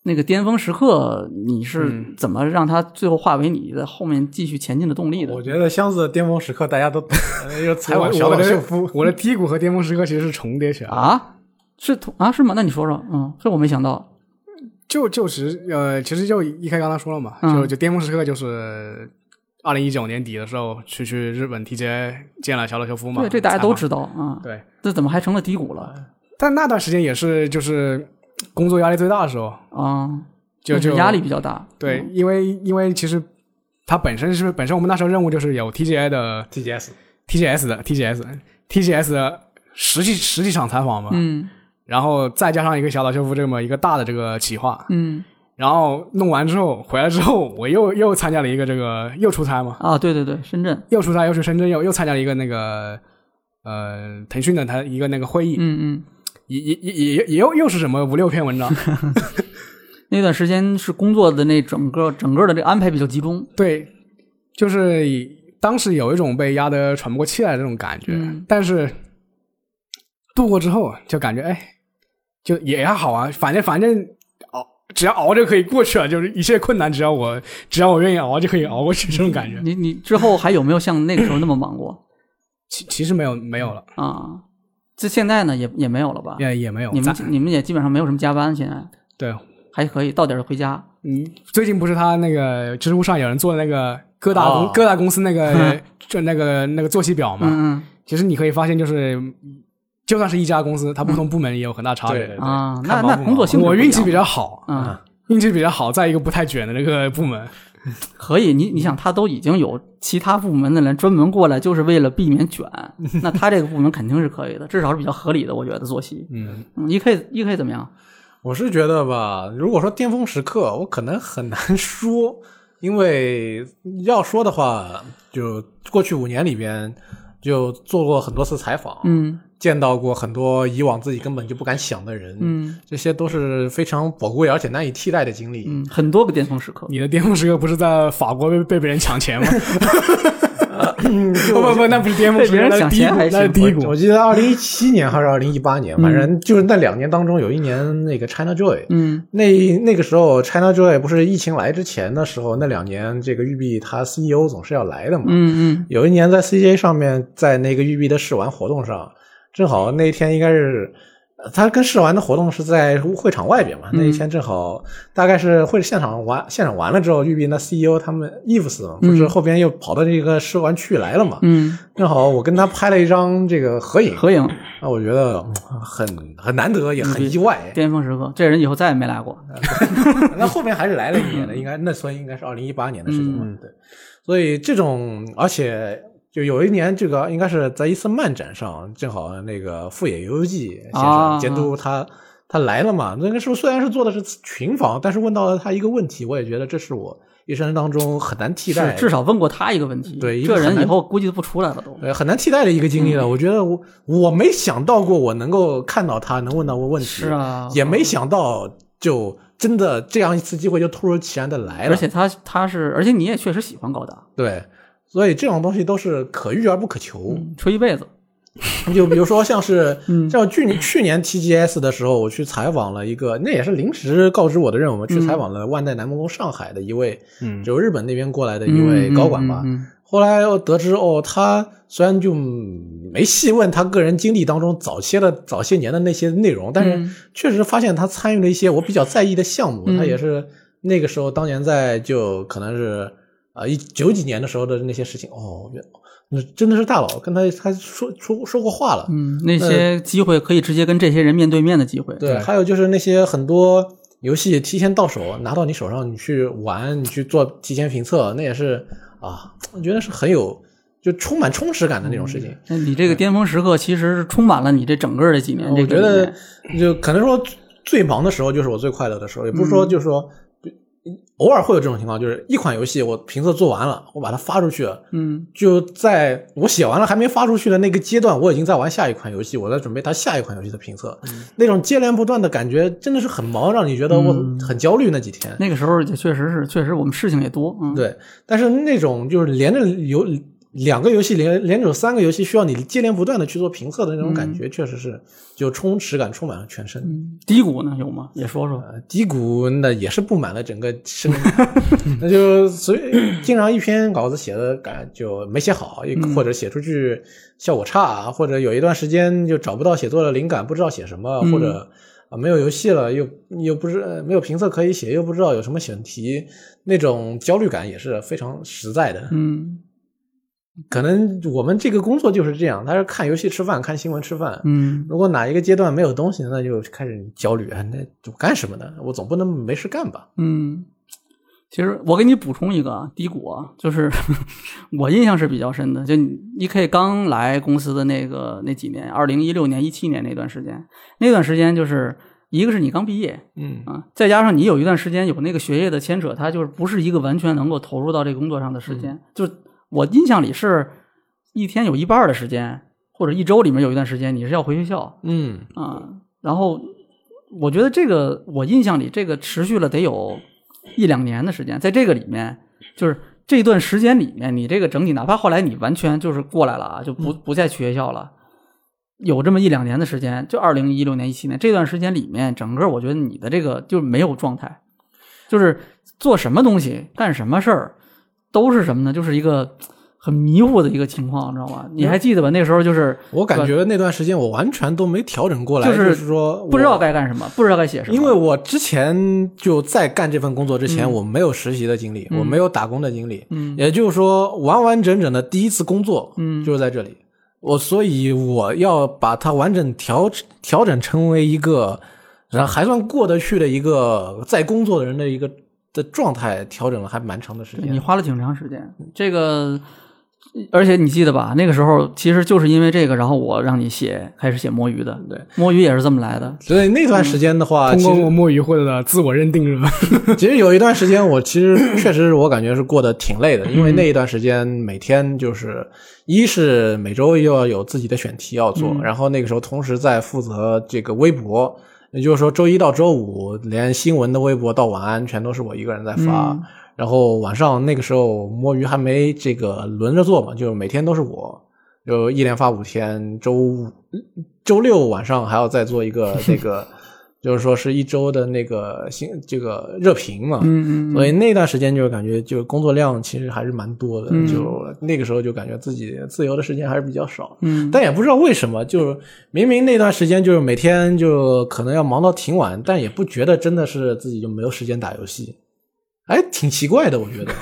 Speaker 2: 那个巅峰时刻，你是怎么让它最后化为你的后面继续前进的动力的？
Speaker 5: 嗯我觉得箱子的巅峰时刻大家都懂，呃就是采
Speaker 3: 我
Speaker 5: 访小
Speaker 3: 我
Speaker 5: 岛
Speaker 3: 的
Speaker 5: 秀夫。
Speaker 3: 我的低谷和巅峰时刻其实是重叠起来的。
Speaker 2: 啊，是同啊是吗？那你说说，嗯，这我没想到，
Speaker 3: 就就其实呃，其实就一开刚才说了嘛，
Speaker 2: 嗯
Speaker 3: 就就巅峰时刻就是二零一九年底的时候去去日本 TJ 见了小岛秀夫嘛，
Speaker 2: 对，这大家都知
Speaker 3: 道。
Speaker 2: 道啊。
Speaker 3: 对，
Speaker 2: 这怎么还成了低谷了
Speaker 3: 但那段时间也是就是工作压力最大的时候，
Speaker 2: 啊？
Speaker 3: 就
Speaker 2: 就是
Speaker 3: 就
Speaker 2: 压力比较大，
Speaker 3: 对，因为因为其实它本身是本身我们那时候任务就是有 TGI 的
Speaker 5: TGS
Speaker 3: TGS 的 TGS TGS 的实际实际场采访嘛，
Speaker 2: 嗯
Speaker 3: 然后再加上一个小岛秀夫这么一个大的这个企划，
Speaker 2: 嗯
Speaker 3: 然后弄完之后回来之后，我又又参加了一个这个又出差嘛，
Speaker 2: 啊，对对对，深圳，
Speaker 3: 又出差又去深圳又又参加了一个那个呃腾讯的它一个那个会议，
Speaker 2: 嗯嗯，
Speaker 3: 也也也也也又又是什么五六
Speaker 2: *laughs*
Speaker 3: 篇文章，
Speaker 2: 那段时间是工作的那整个整个的这安排比较集中，
Speaker 3: 对，就是以当时有一种被压得喘不过气来的这种感觉，
Speaker 2: 嗯
Speaker 3: 但是度过之后就感觉哎，就也还好啊，反正反正熬只要熬着可以过去了，就是一切困难只要我只要我愿意熬就可以熬过去这种感觉。
Speaker 2: 你你之后还有没有像那个时候那么忙过
Speaker 3: 其其实没有没有了，
Speaker 2: 啊？这现在呢也也没有了吧？
Speaker 3: 也也没有。
Speaker 2: 你们
Speaker 3: 咱
Speaker 2: 你们也基本上没有什么加班，现在
Speaker 3: 对，
Speaker 2: 还可以，到点儿就回家。
Speaker 3: 嗯，最近不是他那个知乎上有人做的那个各大公、
Speaker 5: 哦
Speaker 3: 各大公司
Speaker 2: *laughs*
Speaker 3: 那个就那个那个作息表嘛，
Speaker 2: 嗯
Speaker 3: 其实你可以发现，就是就算是一家公司，它不同部门也有很大差别。
Speaker 5: 对
Speaker 2: 嗯啊，那
Speaker 5: 看忙
Speaker 2: 那
Speaker 5: 不
Speaker 2: 工作
Speaker 5: 忙
Speaker 2: 性质
Speaker 3: 我
Speaker 2: 不一
Speaker 3: 运气
Speaker 2: 样
Speaker 3: 比较好，啊
Speaker 2: 嗯。
Speaker 3: 运气比较好，在一个不太卷的那个部门。
Speaker 2: 可以，你你想，他都已经有其他部门的人专门过来，就是为了避免卷，
Speaker 4: *laughs*
Speaker 2: 那他这个部门肯定是可以的，至少是比较合理的，我觉得作息。
Speaker 3: 嗯，
Speaker 2: 嗯，E K E K 怎么样？
Speaker 4: 我是觉得吧，如果说巅峰时刻，我可能很难说，因为要说的话，就过去五年里边就做过很多次采访，
Speaker 2: 嗯
Speaker 4: 见到过很多以往自己根本就不敢想的人，
Speaker 2: 嗯
Speaker 4: 这些都是非常宝贵而且难以替代的经历。
Speaker 2: 嗯，很多个巅峰时刻。
Speaker 3: 你的巅峰时刻不是在法国被被别人
Speaker 2: *laughs*
Speaker 3: 抢钱吗？不不不，那不是巅峰时
Speaker 2: 被别人
Speaker 3: 刻，那是
Speaker 2: 抢
Speaker 3: 低
Speaker 2: 钱
Speaker 3: 谷，
Speaker 2: 还
Speaker 3: 那是
Speaker 2: 行
Speaker 3: 低
Speaker 4: 我
Speaker 3: 谷。
Speaker 4: 记得二零一七年还是二零一八年，
Speaker 2: 嗯
Speaker 4: 反正就是那两年当中有一年那个 China Joy，、
Speaker 2: 嗯
Speaker 4: 那那个时候 China Joy 不是疫情来之前的时候，那两年这个育碧它 CEO 总是要来的嘛，
Speaker 2: 嗯嗯
Speaker 4: 有一年在 CJ 上面，在那个育碧的试玩活动上，正好那一天应该是，呃他跟试玩的活动是在会场外边嘛。
Speaker 2: 嗯
Speaker 4: 那一天正好大概是会现场玩，现场玩了之后，育碧那 CEO 他们 Eves 嘛
Speaker 2: 嗯
Speaker 4: 不是后边又跑到这个试玩区来了嘛。
Speaker 2: 嗯，
Speaker 4: 正好我跟他拍了一张这个合影，
Speaker 2: 合嗯影
Speaker 4: 啊，我觉得嗯很很难得，也很意外。
Speaker 2: 巅峰时刻，这人以后再也没来过。
Speaker 4: *laughs* 那后面还是来了一年的，
Speaker 2: *coughs*
Speaker 4: 应该那算应该是二零一八年的事情了。
Speaker 2: 嗯
Speaker 4: 对，所以这种，而且就有一年，这个应该是在一次漫展上，正好那个富野由悠季先
Speaker 2: 啊
Speaker 4: 生监督他。他来了嘛？那个时候虽然是做的是群访，但是问到了他一个问题，我也觉得这是我一生当中很难替代
Speaker 2: 是，
Speaker 4: 的，
Speaker 2: 至少问过他一个问题。
Speaker 4: 对一
Speaker 2: 这
Speaker 4: 个很
Speaker 2: 人以
Speaker 4: 难
Speaker 2: 后估计都不出来了都。
Speaker 4: 呃很难替代的一个经历了。
Speaker 2: 嗯
Speaker 4: 我觉得我我没想到过我能够看到他能问到我问题，
Speaker 2: 是啊，
Speaker 4: 也没想到就真的这样一次机会就突如其然的来了。
Speaker 2: 而且他他是，而且你也确实喜欢高达，
Speaker 4: 对，所以这种东西都是可遇而不可求。
Speaker 2: 吹一辈子。
Speaker 4: 就比如说像是
Speaker 2: *laughs* 嗯
Speaker 4: 像去年去年 TGS 的时候，我去采访了一个，那也是临时告知我的任务嘛，去
Speaker 2: 嗯
Speaker 4: 采访了万代南梦宫上海的一位，
Speaker 3: 嗯
Speaker 4: 就日本那边过来的一位高管吧。
Speaker 2: 嗯嗯嗯
Speaker 4: 后来又得知哦，他虽然就嗯没细问他个人经历当中早些的早些年的那些内容，但
Speaker 2: 嗯
Speaker 4: 是确实发现他参与了一些我比较在意的项目。
Speaker 2: 嗯
Speaker 4: 他也是那个时候当年在就可能是啊，一九几年的时候的那些事情，哦，原那真的是大佬跟他他说说说过话了，
Speaker 2: 嗯，那些机会可以直接跟这些人面对面的机会，
Speaker 4: 对，还有就是那些很多游戏提前到手，拿到你手上，你去玩，你去做提前评测，那也是啊，我觉得是很有就充满充实感的那种事情。
Speaker 2: 那你这个巅峰时刻其实是充满了你这整个的几年，这
Speaker 4: 啊
Speaker 2: 个
Speaker 4: 我觉
Speaker 2: 里
Speaker 4: 得
Speaker 2: 面
Speaker 4: 就可能说最忙的时候就是我最快乐的时候，也不是
Speaker 2: 嗯
Speaker 4: 说就是说。偶尔会有这种情况，就是一款游戏我评测做完了，我把它发出去了，
Speaker 2: 嗯
Speaker 4: 就在我写完了还没发出去的那个阶段，我已经在玩下一款游戏，我在准备它下一款游戏的评测，
Speaker 2: 嗯
Speaker 4: 那种接连不断的感觉真的是很忙，让你觉得我很焦虑那几天。
Speaker 2: 嗯那个时候也确实是，确实我们事情也多，嗯，，
Speaker 4: 对，但是那种就是连着有两个游戏连连着有三个游戏需要你接连不断的去做评测的那种
Speaker 2: 嗯
Speaker 4: 感觉，确实是就充实感充满了全身。
Speaker 2: 低谷呢有吗？也说说，
Speaker 4: 呃低谷那也是布满了整个
Speaker 2: *laughs*
Speaker 4: 生命，那就所以经常一篇稿子写的感就没写好，一或者写出去效果差，或者有一段时间就找不到写作的灵感，不知道写什么，
Speaker 2: 嗯
Speaker 4: 或者啊没有游戏了，又又不是呃没有评测可以写，又不知道有什么选题，那种焦虑感也是非常实在的。
Speaker 2: 嗯
Speaker 4: 可能我们这个工作就是这样，他是看游戏吃饭，看新闻吃饭，
Speaker 2: 嗯，
Speaker 4: 如果哪一个阶段没有东西，那就开始焦虑啊，那我干什么呢？我总不能没事干吧？
Speaker 2: 嗯，其实我给你补充一个啊，低谷啊，就是 *laughs* 我印象是比较深的，就你 E.K 刚来公司的那个那几年，二零一六年、一七年那段时间，那段时间就是一个是你刚毕业
Speaker 4: 嗯
Speaker 2: 啊，再加上你有一段时间有那个学业的牵扯，它就是不是一个完全能够投入到这个工作上的时间。就是我印象里是一天有一半儿的时间，或者一周里面有一段时间你是要回学校，
Speaker 4: 嗯
Speaker 2: 啊、然后我觉得这个我印象里这个持续了得有一两年的时间，在这个里面，就是这段时间里面，你这个整体，哪怕后来你完全就是过来了啊，就不不再去学校了。有这么一两年的时间，就二零一六年、一七年这段时间里面，整个我觉得你的这个就没有状态，就是做什么东西、干什么事儿，都是什么呢？就是一个很迷糊的一个情况，你知道吗？你还记得吧？那时候就是
Speaker 4: 我感觉那段时间我完全都没调整过来，
Speaker 2: 就
Speaker 4: 就是说我
Speaker 2: 不知道，该干什么，不知道该写什么。
Speaker 4: 因为我之前就在干这份工作之前，我没有实习的经历，我没有打工的经历，
Speaker 2: 嗯
Speaker 4: 也就是说完完整整的第一次工作，
Speaker 2: 嗯
Speaker 4: 就是在这里。我所以我要把它完整调调整成为一个，然后还算过得去的一个在工作的人的一个的状态，调整了还蛮长的时
Speaker 2: 对
Speaker 4: 间。
Speaker 2: 你花了挺长时间。这个，而且你记得吧？那个时候其实就是因为这个，然后我让你写，开始写摸鱼的。
Speaker 4: 对，
Speaker 2: 摸鱼也是这么来的。
Speaker 4: 所以那段时间的话，
Speaker 3: 通
Speaker 4: 其
Speaker 3: 过
Speaker 4: 实
Speaker 3: 我摸鱼获得了自我认定是吧？
Speaker 4: *laughs* 其实有一段时间，我其实确实我感觉是过得挺累的，因为那一段时间每天就是，一是每周又要有自己的选题要做，然后那个时候同时在负责这个微博，也就是说周一到周五连新闻的微博到晚安全都是我一个人在发。
Speaker 2: 嗯
Speaker 4: 然后晚上那个时候摸鱼还没这个轮着做嘛，就每天都是我，就一连发五天，周五、嗯周六晚上还要再做
Speaker 2: *laughs*
Speaker 4: 一个那个，就是说是一周的那个新这个热评嘛。
Speaker 2: 嗯
Speaker 4: 所以那段时间就是感觉就工作量其实还是蛮多的，
Speaker 2: 嗯
Speaker 4: 就那个时候就感觉自己自由的时间还是比较少。
Speaker 2: 嗯，
Speaker 4: 但也不知道为什么，就是明明那段时间就是每天就可能要忙到挺晚，但也不觉得真的是自己就没有时间打游戏，哎，挺奇怪的，我觉得。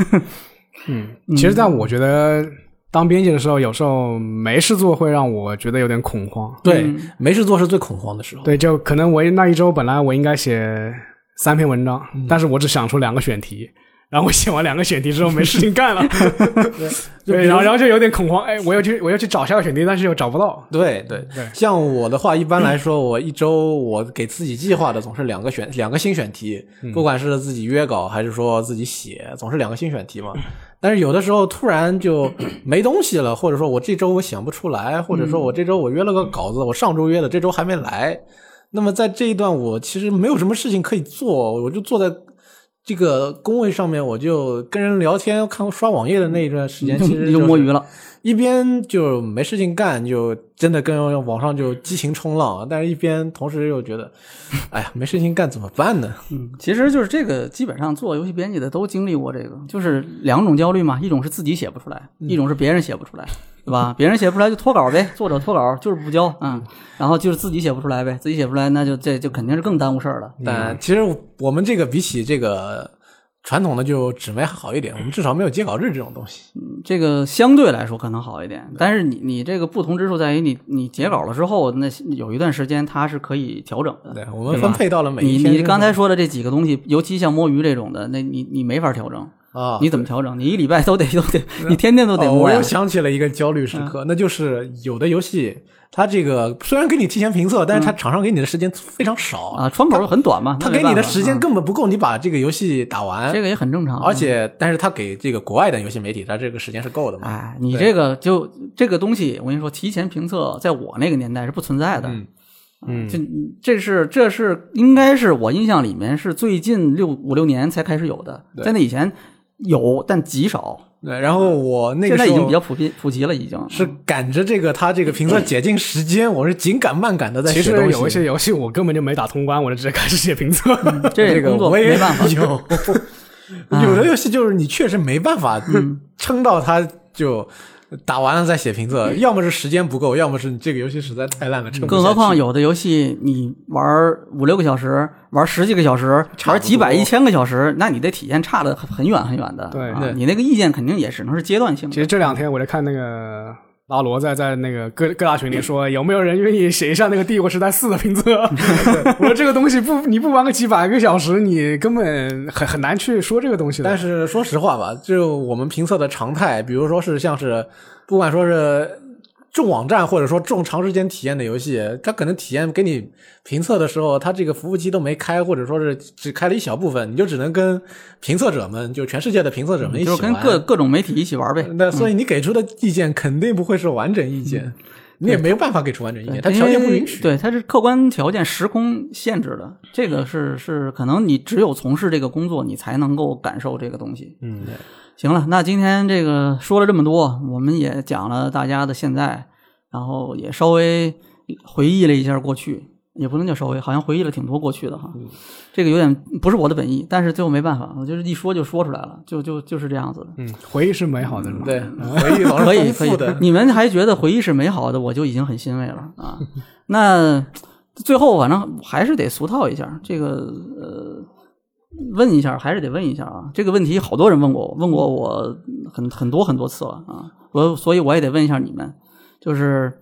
Speaker 3: 嗯，其实，但我觉得当编辑的时候，有时候没事做会让我觉得有点恐慌。
Speaker 4: 对
Speaker 2: 嗯，
Speaker 4: 没事做是最恐慌的时候。
Speaker 3: 对，就可能我那一周本来我应该写三篇文章，
Speaker 4: 嗯
Speaker 3: 但是我只想出两个选题。然后我写完两个选题之后没事情
Speaker 4: *laughs*
Speaker 3: 干了，对，然后然后就有点恐慌，哎，我要去我要去找下个选题，但是又找不到，
Speaker 4: 对对
Speaker 3: 对
Speaker 4: 像我的话，一般来说，我一周我给自己计划的总是两个选两个新选题，
Speaker 2: 嗯
Speaker 4: 不管是自己约稿还是说自己写，总是两个新选题嘛。
Speaker 2: 嗯
Speaker 4: 但是有的时候突然就 *coughs* 没东西了，或者说我这周我想不出来，或者说
Speaker 2: 嗯
Speaker 4: 我这周我约了个稿子，我上周约的，这周还没来。那么在这一段，我其实没有什么事情可以做，我就坐在这个工位上面，我就跟人聊天、看刷网页的那一段
Speaker 2: *laughs*
Speaker 4: 时间，其实
Speaker 2: 你就嗯摸
Speaker 4: 是
Speaker 2: 鱼了。
Speaker 4: 一边就没事情干，就真的跟网上就激情冲浪，但是一边同时又
Speaker 2: *laughs*
Speaker 4: 觉得，哎呀，没事情干怎么办呢？
Speaker 2: 嗯，其实就是这个，基本上做游戏编辑的都经历过这个，就是两种焦虑嘛，一种是自己写不出来，
Speaker 4: 嗯
Speaker 2: 一种是别人写不出来，对吧？别人写不出来就脱稿呗，作者脱稿就是不交，嗯，然后就是自己写不出来呗，自嗯己写不出来那就这就肯定是更耽误事儿了。
Speaker 4: 但其实我们这个比起这个传统的就纸媒还好
Speaker 2: 嗯
Speaker 4: 一点，我们至少没有截稿日这种东西。
Speaker 2: 这个相对来说可能好一点，但是你你这个不同之处在于你，你截稿了之后，那有一段时间它是可以调整的。
Speaker 4: 对我们分配到了每
Speaker 2: 嗯
Speaker 4: 一
Speaker 2: 你
Speaker 4: 天。
Speaker 2: 你刚才说的这几个东西，尤其像摸鱼这种的，那你你没法调整，
Speaker 4: 啊，
Speaker 2: 你怎么调整？你一礼拜都得都得，你天天都得
Speaker 4: 哦，
Speaker 2: 摸
Speaker 4: 我
Speaker 2: 呀
Speaker 4: 又。想起了一个焦虑时
Speaker 2: 嗯
Speaker 4: 刻，那就是有的游戏它这个虽然给你提前评测，但是它厂商给你的时间非常少
Speaker 2: 嗯啊，，窗口很短嘛，
Speaker 4: 它
Speaker 2: 那没
Speaker 4: 给你的
Speaker 2: 办法
Speaker 4: 时间
Speaker 2: 啊
Speaker 4: 根本不够你把这个游戏打完。
Speaker 2: 这个也很正常。
Speaker 4: 而且，但是它给这个国外的游戏媒体，它这个时间是够的嘛？
Speaker 2: 哎，你
Speaker 4: 对
Speaker 2: 这个就这个东西，我跟你说，提前评测在我那个年代是不存在的。
Speaker 4: 嗯
Speaker 2: 嗯，这这是这是应该是我印象里面是最近六五六年才开始有的，在那以前有，但极少。
Speaker 4: 对，然后我那
Speaker 2: 现
Speaker 4: 个
Speaker 2: 在已
Speaker 4: 时
Speaker 2: 经
Speaker 4: 候
Speaker 2: 比较普遍普及了，已经嗯
Speaker 4: 是赶着这个它这个评测解禁时间，我是紧赶慢赶的在
Speaker 3: 其
Speaker 4: 学
Speaker 3: 实
Speaker 4: 东西。嗯
Speaker 3: 有一些游戏我根本就没打通关，我就直接开始写评测。
Speaker 2: 这
Speaker 4: 个
Speaker 2: 工作
Speaker 4: 我也
Speaker 2: 没办
Speaker 4: *laughs*
Speaker 2: 法。啊
Speaker 4: 有，有的游戏就是你确实没办法
Speaker 2: 嗯
Speaker 4: 撑到它就打完了再写评测，要么是时间不够，要么是你这个游戏实在太烂了，撑不
Speaker 2: 嗯更何况
Speaker 4: 有
Speaker 2: 有的游戏你玩五六个小时，玩十几个小时，
Speaker 4: 差不多
Speaker 2: 玩几百一千个小时，那你的体验差的很远很远的。
Speaker 3: 对
Speaker 2: 啊
Speaker 3: 对
Speaker 2: 你那个意见肯定也只能是阶段性
Speaker 3: 其
Speaker 2: 的。
Speaker 3: 实这两天我在看那个拉罗在在那个各各大群里说，有没有人愿意写一下那个《帝国时代四》的评
Speaker 4: *laughs*
Speaker 3: 测？我说这个东西不，你不玩个几百个小时，你根本很很难去说这个东西的。
Speaker 4: 但是说实话吧，就我们评测的常态，比如说是像是，不管说是重网站或者说重长时间体验的游戏，它可能体验给你评测的时候，它这个服务器都没开，或者说是只开了一小部分，你就只能跟评测者们，就全世界的评测者们一起
Speaker 2: 嗯就
Speaker 4: 玩。
Speaker 2: 是跟各各种媒体一起玩呗。
Speaker 4: 那所以你给出的意见肯定不会是完整意见，你也没有办法给出完整意见，它
Speaker 2: 因
Speaker 4: 条件不
Speaker 2: 为
Speaker 4: 允许。
Speaker 2: 嗯对，它是客观条件、时空限制的，这个是是可能你只有从事这个工作，你才能够感受这个东西。
Speaker 4: 嗯，
Speaker 2: 行了，那今天这个说了这么多，我们也讲了大家的现在，然后也稍微回忆了一下过去，也不能叫稍微，好像回忆了挺多过去的哈。
Speaker 4: 嗯
Speaker 2: 这个有点不是我的本意，但是最后没办法，我就是一说就说出来了，就就就是这样子的。
Speaker 3: 嗯回忆是美好的，是吧？
Speaker 4: 嗯对，回忆老
Speaker 2: 嗯可
Speaker 4: 是
Speaker 2: 以
Speaker 4: 丰
Speaker 2: 可以
Speaker 4: 富的，。
Speaker 2: 你们还觉得回忆是美好的，我就已经很欣慰了
Speaker 4: *laughs*
Speaker 2: 啊。那最后反正还是得俗套一下，这个呃，问一下，还是得问一下啊。这个问题好多人问过我，问过我很很多很多次了啊。我所以我也得问一下你们，就是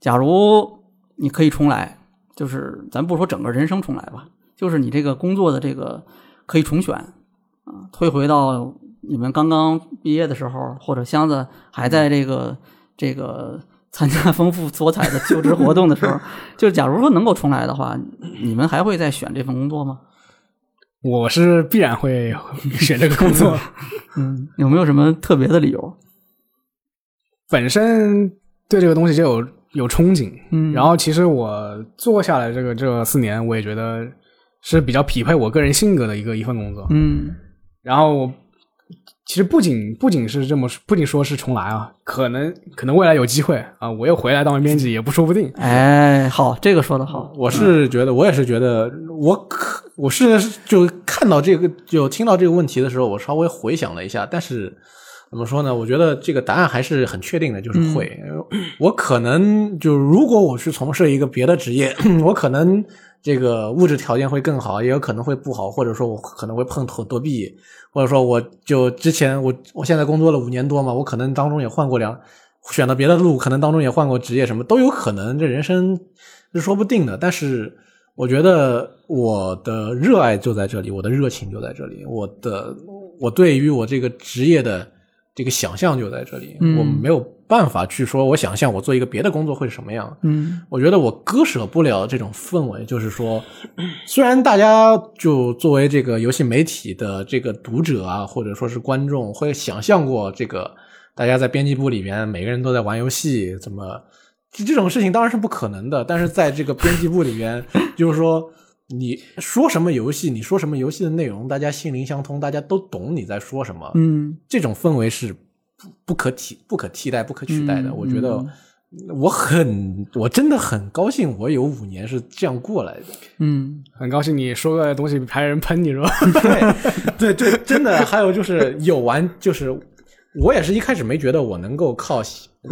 Speaker 2: 假如你可以重来，就是咱不说整个人生重来吧，就是你这个工作的这个可以重选啊，退回到你们刚刚毕业的时候，或者箱子还在这个这个参加丰富多彩的就职活动的时候，就是假如说能够重来的话，你们还会再选这份工作吗？
Speaker 3: 我是必然会选这个工
Speaker 4: *laughs*
Speaker 3: 作。
Speaker 2: 嗯，有没有什么特别的理由？
Speaker 3: 本身对这个东西就有有憧憬，
Speaker 2: 嗯
Speaker 3: 然后其实我做下来这个这四年，我也觉得是比较匹配我个人性格的一个一份工作。
Speaker 2: 嗯
Speaker 3: 然后我其实不仅不仅是这么说，不仅说是重来啊，可能可能未来有机会啊，我又回来当编辑也不说不定。
Speaker 2: 哎，好，这个说的好，
Speaker 4: 我是觉得，我也是觉得，我可我是就看到这个，就听到这个问题的时候，我稍微回想了一下，但是怎么说呢？我觉得这个答案还是很确定的，就是会。我可能就如果我去从事一个别的职业， *clears throat* 我可能这个物质条件会更好，也有可能会不好，或者说我可能会碰头躲避，或者说我就之前我我现在工作了五年多嘛，我可能当中也换过两。选了别的路，可能当中也换过职业，什么都有可能。这人生是说不定的。但是我觉得我的热爱就在这里，我的热情就在这里，我的我对于我这个职业的这个想象就在这里。
Speaker 2: 嗯
Speaker 4: 我没有办法去说，我想象我做一个别的工作会是什么样。
Speaker 2: 嗯
Speaker 4: 我觉得我割舍不了这种氛围，就是说， *clears throat* 虽然大家就作为这个游戏媒体的这个读者啊，或者说是观众，会想象过这个大家在编辑部里面每个人都在玩游戏，怎么这这种事情当然是不可能的，但是在这个编辑部里面， *laughs* 就是说。你说什么游戏，你说什么游戏的内容，大家心灵相通，大家都懂你在说什么。
Speaker 2: 嗯
Speaker 4: 这种氛围是不不可替、不可替代、不可取代的。
Speaker 2: 嗯
Speaker 4: 我觉得
Speaker 2: 嗯
Speaker 4: 我很，我真的很高兴，我有五年是这样过来的。
Speaker 2: 嗯，
Speaker 3: 很高兴你说个东西还有人喷你是吧？
Speaker 4: *laughs*
Speaker 3: *laughs*
Speaker 4: 对对 *laughs* 对，真的。还有就是有玩，就是我也是一开始没觉得我能够靠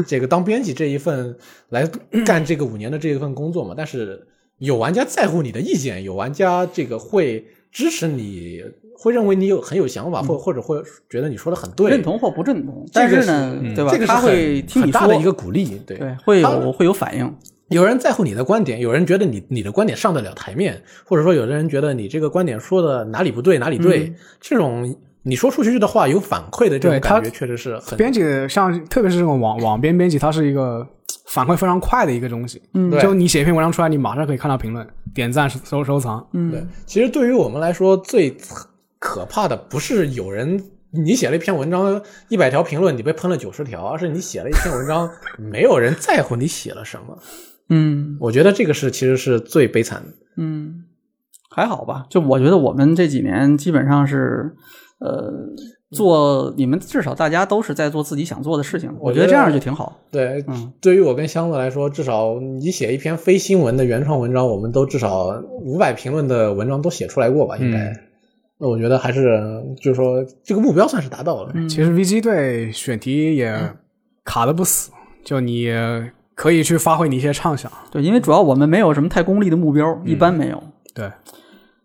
Speaker 4: 这个当编辑这一份来干这个五年的这一份工作嘛。但是有玩家在乎你的意见，有玩家这个会支持你，会认为你有很有想法，或、或者会觉得你说的很对，
Speaker 2: 认同或不认同，
Speaker 4: 这
Speaker 2: 但
Speaker 4: 个
Speaker 2: 是
Speaker 4: 是嗯
Speaker 2: 呢，对吧？
Speaker 4: 这个是
Speaker 2: 他
Speaker 4: 很
Speaker 2: 会听
Speaker 4: 很
Speaker 2: 你
Speaker 4: 大
Speaker 2: 说
Speaker 4: 的一个鼓励，对
Speaker 2: 对，会
Speaker 4: 他
Speaker 2: 有会有反应。
Speaker 4: 有人在乎你的观点，有人觉得你你的观点上得了台面，或者说有的人觉得你这个观点说的哪里不对哪里
Speaker 2: 嗯
Speaker 4: 对，这种你说出去的话有反馈的这种
Speaker 3: 对他
Speaker 4: 感觉，确实是很
Speaker 3: 编辑像特别是这种网网编编辑，它是一个反馈非常快的一个东西。嗯
Speaker 4: 对
Speaker 3: 就你写一篇文章出来，你马上可以看到评论、点赞、收收藏。
Speaker 4: 对。其实对于我们来说，最可怕的不是有人你写了一篇文章，一百条评论你被喷了九十条，而是你写了一篇文章，没有人在乎你写了什么。
Speaker 2: 嗯
Speaker 4: 我觉得这个是其实是最悲惨的。
Speaker 2: 嗯，还好吧。就我觉得我们这几年基本上是，呃，做你们至少大家都是在做自己想做的事情，我觉得
Speaker 4: 觉
Speaker 2: 这
Speaker 4: 得
Speaker 2: 样就挺好。
Speaker 4: 对，
Speaker 2: 嗯
Speaker 4: 对于我跟箱子来说，至少你写一篇非新闻的原创文章，我们都至少五百评论的文章都写出来过吧？应该。那我觉得还是就是说，这个目标算是达到了。
Speaker 3: 其实 VG 对选题也卡的不死，就你可以去发挥你一些畅想。
Speaker 2: 对，因为主要我们没有什么太功利的目标，一般没有。
Speaker 3: 对，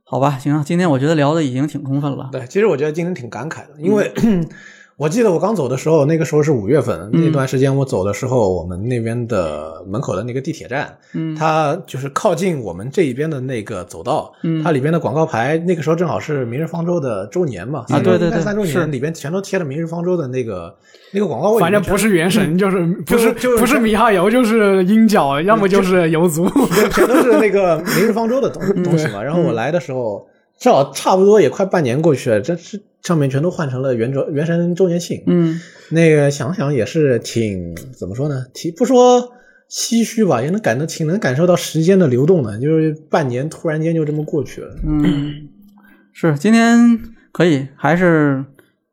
Speaker 2: 好吧，行，啊今天我觉得聊的已经挺充分了。
Speaker 4: 对，其实我觉得今天挺感慨的，因为、 *clears throat* 我记得我刚走的时候，那个时候是五月份，那段时间我走的时候，我们那边的门口的那个地铁站，
Speaker 2: 嗯
Speaker 4: 它就是靠近我们这一边的那个走道，
Speaker 2: 嗯
Speaker 4: 它里边的广告牌，那个时候正好是明日方舟的周年嘛，三周
Speaker 2: 啊对对
Speaker 4: 应该
Speaker 2: 对
Speaker 4: 三周
Speaker 2: 是
Speaker 4: 年里边全都贴着明日方舟的那个那个广告位，
Speaker 3: 反正
Speaker 4: 全
Speaker 3: 不是原神，就是不是
Speaker 4: 就是
Speaker 3: 不是米哈游，就是鹰角，要么就是游族。
Speaker 4: 全都是那个明日方舟的东
Speaker 2: 嗯
Speaker 4: 东西嘛。然后我来的时候，正好差不多也快半年过去了，这这上面全都换成了原周原神周年庆，
Speaker 2: 嗯，
Speaker 4: 那个想想也是挺怎么说呢？挺不说唏嘘吧，也能感到挺能感受到时间的流动的，就是半年突然间就这么过去了。
Speaker 2: 嗯，是，今天可以，还是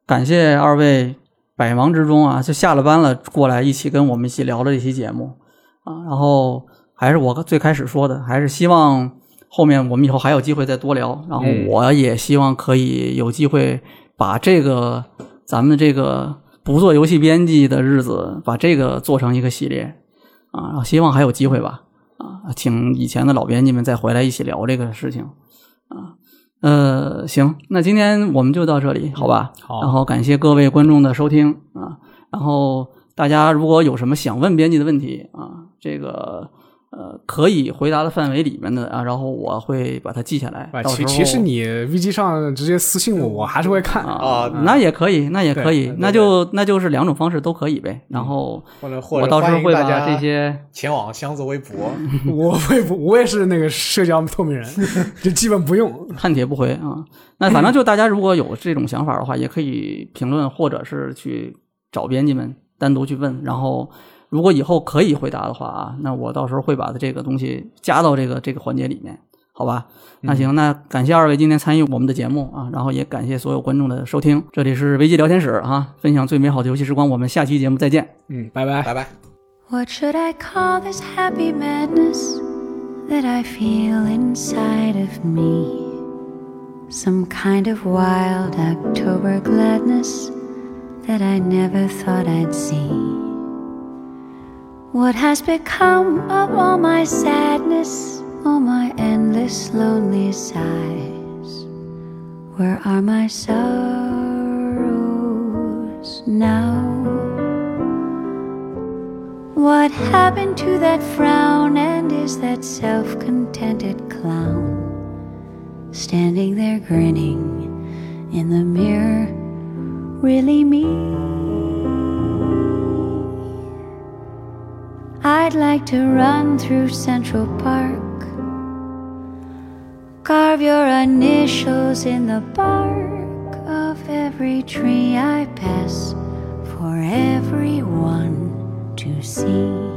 Speaker 2: 感谢二位百忙之中啊，就下了班了过来一起跟我们一起聊了这期节目啊。然后还是我最开始说的，还是希望后面我们以后还有机会再多聊。然后
Speaker 4: 嗯
Speaker 2: 我也希望可以有机会把这个咱们这个不做游戏编辑的日子，把这个做成一个系列啊。然后希望还有机会吧。啊，请以前的老编辑们再回来一起聊这个事情。啊呃，行，那今天我们就到这里，好吧？
Speaker 4: 嗯
Speaker 3: 好
Speaker 2: 然后感谢各位观众的收听啊，然后大家如果有什么想问编辑的问题啊，这个呃可以回答的范围里面的啊，然后我会把它记下来。
Speaker 3: 啊，
Speaker 2: 到时
Speaker 3: 其
Speaker 2: 候
Speaker 3: 其实你 VG 上直接私信我，我还是会看。
Speaker 2: 啊，那也可以，那也可以
Speaker 4: 对，嗯
Speaker 2: 那就那就是两种方式都可以呗。然后
Speaker 4: 或者或
Speaker 2: 我
Speaker 4: 者
Speaker 2: 到时候会
Speaker 4: 欢迎大
Speaker 2: 把
Speaker 4: 家
Speaker 2: 这些
Speaker 4: 前往箱子微博，
Speaker 3: *laughs* 我微博我也是那个社交透明人，就基本不用。
Speaker 2: 看帖不回啊。那反正就大家如果有这种想法的话，也可以评论，或者是去找编辑们单独去问。然后，如果以后可以回答的话啊，那我到时候会把这个东西加到这个这个环节里面，好吧？那行，那感谢二位今天参与我们的节目啊，然后也感谢所有观众的收听。这里是危机聊天室啊，分享最美好的游戏时光，我们下期节目再见。
Speaker 3: 嗯，拜拜。
Speaker 4: 拜拜。
Speaker 1: What should I call this happy madness that I feel inside of me? Some kind of wild October gladness that I never thought I'd see. What has become of all my sadness, all my endless lonely sighs? Where are my sorrows now? What happened to that frown and is that self contented clown standing there grinning in the mirror really me? I'd like to run through Central Park, carve your initials in the bark of every tree I pass for everyone to see.